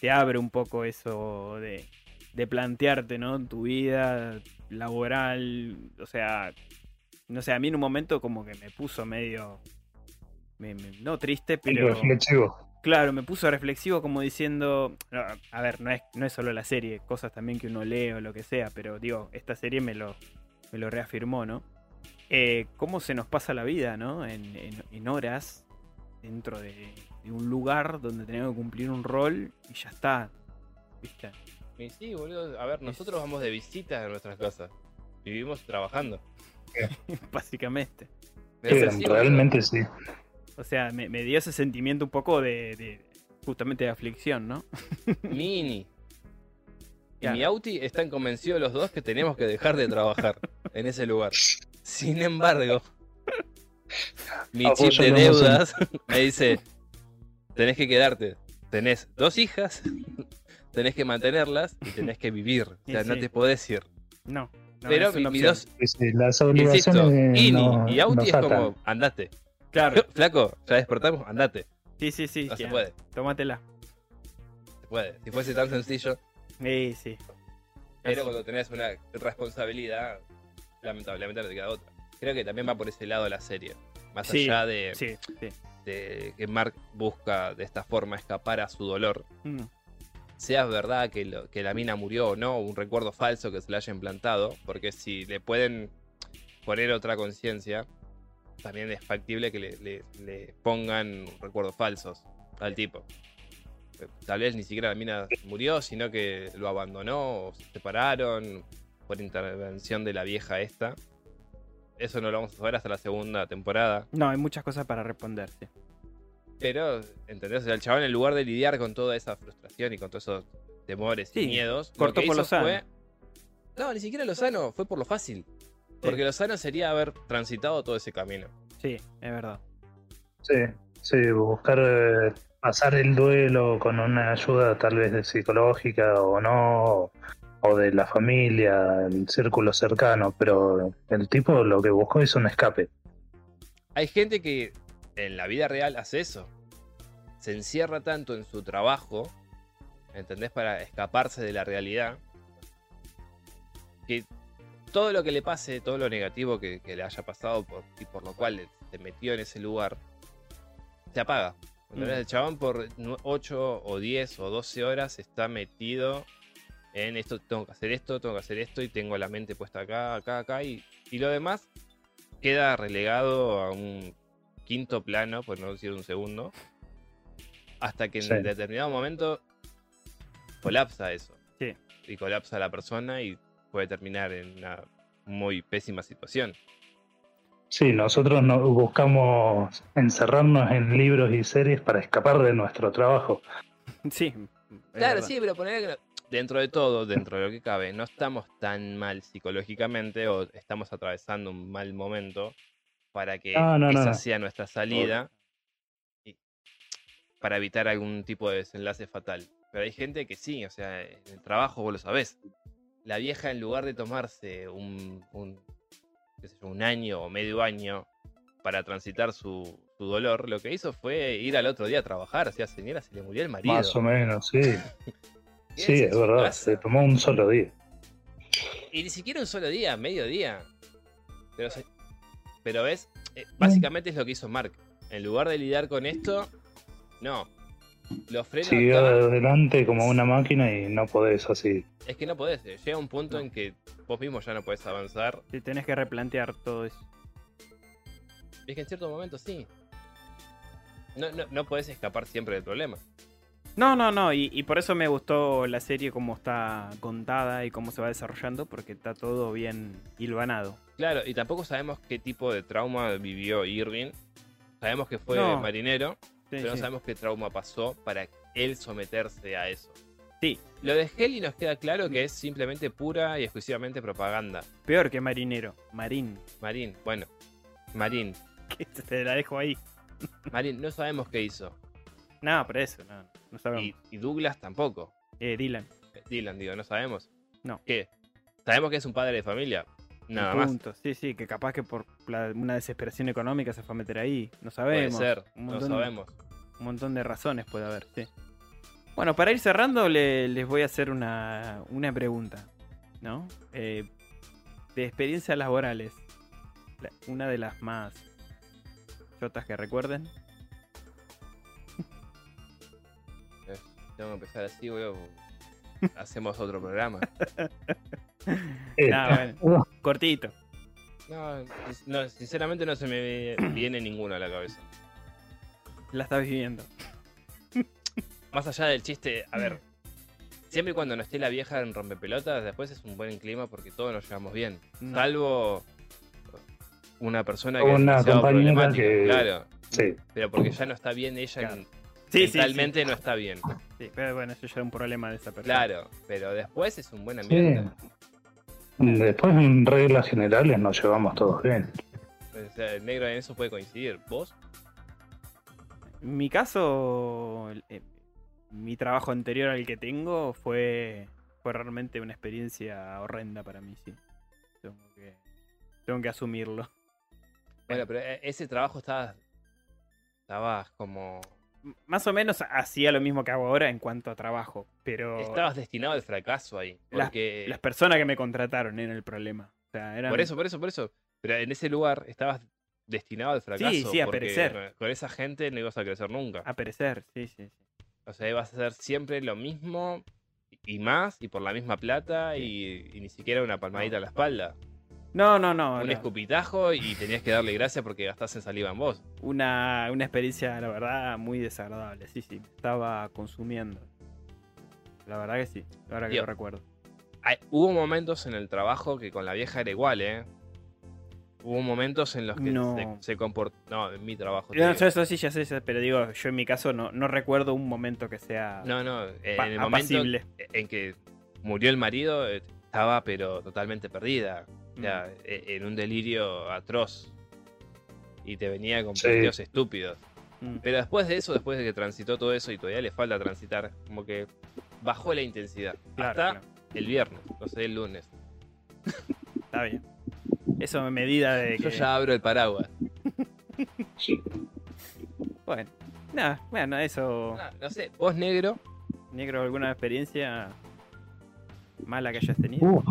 Speaker 2: te abre un poco eso de, de plantearte, ¿no? Tu vida laboral, o sea, no sé, a mí en un momento como que me puso medio... me- me- no triste, pero...
Speaker 3: Reflexivo.
Speaker 2: Claro, me puso reflexivo como diciendo, no, a ver, no es, no es solo la serie, cosas también que uno lee o lo que sea, pero digo, esta serie me lo, me lo reafirmó, ¿no? Eh, ¿Cómo se nos pasa la vida, ¿no? En, en- en horas, dentro de, de un lugar donde tenemos que cumplir un rol y ya está, ¿viste?
Speaker 1: Y sí, boludo. A ver, nosotros vamos de visita a nuestras casas. Vivimos trabajando.
Speaker 2: Básicamente.
Speaker 1: Pero
Speaker 3: Sí,
Speaker 1: es así, boludo.
Speaker 3: realmente sí.
Speaker 2: O sea, me, me dio ese sentimiento un poco de, de- justamente de aflicción, ¿no?
Speaker 1: Mi Ini y
Speaker 2: Claro.
Speaker 1: mi Auti están convencidos los dos que tenemos que dejar de trabajar en ese lugar. Sin embargo, mi chip de
Speaker 3: Apoyan la
Speaker 1: deudas me dice, tenés que quedarte. Tenés dos hijas, tenés que mantenerlas y tenés que vivir. O sea,
Speaker 2: Sí,
Speaker 1: no
Speaker 2: sí.
Speaker 1: te podés ir.
Speaker 2: No. no
Speaker 1: Pero
Speaker 2: es una
Speaker 1: mi- mi
Speaker 2: opción.
Speaker 1: dos-
Speaker 3: Sí, sí, eh, Las
Speaker 1: insisto,
Speaker 3: obligaciones eh,
Speaker 1: Ini
Speaker 3: no-
Speaker 1: y Auti
Speaker 3: nos
Speaker 1: es
Speaker 3: atan.
Speaker 1: como, andate.
Speaker 2: Claro.
Speaker 1: Flaco, ya despertamos, andate.
Speaker 2: Sí, sí, sí. ah.
Speaker 1: No se
Speaker 2: ya,
Speaker 1: puede,
Speaker 2: Tómatela.
Speaker 1: se puede. Si fuese tan sencillo,
Speaker 2: Sí, sí.
Speaker 1: pero cuando tenés una responsabilidad, lamentablemente no te queda otra. Creo que también va por ese lado la serie. Más
Speaker 2: Sí,
Speaker 1: allá de,
Speaker 2: Sí, sí.
Speaker 1: de que Mark busca de esta forma escapar a su dolor.
Speaker 2: Mm,
Speaker 1: Sea verdad que, lo- que la mina murió o no, un recuerdo falso que se le haya implantado, porque si le pueden poner otra conciencia, también es factible que le, le- le pongan recuerdos falsos al tipo. Eh, Tal vez ni siquiera la mina murió, sino que lo abandonó o se separaron por intervención de la vieja esta. Eso no lo vamos a saber hasta la segunda temporada.
Speaker 2: No, hay muchas cosas para responderte.
Speaker 1: Pero, ¿entendés? O sea, el chabón, en lugar de lidiar con toda esa frustración y con todos esos temores
Speaker 2: Sí,
Speaker 1: y miedos, lo
Speaker 2: cortó
Speaker 1: que
Speaker 2: por
Speaker 1: hizo
Speaker 2: lo sano.
Speaker 1: fue- No, ni siquiera lo sano, fue por lo fácil. Porque lo sano sería haber transitado todo ese camino.
Speaker 2: Sí, es verdad.
Speaker 3: Sí, sí, buscar eh, pasar el duelo con una ayuda tal vez de psicológica o no, o de la familia, el círculo cercano, pero el tipo lo que buscó es un escape.
Speaker 1: Hay gente que en la vida real hace eso. Se encierra tanto en su trabajo, ¿entendés? Para escaparse de la realidad. Que todo lo que le pase, todo lo negativo que, que le haya pasado por- y por lo cual se metió en ese lugar, se apaga. ¿Entendés?
Speaker 2: Mm.
Speaker 1: El chabón por 8 o 10 o 12 horas está metido en esto, tengo que hacer esto, tengo que hacer esto y tengo la mente puesta acá, acá, acá y, y lo demás queda relegado a un quinto plano, por no decir un segundo, hasta que en
Speaker 3: Sí.
Speaker 1: determinado momento colapsa eso.
Speaker 2: Sí.
Speaker 1: Y colapsa la persona y puede terminar en una muy pésima situación.
Speaker 3: Sí, nosotros no buscamos encerrarnos en libros y series para escapar de nuestro trabajo.
Speaker 2: Sí. es
Speaker 1: Claro,
Speaker 2: verdad.
Speaker 1: sí, pero poner Dentro de todo, dentro de lo que cabe, no estamos tan mal psicológicamente o estamos atravesando un mal momento para que
Speaker 3: No, no, no,
Speaker 1: esa
Speaker 3: no.
Speaker 1: sea nuestra salida y- para evitar algún tipo de desenlace fatal. Pero hay gente que sí, o sea, en el trabajo vos lo sabés. La vieja en lugar de tomarse un, un, qué sé yo, un año o medio año para transitar su, su dolor, lo que hizo fue ir al otro día a trabajar. O sea, señora, se le murió el marido.
Speaker 3: Más o menos, sí.
Speaker 1: Quédense
Speaker 3: Sí,
Speaker 1: en
Speaker 3: es
Speaker 1: su
Speaker 3: verdad,
Speaker 1: casa.
Speaker 3: se tomó un solo día.
Speaker 1: Y ni siquiera un solo día, medio día. Pero, se- pero ves, eh,
Speaker 3: Mm.
Speaker 1: básicamente es lo que hizo Mark. En lugar de lidiar con esto, no. Lo freno
Speaker 3: Siguió
Speaker 1: acá.
Speaker 3: adelante como una máquina y no podés así.
Speaker 1: Es que no podés. eh, Llega un punto
Speaker 2: No.
Speaker 1: en que vos mismo ya no podés avanzar.
Speaker 2: Te tenés que replantear todo eso.
Speaker 1: Y es que en cierto momento sí. No, no, no podés escapar siempre del problema.
Speaker 2: No, no, no, y, y por eso me gustó la serie como está contada y cómo se va desarrollando, porque está todo bien hilvanado.
Speaker 1: Claro, y tampoco sabemos qué tipo de trauma vivió Irving. Sabemos que fue
Speaker 2: No.
Speaker 1: marinero,
Speaker 2: Sí,
Speaker 1: pero no
Speaker 2: sí.
Speaker 1: sabemos qué trauma pasó para él someterse a eso.
Speaker 2: Sí, Mm.
Speaker 1: Lo de Heli nos queda claro que es simplemente pura y exclusivamente propaganda.
Speaker 2: peor que marinero. Marín.
Speaker 1: Marín, bueno, Marín,
Speaker 2: Que te la dejo ahí.
Speaker 1: Marín, no sabemos qué hizo.
Speaker 2: No, pero eso, no, no
Speaker 1: Y,
Speaker 2: sabemos.
Speaker 1: y Douglas tampoco.
Speaker 2: Eh, Dylan.
Speaker 1: Dylan, digo, no sabemos.
Speaker 2: No.
Speaker 1: ¿Qué? Sabemos que es un padre de familia. Nada
Speaker 2: y
Speaker 1: más.
Speaker 2: punto. Sí, sí, que capaz que por la- una desesperación económica se fue a meter ahí.
Speaker 1: Puede
Speaker 2: No sabemos.
Speaker 1: ser,
Speaker 2: Un
Speaker 1: no
Speaker 2: montón-
Speaker 1: sabemos.
Speaker 2: Un montón de razones puede haber, sí. Bueno, para ir cerrando, le- les voy a hacer una, una pregunta, ¿no? Eh, de experiencias laborales. la- una de las más chotas que recuerden.
Speaker 1: Eh, Tengo que empezar así, weón. Hacemos otro programa.
Speaker 3: Eh,
Speaker 2: Nah, bueno, cortito.
Speaker 1: No, sin- no, sinceramente no se me viene ninguno a la cabeza.
Speaker 2: La estás viviendo.
Speaker 1: Más allá del chiste, a ver.
Speaker 2: Mm.
Speaker 1: Siempre y cuando no esté la vieja en rompepelotas, después es un buen clima porque todos nos llevamos bien.
Speaker 2: No.
Speaker 1: Salvo una persona que es
Speaker 3: Una
Speaker 1: demasiado
Speaker 3: compañera
Speaker 1: problemática,
Speaker 3: que-
Speaker 1: claro.
Speaker 3: sí.
Speaker 1: Pero porque ya no está bien ella,
Speaker 2: Claro.
Speaker 1: en-
Speaker 2: Sí, sí, sí,
Speaker 1: mentalmente no está bien.
Speaker 2: sí. Pero bueno, eso ya era un problema de esa persona.
Speaker 1: Claro, pero después es un buen ambiente.
Speaker 3: Después, en reglas generales, nos llevamos todos bien.
Speaker 1: O sea, el negro en eso puede coincidir. ¿Vos?
Speaker 2: En mi caso, eh, mi trabajo anterior al que tengo fue, fue realmente una experiencia horrenda para mí, sí. Tengo que, tengo que asumirlo.
Speaker 1: Bueno, pero eh, ese trabajo estabas. Estabas como.
Speaker 2: M- Más o menos hacía lo mismo que hago ahora en cuanto a trabajo, pero
Speaker 1: Estabas destinado al fracaso ahí.
Speaker 2: Las-
Speaker 1: Porque.
Speaker 2: las personas que me contrataron eran el problema. O sea, eran-
Speaker 1: Por eso, por eso, por eso. Pero en ese lugar estabas destinado al fracaso.
Speaker 2: sí, a
Speaker 1: porque
Speaker 2: perecer. Ah.
Speaker 1: Con esa gente no ibas a crecer nunca.
Speaker 2: A perecer, sí, sí, sí.
Speaker 1: O sea, ibas a hacer siempre lo mismo y más, y por la misma plata, y, y ni siquiera una palmadita a la espalda.
Speaker 2: No, no, no.
Speaker 1: Un
Speaker 2: no.
Speaker 1: escupitajo y tenías que darle gracias porque gastaste saliva en vos.
Speaker 2: Una, una experiencia, la verdad, muy desagradable. Sí, sí, me estaba consumiendo. La verdad que sí, ahora que
Speaker 1: Yo.
Speaker 2: lo recuerdo.
Speaker 1: Hay- hubo momentos en el trabajo que con la vieja era igual, ¿eh? Hubo momentos en los que
Speaker 2: No.
Speaker 1: se, comportó. No, en mi trabajo. te
Speaker 2: No,
Speaker 1: digo.
Speaker 2: yo eso sí, ya sé, ya- pero digo, yo en mi caso no, no recuerdo un momento que sea
Speaker 1: No, no, en
Speaker 2: pa-
Speaker 1: el momento
Speaker 2: apacible.
Speaker 1: en que murió el marido, eh, estaba pero totalmente perdida. O sea,
Speaker 3: Mm.
Speaker 1: e- en un delirio atroz. Y te venía con
Speaker 3: Sí.
Speaker 1: planteos estúpidos.
Speaker 2: Mm, mm.
Speaker 1: Pero después de eso, después de que transitó todo eso y todavía le falta transitar, como que bajó la intensidad.
Speaker 2: Claro,
Speaker 1: hasta
Speaker 2: claro.
Speaker 1: el viernes, no sé, el lunes.
Speaker 2: Está bien. Eso en medida de
Speaker 1: Yo
Speaker 2: que.
Speaker 1: ya abro el paraguas.
Speaker 2: Bueno. Nada, bueno, eso.
Speaker 1: Ah, no sé, vos negro,
Speaker 2: Negro, ¿alguna experiencia mala que hayas tenido?
Speaker 3: Uh.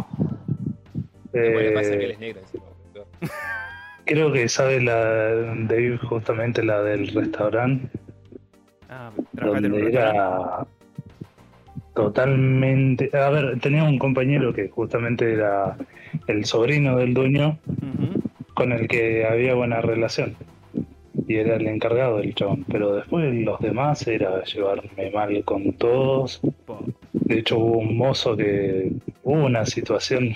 Speaker 1: bueno, pasa
Speaker 3: Eh,
Speaker 1: que él es negro encima. boludo.
Speaker 3: Creo que sabe la Dave justamente la del restaurante
Speaker 2: ah, trabajaste en un
Speaker 3: donde
Speaker 2: restaurante.
Speaker 3: era totalmente a ver tenía un compañero que justamente era el sobrino del dueño
Speaker 2: Ujú.
Speaker 3: con el que había buena relación y era el encargado del chabón pero después los demás era llevarme mal con todos
Speaker 2: Po.
Speaker 3: de hecho hubo un mozo que hubo una situación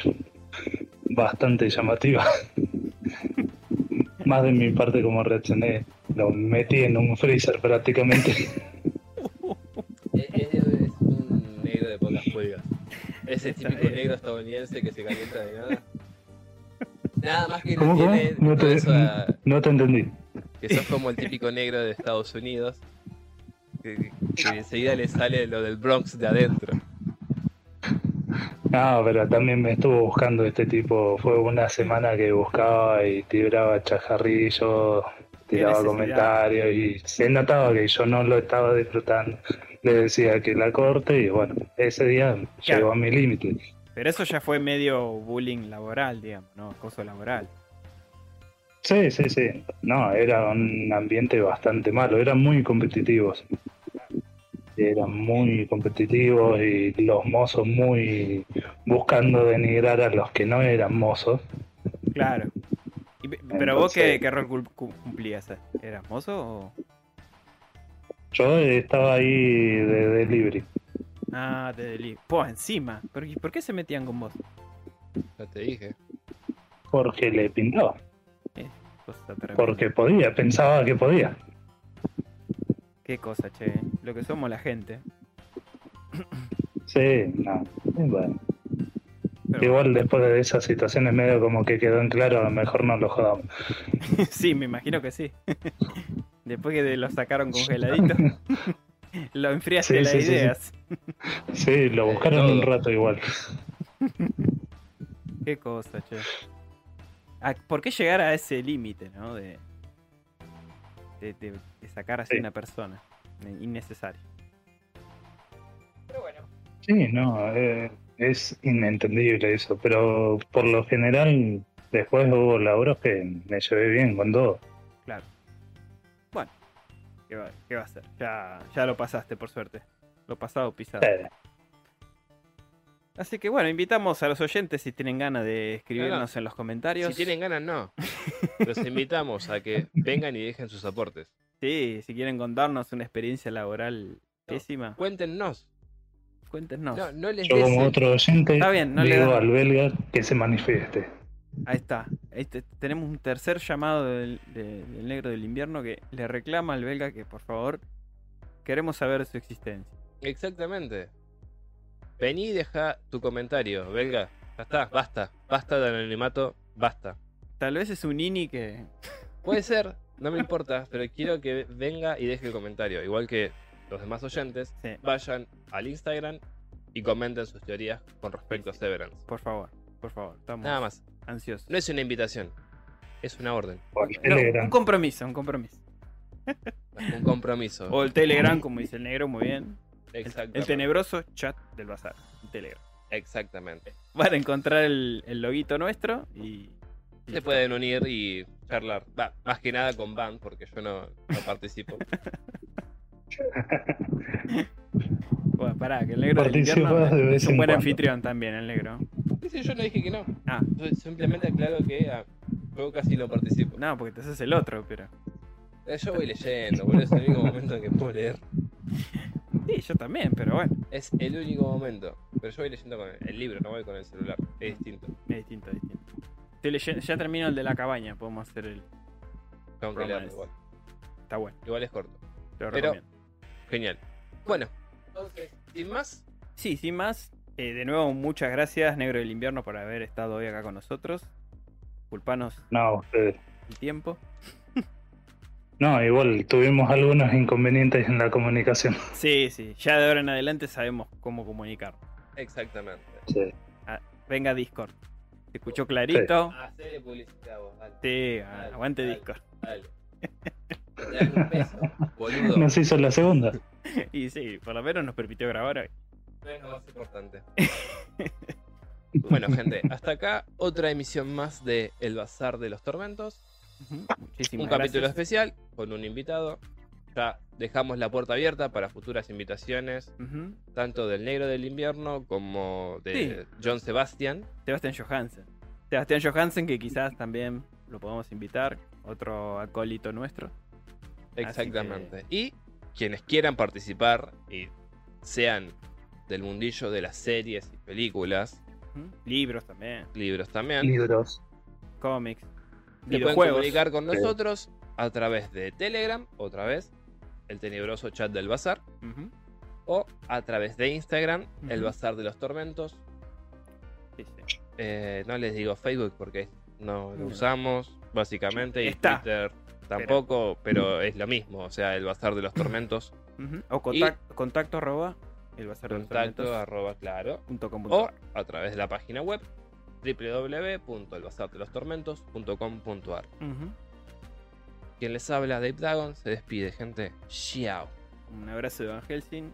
Speaker 3: bastante llamativa más de mi parte como reaccioné lo metí en un freezer prácticamente
Speaker 1: Es, es- es un negro de pocas pulgas. Ese típico negro estadounidense que se calienta de nada. Nada más que no
Speaker 3: ¿Cómo, cómo?
Speaker 1: tiene
Speaker 3: No
Speaker 1: todo
Speaker 3: te,
Speaker 1: eso a-
Speaker 3: no te entendí.
Speaker 1: que sos como el típico negro de Estados Unidos. Que, que enseguida le sale lo del Bronx de adentro.
Speaker 3: No, pero también me estuvo buscando este tipo. Fue una semana que buscaba y tiraba chajarrillos,
Speaker 2: Qué
Speaker 3: tiraba
Speaker 2: necesidad.
Speaker 3: comentarios y se notaba que yo no lo estaba disfrutando. Le decía que la corte y bueno, ese día llegó a mi límite.
Speaker 2: Pero eso ya fue medio bullying laboral, digamos, ¿no? Acoso laboral.
Speaker 3: Sí, sí, sí. No, era un ambiente bastante malo. Eran muy competitivos. Eran muy competitivos y los mozos muy buscando denigrar a los que no eran mozos.
Speaker 2: Claro. Y pe- pero vos, ¿qué,
Speaker 3: Entonces-
Speaker 2: qué rol cul- cu- cumplías? ¿Eras mozo o.?
Speaker 3: Yo estaba ahí de delivery.
Speaker 2: Ah, te delí. Po, encima. ¿Por, y por qué se metían con vos?
Speaker 1: Ya te dije.
Speaker 3: Porque le pintaba.
Speaker 2: Cosa tremenda.
Speaker 3: Porque podía, pensaba que podía.
Speaker 2: Qué cosa, che. Lo que somos la gente.
Speaker 3: Sí, no. Y Bueno.
Speaker 2: Pero-
Speaker 3: Igual después de esas situaciones medio como que quedó en claro, a lo mejor no lo jodamos.
Speaker 2: sí, me imagino que sí. Después que lo sacaron congeladito, lo enfriaste
Speaker 3: Sí,
Speaker 2: las
Speaker 3: sí, sí, sí.
Speaker 2: ideas.
Speaker 3: Sí, lo
Speaker 1: Eh,
Speaker 3: buscaron un
Speaker 1: todo.
Speaker 3: rato igual.
Speaker 2: Qué cosa, che. Ah, ¿Por qué llegar a ese límite, no? De, de, de- de sacar así
Speaker 3: Sí.
Speaker 2: una persona. Eh, Innecesario.
Speaker 3: Sí, no, eh, es inentendible eso, pero por lo general después hubo labros que me llevé bien con todo.
Speaker 2: ¿Qué va, qué va a hacer? Ya, ya lo pasaste, por suerte. Lo pasado pisado.
Speaker 3: Eh,
Speaker 2: Así que bueno, invitamos a los oyentes si tienen ganas de escribirnos en los comentarios.
Speaker 1: Si tienen ganas, no. Los invitamos a que vengan y dejen sus aportes.
Speaker 2: Sí, si quieren contarnos una experiencia laboral
Speaker 1: No.
Speaker 2: pésima,
Speaker 1: Cuéntenos.
Speaker 2: cuéntenos.
Speaker 1: No, no les
Speaker 3: Yo
Speaker 1: des
Speaker 3: como
Speaker 1: el-
Speaker 3: otro oyente
Speaker 2: Está bien, no le
Speaker 3: digo
Speaker 2: da-
Speaker 3: al belga que se manifieste.
Speaker 2: Ahí está. Ahí te- tenemos un tercer llamado del, de- del negro del invierno que le reclama al belga que por favor queremos saber su existencia.
Speaker 1: Exactamente. Vení y deja tu comentario, belga. Ya está, basta. Basta de anonimato, basta.
Speaker 2: Tal vez es un nini que...
Speaker 1: Puede ser, no me importa, pero quiero que venga y deje el comentario. Igual que los demás oyentes,
Speaker 2: Sí,
Speaker 1: vayan al Instagram y comenten sus teorías con respecto a Severance.
Speaker 2: por favor, por favor. Estamos
Speaker 1: Nada más.
Speaker 2: ansiosos.
Speaker 1: No es una invitación, es una orden.
Speaker 3: Por
Speaker 2: No,
Speaker 3: Telegram.
Speaker 2: un compromiso, un compromiso.
Speaker 1: Un compromiso.
Speaker 2: O el Telegram, como dice el negro, muy bien. El-
Speaker 1: Exactamente.
Speaker 2: El tenebroso chat del bazar. El Telegram.
Speaker 1: Exactamente.
Speaker 2: Van a encontrar el, el loguito nuestro y
Speaker 1: se pueden unir y charlar. Va, más que nada con Van, porque yo no, no participo.
Speaker 2: Bueno, pará, que el negro del
Speaker 3: Participa
Speaker 2: invierno
Speaker 3: de vez
Speaker 2: es un
Speaker 3: en
Speaker 2: buen
Speaker 3: cuando.
Speaker 2: anfitrión también, el negro.
Speaker 1: Dice, yo no dije que no.
Speaker 2: Ah.
Speaker 1: Yo simplemente aclaro que ah, yo casi no participo.
Speaker 2: No, porque te haces el otro, pero.
Speaker 1: Eh, Yo voy leyendo, boludo. Es el único momento en que puedo leer.
Speaker 2: Sí, yo también, pero bueno,
Speaker 1: Es el único momento. Pero yo voy leyendo con el, el libro, no voy con el celular. Es distinto.
Speaker 2: es distinto, es distinto. Estoy leyendo- ya termino el de la cabaña, podemos hacer el.
Speaker 1: Tengo que
Speaker 2: Promise.
Speaker 1: leerlo igual.
Speaker 2: Está bueno,
Speaker 1: Igual es corto.
Speaker 2: te
Speaker 1: Pero-
Speaker 2: lo recomiendo.
Speaker 1: Genial. Bueno, entonces, sin más,
Speaker 2: Sí, sin más, eh, de nuevo muchas gracias, Negro del Invierno, por haber estado hoy acá con nosotros. Culpanos
Speaker 3: No, ustedes.
Speaker 2: el tiempo.
Speaker 3: No, igual tuvimos algunos inconvenientes en la comunicación.
Speaker 2: Sí, sí, ya de ahora en adelante sabemos cómo comunicar.
Speaker 1: exactamente.
Speaker 3: Sí.
Speaker 2: Venga Discord. ¿Se escuchó clarito?
Speaker 1: Hacele publicidad vos, dale.
Speaker 2: Sí, aguante Discord.
Speaker 1: Dale. Te dan un peso, boludo.
Speaker 3: Nos hizo la segunda.
Speaker 2: Y sí, por lo menos nos permitió grabar hoy.
Speaker 1: No es lo más importante. Bueno, gente, hasta acá otra emisión más de El Bazar de los Tormentos.
Speaker 2: Ujú,
Speaker 1: un
Speaker 2: Muchísimas
Speaker 1: capítulo
Speaker 2: gracias.
Speaker 1: especial con un invitado. Ya dejamos la puerta abierta para futuras invitaciones,
Speaker 2: Ujú.
Speaker 1: tanto del Negro del Invierno como de John Sebastian.
Speaker 2: Sebastián Johansen. Sebastián Johansen, que quizás también lo podamos invitar. Otro acólito nuestro. que-
Speaker 1: Exactamente. Y quienes quieran participar y sean del mundillo de las series y películas,
Speaker 2: Ujú. Libros también.
Speaker 1: libros también,
Speaker 3: Libros.
Speaker 2: Cómics.
Speaker 1: se pueden comunicar con
Speaker 3: Sí.
Speaker 1: nosotros a través de Telegram, otra vez, el tenebroso chat del bazar,
Speaker 2: Ujú.
Speaker 1: o a través de Instagram, el
Speaker 2: Ujú.
Speaker 1: bazar de los tormentos,
Speaker 2: Sí, sí.
Speaker 1: Eh, no les digo Facebook porque no lo
Speaker 2: No.
Speaker 1: usamos, básicamente. Y
Speaker 2: Está.
Speaker 1: Twitter tampoco, pero es lo mismo. O sea, el bazar de los tormentos.
Speaker 2: Ujú. O contac- contacto arroba el bazar de los
Speaker 1: contacto
Speaker 2: tormentos
Speaker 1: arroba claro.
Speaker 2: punto com punto
Speaker 1: O
Speaker 2: ar.
Speaker 1: a través de la página web www.elbazardelostormentos.com.ar
Speaker 2: Ujú.
Speaker 1: Quien les habla, Dave Dagon, se despide, gente. Chao.
Speaker 2: Un abrazo de Van Helsing.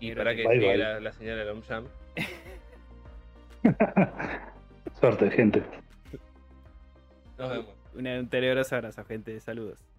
Speaker 1: Y
Speaker 2: Mira,
Speaker 1: para que
Speaker 3: bye,
Speaker 1: llegue
Speaker 3: bye.
Speaker 1: La, la señora de Jam.
Speaker 3: Suerte, gente.
Speaker 1: Nos vemos.
Speaker 2: Un, un tenebroso abrazo, gente. Saludos.